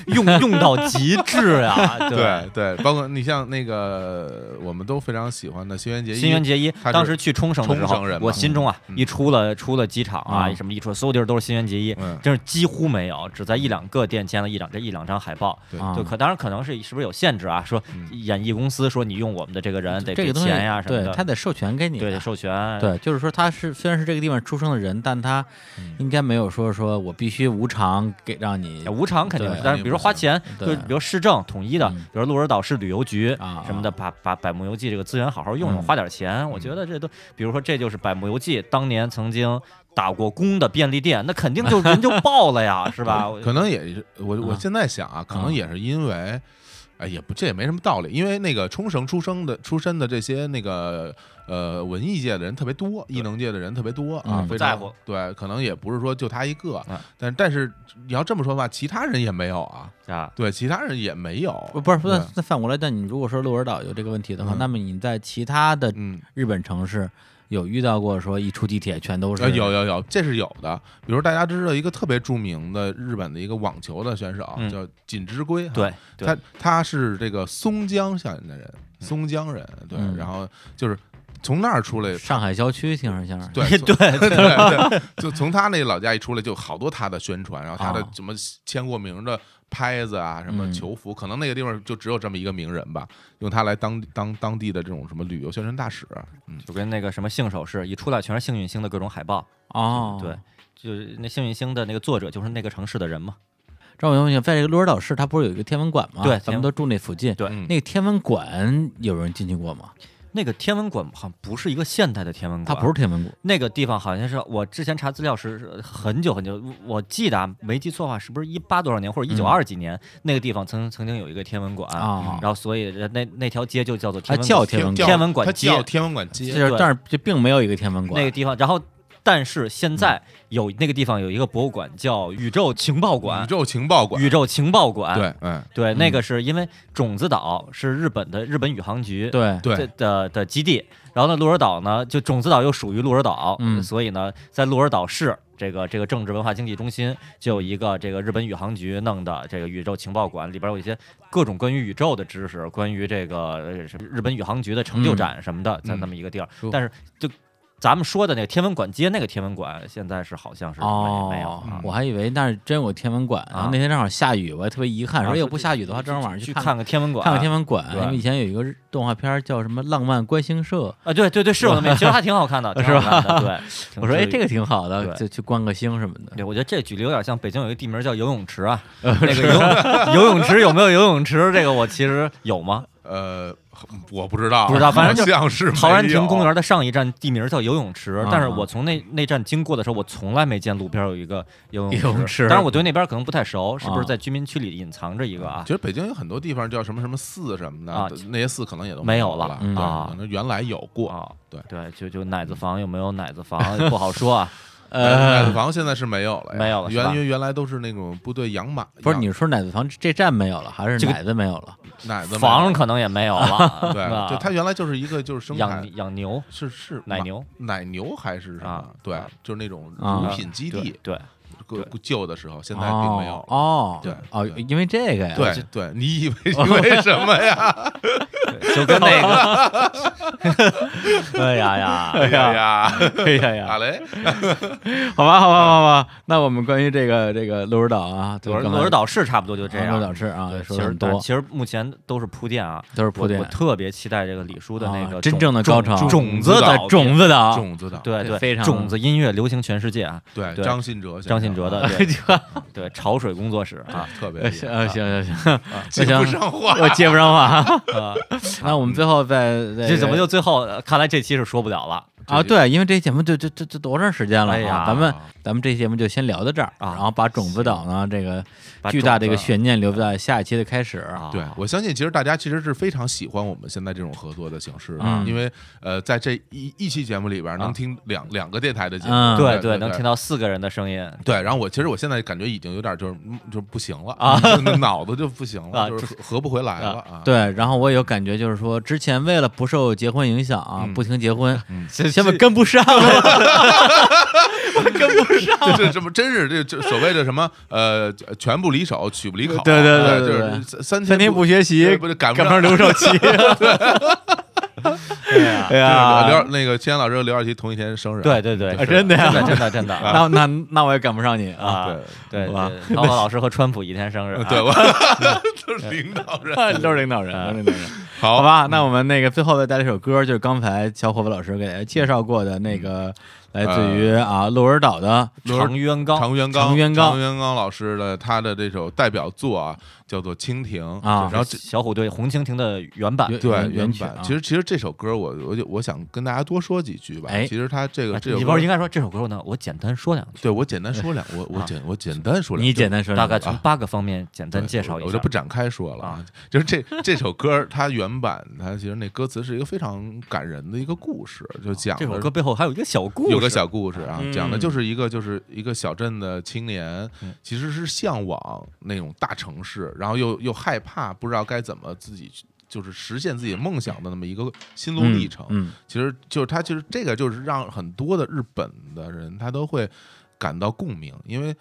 Speaker 2: 用用到极致啊 呀，吧。
Speaker 1: 对对，包括你像那个我们都非常喜欢的新垣结衣，
Speaker 2: 新垣结衣
Speaker 1: 他是
Speaker 2: 当时去冲绳的时
Speaker 1: 冲
Speaker 2: 候
Speaker 1: 绳人，嘛
Speaker 2: 我心中啊
Speaker 1: 嗯
Speaker 2: 一出了出了机场啊
Speaker 3: 嗯
Speaker 2: 什么一出，所有地儿都是新垣结衣
Speaker 1: 嗯，
Speaker 2: 真是几乎没有，只在一两个店签了一两这一两张海报。
Speaker 1: 对
Speaker 3: 啊
Speaker 2: 就可当然可能是是不是有限制啊？说
Speaker 1: 嗯
Speaker 2: 演艺公司说你用我们的这个人得
Speaker 3: 这
Speaker 2: 给
Speaker 3: 个东西
Speaker 2: 钱呀什么
Speaker 3: 对
Speaker 2: 的，
Speaker 3: 他得授权给你的，
Speaker 2: 对得授权，啊
Speaker 3: 对，就是说他是虽然是这个地方出生的人，但他应该没有说说我必须无偿给让你
Speaker 2: 无偿肯定是，
Speaker 3: 对
Speaker 2: 但是比如说花钱，就
Speaker 3: 对
Speaker 2: 是比如市政统一的，
Speaker 3: 嗯
Speaker 2: 比如鹿儿岛市旅游局
Speaker 3: 啊
Speaker 2: 什么的，把把百慕游记这个资源好好用用，
Speaker 3: 嗯
Speaker 2: 花点钱，我觉得这都，比如说这就是百慕游记当年曾经打过工的便利店，那肯定就人就 爆了呀，是吧？
Speaker 1: 可能也是我我
Speaker 3: 啊
Speaker 1: 现在想啊，可能也是因为，哎，也不这也没什么道理，因为那个冲绳出生的出身的这些那个呃文艺界的人特别多，艺能界的人特别多啊，
Speaker 3: 嗯
Speaker 1: 非
Speaker 2: 不在
Speaker 1: 常
Speaker 2: 乎
Speaker 1: 对，可能也不是说就他一个
Speaker 2: 嗯，
Speaker 1: 但但是你要这么说的话，其他人也没有啊，
Speaker 2: 啊，
Speaker 1: 对，其他人也没有，
Speaker 3: 不不是，
Speaker 1: 对
Speaker 3: 那那反过来，但你如果说鹿儿岛有这个问题的话，
Speaker 1: 嗯
Speaker 3: 那么你在其他的
Speaker 1: 嗯。
Speaker 3: 日本城市有遇到过说一出地铁全都
Speaker 1: 啊，
Speaker 3: 是
Speaker 1: 有有有，这是有的。比如大家知道一个特别著名的日本的一个网球的选手，啊
Speaker 2: 嗯
Speaker 1: 叫锦织圭，哈
Speaker 3: 啊
Speaker 2: 对，对
Speaker 1: 他他是这个松江县的人，松江人，对，
Speaker 3: 嗯
Speaker 1: 然后就是从那儿出来，
Speaker 3: 上海郊区，听着像是
Speaker 1: 对
Speaker 2: 对
Speaker 1: 从 对 对，就从他那老家一出来，就好多他的宣传，然后他的
Speaker 2: 哦
Speaker 3: 啊
Speaker 1: 什么签过名的拍子啊，什么
Speaker 3: 嗯
Speaker 1: 球服，可能那个地方就只有这么一个名人吧，用他来当当当地的这种什么旅游宣传大使，嗯，
Speaker 2: 就跟那个什么性手势一出来全是幸运星的各种海报，
Speaker 3: 哦，
Speaker 2: 对。就是那幸运星的那个作者，就是那个城市的人嘛。
Speaker 3: 张伟同学，在这个鹿儿岛市，它不是有一个天文馆吗？
Speaker 2: 对
Speaker 3: 咱们都住那附近。
Speaker 2: 对
Speaker 1: 嗯
Speaker 3: 那个天文馆有人进去过吗？
Speaker 2: 那个天文馆好像不是一个现代的天文
Speaker 3: 它
Speaker 2: 馆，
Speaker 3: 不是天文馆，
Speaker 2: 那个地方好像是我之前查资料是是很久很久，我我记得啊，没记错的话，是不是一八多少年或者一九二几年、那个地方曾曾经有一个天文馆
Speaker 3: 嗯啊
Speaker 2: 然后所以人那那条街就叫做
Speaker 3: 它
Speaker 2: 天文
Speaker 3: 叫
Speaker 2: 馆
Speaker 3: 天文
Speaker 1: 叫
Speaker 3: 馆，
Speaker 2: 天文馆
Speaker 1: 他
Speaker 2: 街
Speaker 1: 叫天文馆
Speaker 3: 就
Speaker 1: 街，
Speaker 3: 是
Speaker 2: 对
Speaker 3: 但是这并没有一个天文
Speaker 2: 那个
Speaker 3: 馆。嗯
Speaker 2: 地方，然后但是现在有、那个地方有一个博物馆叫宇宙情报馆，
Speaker 1: 宇宙情报馆，
Speaker 2: 宇宙情报馆，
Speaker 1: 对，嗯。
Speaker 2: 对那个是因为种子岛是日本的日本宇航局
Speaker 3: 对
Speaker 1: 对
Speaker 2: 的的的基地。然后呢，鹿儿岛呢，就种子岛又属于鹿儿岛，
Speaker 3: 嗯
Speaker 2: 所以呢，在鹿儿岛市这个这个政治文化经济中心，就有一个这个日本宇航局弄的这个宇宙情报馆，里边有一些各种关于宇宙的知识，
Speaker 3: 嗯
Speaker 2: 关于这个呃什么日本宇航局的成就展什么的，在那么一个地儿，
Speaker 1: 嗯
Speaker 2: 但是就。咱们说的那个天文馆街那个天文馆，现在是好像是
Speaker 3: 哦，
Speaker 2: 没没有啊。
Speaker 3: 我还以为那是真有天文馆，然后那天正好下雨，我还特别遗憾，
Speaker 2: 啊
Speaker 3: 说要
Speaker 2: 说
Speaker 3: 不
Speaker 2: 这
Speaker 3: 下雨的话，正好晚上
Speaker 2: 去
Speaker 3: 看看
Speaker 2: 看个天文馆，
Speaker 3: 看看天文馆，
Speaker 2: 对
Speaker 3: 因为以前有一个日动画片叫什么《浪漫观星社
Speaker 2: 啊，对对对，是我 的美，其实还挺好看的，挺好看的对，》，挺
Speaker 3: 我说哎，
Speaker 2: 治
Speaker 3: 这
Speaker 2: 愈
Speaker 3: 个挺好的，
Speaker 2: 对
Speaker 3: 就去观个星什么
Speaker 1: 嗯
Speaker 3: 的。
Speaker 2: 对，我觉得这举例有点像北京有一个地名叫游泳 池啊，
Speaker 1: 呃
Speaker 2: 那个游泳游泳池有没有游泳池？这个我其实有吗？
Speaker 1: 呃，我不知道，
Speaker 2: 不知道反正就
Speaker 1: 好像是
Speaker 2: 陶然
Speaker 1: 没有
Speaker 2: 亭公园的上一站地名叫游泳池
Speaker 3: 啊，
Speaker 2: 但是我从那那站经过的时候，我从来没见路边有一个游
Speaker 3: 游泳池
Speaker 2: 池。当然，我对那边可能不太熟，是不
Speaker 3: 啊
Speaker 2: 是在居民区里隐藏着一个啊
Speaker 1: 其？实北京有很多地方叫什么什么寺什么的，
Speaker 2: 啊
Speaker 1: 那些寺可能也都
Speaker 2: 没有
Speaker 1: 了
Speaker 2: 了
Speaker 1: 对
Speaker 3: 嗯
Speaker 2: 啊
Speaker 1: 可能原来有过。
Speaker 2: 啊，
Speaker 1: 对嗯
Speaker 2: 对，就就奶子房有没有奶子房不好说啊。
Speaker 1: 奶子
Speaker 3: 呃，
Speaker 1: 房现在是没有了呀，
Speaker 2: 没有了是
Speaker 1: 原
Speaker 2: 吧
Speaker 1: 因为原来都是那种部队养马，
Speaker 3: 不是
Speaker 1: 养
Speaker 3: 你说奶子房这站没有了，还是
Speaker 2: 这个
Speaker 3: 奶子没有了？
Speaker 1: 奶子没有
Speaker 2: 房可能也没有了，是
Speaker 1: 对，
Speaker 2: 吧
Speaker 1: 就它原来就是一个就是生产
Speaker 2: 养养牛
Speaker 1: 是是
Speaker 2: 奶
Speaker 1: 马
Speaker 2: 牛
Speaker 1: 奶牛还是什么
Speaker 2: 啊？
Speaker 1: 对
Speaker 2: 啊，
Speaker 1: 就是那种
Speaker 3: 啊
Speaker 1: 乳品基
Speaker 2: 对
Speaker 1: 地，
Speaker 2: 对，
Speaker 1: 各
Speaker 2: 对
Speaker 1: 旧的时候，现在并没有
Speaker 3: 哦
Speaker 1: 了。
Speaker 3: 哦，
Speaker 1: 对
Speaker 3: 哦
Speaker 1: 对，
Speaker 3: 因为这个呀，
Speaker 1: 对
Speaker 2: 这
Speaker 1: 对，你以为因为什么呀？
Speaker 2: 就 跟那个， 哎呀呀，
Speaker 1: 哎呀呀，
Speaker 3: 哎呀呀
Speaker 1: 打，雷！
Speaker 3: 好吧，好吧，好吧，那我们关于这个这个鹿儿岛啊，就
Speaker 2: 鹿儿
Speaker 3: 刚才
Speaker 2: 鹿儿岛市差不多就这
Speaker 3: 啊鹿
Speaker 2: 样。
Speaker 3: 儿岛市啊，
Speaker 2: 对，
Speaker 3: 也
Speaker 2: 其
Speaker 3: 说了
Speaker 2: 实
Speaker 3: 很
Speaker 2: 但
Speaker 3: 多
Speaker 2: 其实目前都是铺垫啊，
Speaker 3: 都是铺
Speaker 2: 我
Speaker 3: 垫
Speaker 2: 我，特别期待这个李叔的那
Speaker 3: 啊
Speaker 2: 个
Speaker 3: 真
Speaker 2: 种
Speaker 3: 正的高潮
Speaker 2: 种种子
Speaker 1: 种子
Speaker 2: 岛
Speaker 1: 岛
Speaker 2: 别
Speaker 3: 种子岛，
Speaker 1: 种子岛，
Speaker 2: 对对，
Speaker 3: 非常
Speaker 2: 种子音乐流行全世界啊，
Speaker 1: 对
Speaker 2: 对
Speaker 1: 张信哲先生，
Speaker 2: 张信哲
Speaker 3: 啊
Speaker 2: 的 对对潮水工作室啊，
Speaker 1: 特别
Speaker 3: 呃，
Speaker 1: 厉
Speaker 3: 行
Speaker 1: 害
Speaker 3: 呃行行行，
Speaker 1: 接
Speaker 3: 行
Speaker 1: 不上话，
Speaker 3: 我接不 上话。
Speaker 2: 呃，
Speaker 3: 那我们最后再再
Speaker 2: 这怎么就最后呃看来这期是说不了了
Speaker 3: 啊？对，因为这节目就就就就多长时间了
Speaker 2: 哎
Speaker 3: 啊？
Speaker 2: 呀
Speaker 3: 咱们咱们这期节目就先聊到这儿，
Speaker 2: 啊
Speaker 3: 然后把种子岛呢这个
Speaker 2: 把
Speaker 3: 巨大的一个
Speaker 2: 种子
Speaker 3: 悬念留在下一期的开始
Speaker 2: 啊？
Speaker 1: 对，我相信其实大家其实是非常喜欢我们现在这种合作的形式的，
Speaker 3: 嗯
Speaker 1: 因为呃，在这一一期节目里边能听两、两个电台的节目，
Speaker 3: 嗯
Speaker 2: 对
Speaker 1: 对，
Speaker 2: 能听
Speaker 1: 到。
Speaker 2: 到四个人的声音 啊，
Speaker 1: 对，然后我其实我现在感觉已经有点就是嗯就不行了
Speaker 2: 啊，
Speaker 1: 就 脑子就不行了，
Speaker 2: 啊
Speaker 1: 就是
Speaker 2: 这
Speaker 1: 合合不回来了啊。
Speaker 3: 对，然后我有感觉，就是说之前为了不受结婚影响啊，
Speaker 1: 嗯
Speaker 3: 不停结婚，
Speaker 2: 现
Speaker 3: 现在跟不上了，跟不上。
Speaker 1: 这这什么真是这这所谓的什么呃拳不离手曲不离口，
Speaker 3: 对对对
Speaker 1: 哎
Speaker 3: 对
Speaker 1: 就
Speaker 3: 对
Speaker 1: 是三三
Speaker 3: 三天不学习，
Speaker 1: 对不是赶不上
Speaker 3: 上刘少 奇。
Speaker 1: 就
Speaker 2: 对啊
Speaker 3: 哎
Speaker 1: 是
Speaker 3: 呀，
Speaker 1: 刘那个千老师和刘少奇同一天生日，
Speaker 2: 对对对
Speaker 3: 啊，
Speaker 2: 是
Speaker 3: 真的呀
Speaker 2: 真的真的真 的啊
Speaker 3: 那那那我也赶不上你啊！
Speaker 2: 啊
Speaker 1: 对，呃
Speaker 2: 对
Speaker 3: 哇
Speaker 2: 对，高考老师和川普一天生日啊，
Speaker 1: 对，我 就是领导 人。
Speaker 3: 都是领导人，都是领导人。
Speaker 1: 好
Speaker 3: 啊好，嗯吧，那我们那个最后再带来一首歌，就是刚才小伙伴老师给大家介绍过的那个，来自于啊嗯鹿儿岛的
Speaker 2: 哦常渊刚
Speaker 1: 常元刚，
Speaker 3: 常元刚
Speaker 1: 常元刚老师的他的这首代表作啊，叫做《蜻蜓》
Speaker 3: 啊
Speaker 1: 然后这。
Speaker 2: 小虎队红蜻蜓的原版
Speaker 3: 原
Speaker 1: 对
Speaker 3: 原
Speaker 1: 原
Speaker 3: 曲
Speaker 1: 版
Speaker 3: 啊，
Speaker 1: 其实其实这首歌我我就我想跟大家多说几句吧。
Speaker 3: 哎
Speaker 1: 其实他这个
Speaker 2: 啊
Speaker 1: 这首
Speaker 2: 你不是应
Speaker 1: 歌，
Speaker 2: 该说这首歌呢？我简单说两句，
Speaker 1: 对我简单说两，我我
Speaker 2: 啊
Speaker 1: 简我简单说两句，
Speaker 3: 你简单说
Speaker 2: 大
Speaker 3: 两
Speaker 2: 概
Speaker 3: 句，
Speaker 2: 从八个方面简单
Speaker 1: 啊对
Speaker 2: 介绍一
Speaker 1: 我
Speaker 2: 下。
Speaker 1: 我就不展开说了啊
Speaker 2: 啊。
Speaker 1: 就是这这首歌，它原版它其实那歌词是一个非常感人的一个故事，就讲
Speaker 2: 这首
Speaker 1: 的
Speaker 2: 歌背后还有一个小故事，
Speaker 1: 有个小故事啊，
Speaker 3: 嗯
Speaker 1: 讲的就是一个就是一个小镇的青年，其实是向往那种大城市，然后又又害怕不知道该怎么自己去就是实现自己梦想的那么一个心路
Speaker 3: 嗯
Speaker 1: 历程。
Speaker 3: 嗯
Speaker 1: 其实就是他其实这个就是让很多的日本的人他都会感到共鸣，因为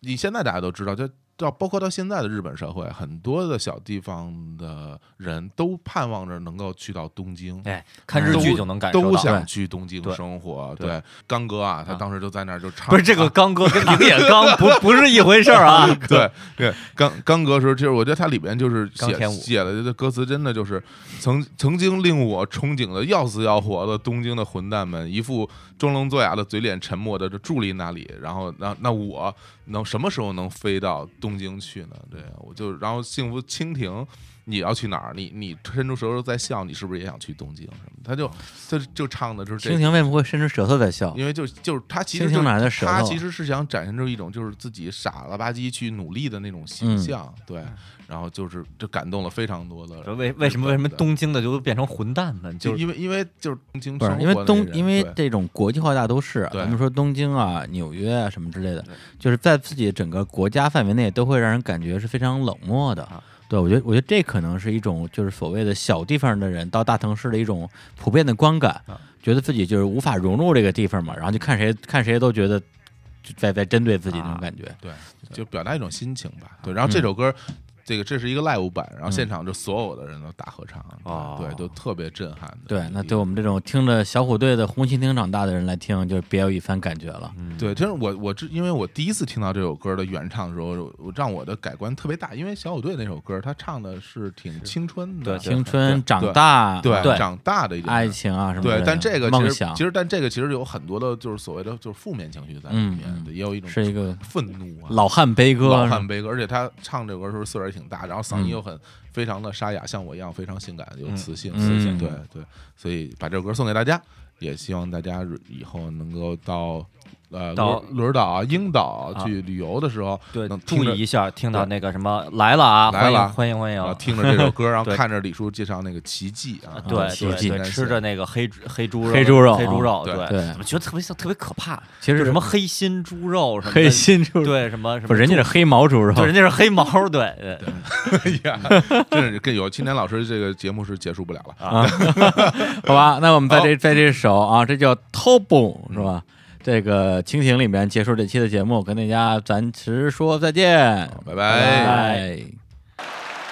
Speaker 1: 你现在大家都知道，就到包括到现在的日本社会，很多的小地方的人都盼望着能够去到东京。
Speaker 2: 哎，看日剧就能感受到。
Speaker 1: 嗯都想
Speaker 2: 对
Speaker 1: 去东京
Speaker 2: 对
Speaker 1: 生活。
Speaker 2: 对
Speaker 1: 对，刚哥啊，他
Speaker 2: 啊
Speaker 1: 当时就在那儿就唱，
Speaker 2: 不是这个
Speaker 1: 啊。
Speaker 2: 刚哥跟平野 刚不不是一回事儿啊，
Speaker 1: 对对，刚刚哥时候，就是我觉得他里边就是
Speaker 2: 钢
Speaker 1: 写
Speaker 2: 铁舞
Speaker 1: 写的这歌词，真的就是曾曾经令我憧憬的要死要活的东京的混蛋们，一副装聋作哑的嘴脸，沉默的就伫立那里。然后那那我能什么时候能飞到东京去呢？对啊我就然后幸福蜻蜓。你要去哪儿？你你伸出舌头在笑，你是不是也想去东京什么？他就他就唱的就是这
Speaker 3: 蜻蜓为什么会伸出舌头在笑？
Speaker 1: 因为就就是他其
Speaker 3: 蜻
Speaker 1: 实
Speaker 3: 蜓
Speaker 1: 就
Speaker 3: 哪来的舌头啊
Speaker 1: 他其实是想展现出一种就是自己傻了吧唧去努力的那种
Speaker 3: 嗯
Speaker 1: 形象，对，然后就是这感动了非常多的
Speaker 2: 说
Speaker 1: 人。
Speaker 2: 为为什么为什么
Speaker 1: 对
Speaker 2: 东京的就变成混蛋们？
Speaker 1: 就
Speaker 2: 就
Speaker 1: 因为因为就是东京
Speaker 3: 不
Speaker 1: 生
Speaker 3: 是
Speaker 1: 活，
Speaker 3: 因为
Speaker 1: 的
Speaker 3: 东，
Speaker 1: 人
Speaker 3: 因为
Speaker 1: 对
Speaker 3: 这种国际化大都市啊，
Speaker 1: 对
Speaker 3: 咱们说东京啊、纽约啊什么之类的，就是在自己整个国家范围内，都会让人感觉是非常冷漠的
Speaker 2: 啊。
Speaker 3: 对，我觉得，我觉得这可能是一种就是所谓的小地方的人到大城市的一种普遍的观感
Speaker 2: 啊，
Speaker 3: 觉得自己就是无法融入这个地方嘛，然后就看谁看谁都觉得就在在针对自己那种
Speaker 2: 啊
Speaker 3: 感觉。嗯
Speaker 1: 对，就表达一种心情吧。对，然后这首歌这个这是一个 live 版，然后现场就所有的人都大合唱，
Speaker 2: 哦
Speaker 1: 对，都特别震撼的一个。
Speaker 3: 对，那对我们这种听着小虎队的红蜻蜓长大的人来听，就别有一番感觉了。
Speaker 1: 对，就是我我之因为我第一次听到这首歌的原唱的时候，我我让我的改观特别大，因为小虎队那首歌他唱的是挺青春的，
Speaker 2: 对
Speaker 3: 啊青春、长
Speaker 1: 对
Speaker 3: 大、
Speaker 1: 对
Speaker 3: 对
Speaker 1: 长大的一个
Speaker 3: 爱情啊什么的，
Speaker 1: 对，但这个其
Speaker 3: 梦
Speaker 1: 实
Speaker 3: 想
Speaker 1: 其实但这个其实有很多的，就是所谓的就是负面情绪在里
Speaker 3: 嗯
Speaker 1: 面，
Speaker 3: 嗯
Speaker 1: 对也有一种
Speaker 3: 是一个
Speaker 1: 愤怒啊。
Speaker 3: 老汉悲歌，
Speaker 1: 老
Speaker 3: 是吧嗯
Speaker 1: 汉悲歌，而且他唱这首歌的时候岁数也挺大，然后嗓音又很非常的沙哑，像我一样非常性感，有磁性，
Speaker 3: 嗯
Speaker 1: 磁性
Speaker 3: 嗯
Speaker 1: 对对，所以把这首歌送给大家，也希望大家以后能够到呃
Speaker 2: 到
Speaker 1: 轮轮岛啊、英岛
Speaker 2: 啊
Speaker 1: 去旅游的时候，
Speaker 2: 对
Speaker 1: 能，听
Speaker 2: 注
Speaker 1: 着
Speaker 2: 意一下，听到那个什么来了啊，
Speaker 1: 来了啊
Speaker 2: 欢迎欢迎
Speaker 1: 啊
Speaker 2: 欢迎，
Speaker 1: 听着这首 歌，然后
Speaker 2: 对
Speaker 1: 看着李叔介绍那个奇迹啊，
Speaker 2: 对
Speaker 1: 奇
Speaker 2: 对
Speaker 1: 迹
Speaker 2: 对，
Speaker 1: 难
Speaker 2: 吃
Speaker 1: 写
Speaker 2: 着那个黑猪黑猪肉，
Speaker 3: 黑猪肉
Speaker 2: 黑猪肉，
Speaker 1: 啊对
Speaker 3: 对
Speaker 2: 怎么觉得特别像特别可怕？
Speaker 3: 其实
Speaker 2: 就什么黑心猪肉什么的，
Speaker 3: 黑心猪，，
Speaker 2: 对什么什么猪，
Speaker 3: 不，人家是黑毛猪肉，
Speaker 2: 对人家是黑毛，对对
Speaker 1: 哎呀，真是跟有青年老师这个节目是结束不了了。
Speaker 3: 啊， 好吧，那我们在
Speaker 1: 哦
Speaker 3: 这在这首啊，这叫 t o b o 是
Speaker 1: 嗯
Speaker 3: 吧？这个蜻蜓里面结束这期的节目，跟大家咱其实说再见，
Speaker 1: 拜拜
Speaker 3: 拜拜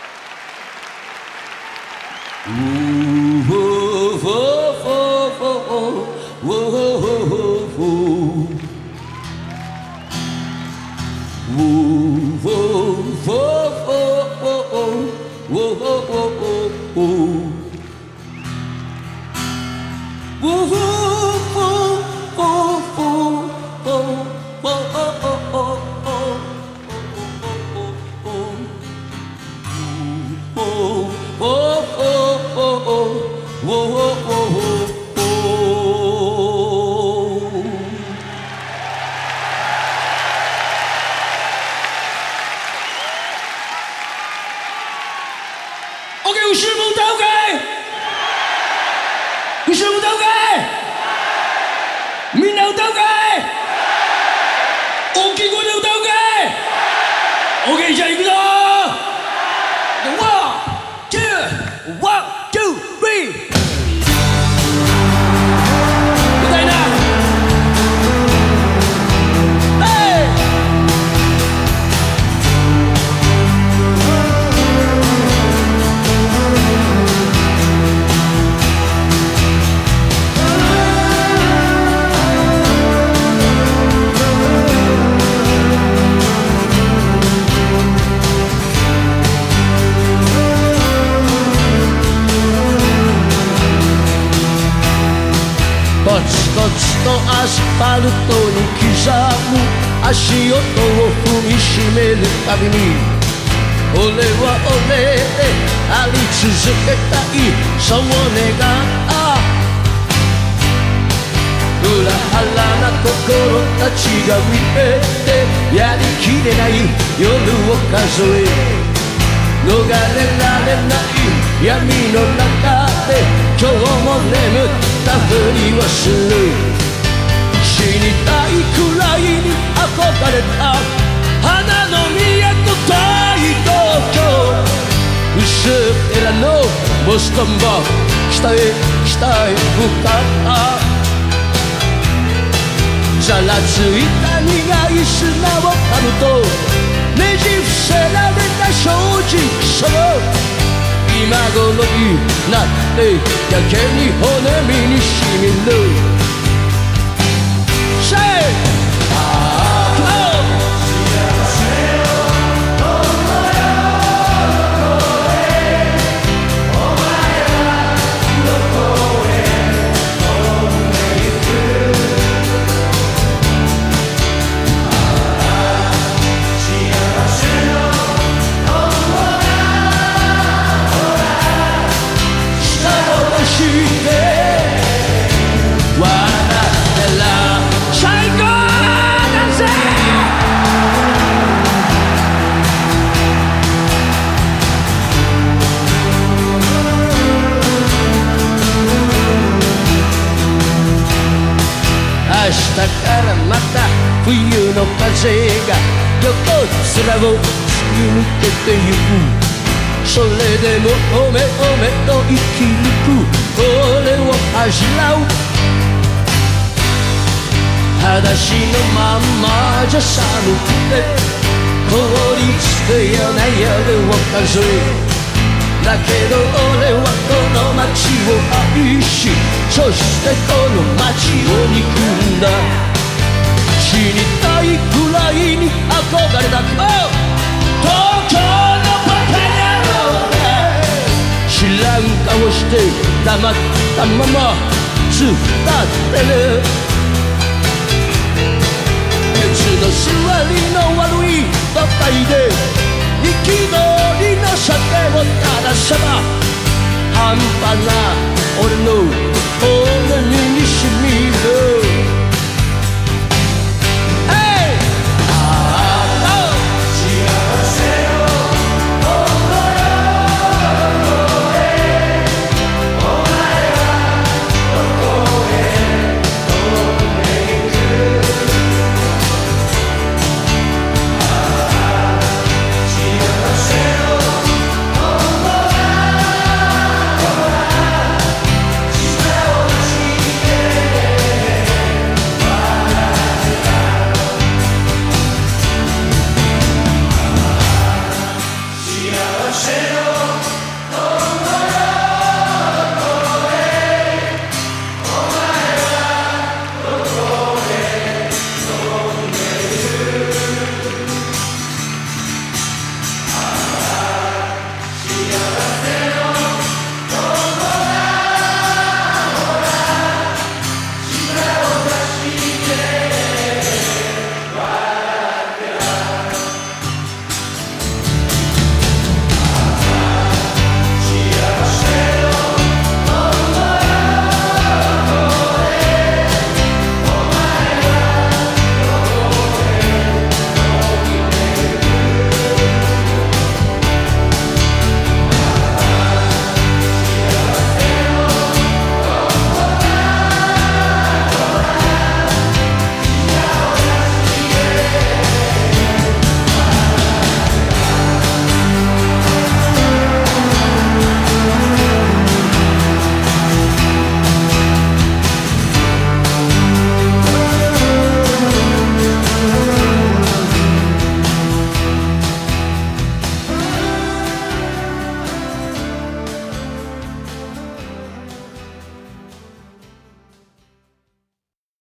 Speaker 5: 我给我师傅倒给，我师傅倒给，民调倒给，我给我倒给，我给下一个了。One, two, one, two, three。我在哪？哎。コツコツとアスファルトに刻む足音を踏みしめるたびに俺は俺であり続けたいそう願う裏腹な心たちが見えてやりきれない夜を数え逃れられない闇の中で今日も眠ったふりをする死にたいくらいに憧れた花の都大東京薄っぺらのボストンも下へ下へ向かったざらついた苦い砂を噛むとねじ伏せられた正直さを今頃になってやけに骨身にしみる Say! Oh! 舌を出して笑ってら最高だぜ明日からまた冬の風が横面を突き抜けてゆくそれでもおめおめと生き抜く俺をあしらう裸足のまんまじゃ寒くて
Speaker 6: り着くような夜を数えだけど俺はこの街を愛しそしてこの街を憎んだ死にたいくらいに憧れたか東京のバカ野郎だ知らん顔して黙ったまま突っ立ってる別の座りの悪いばかりで憤りの酒を垂らせば半端な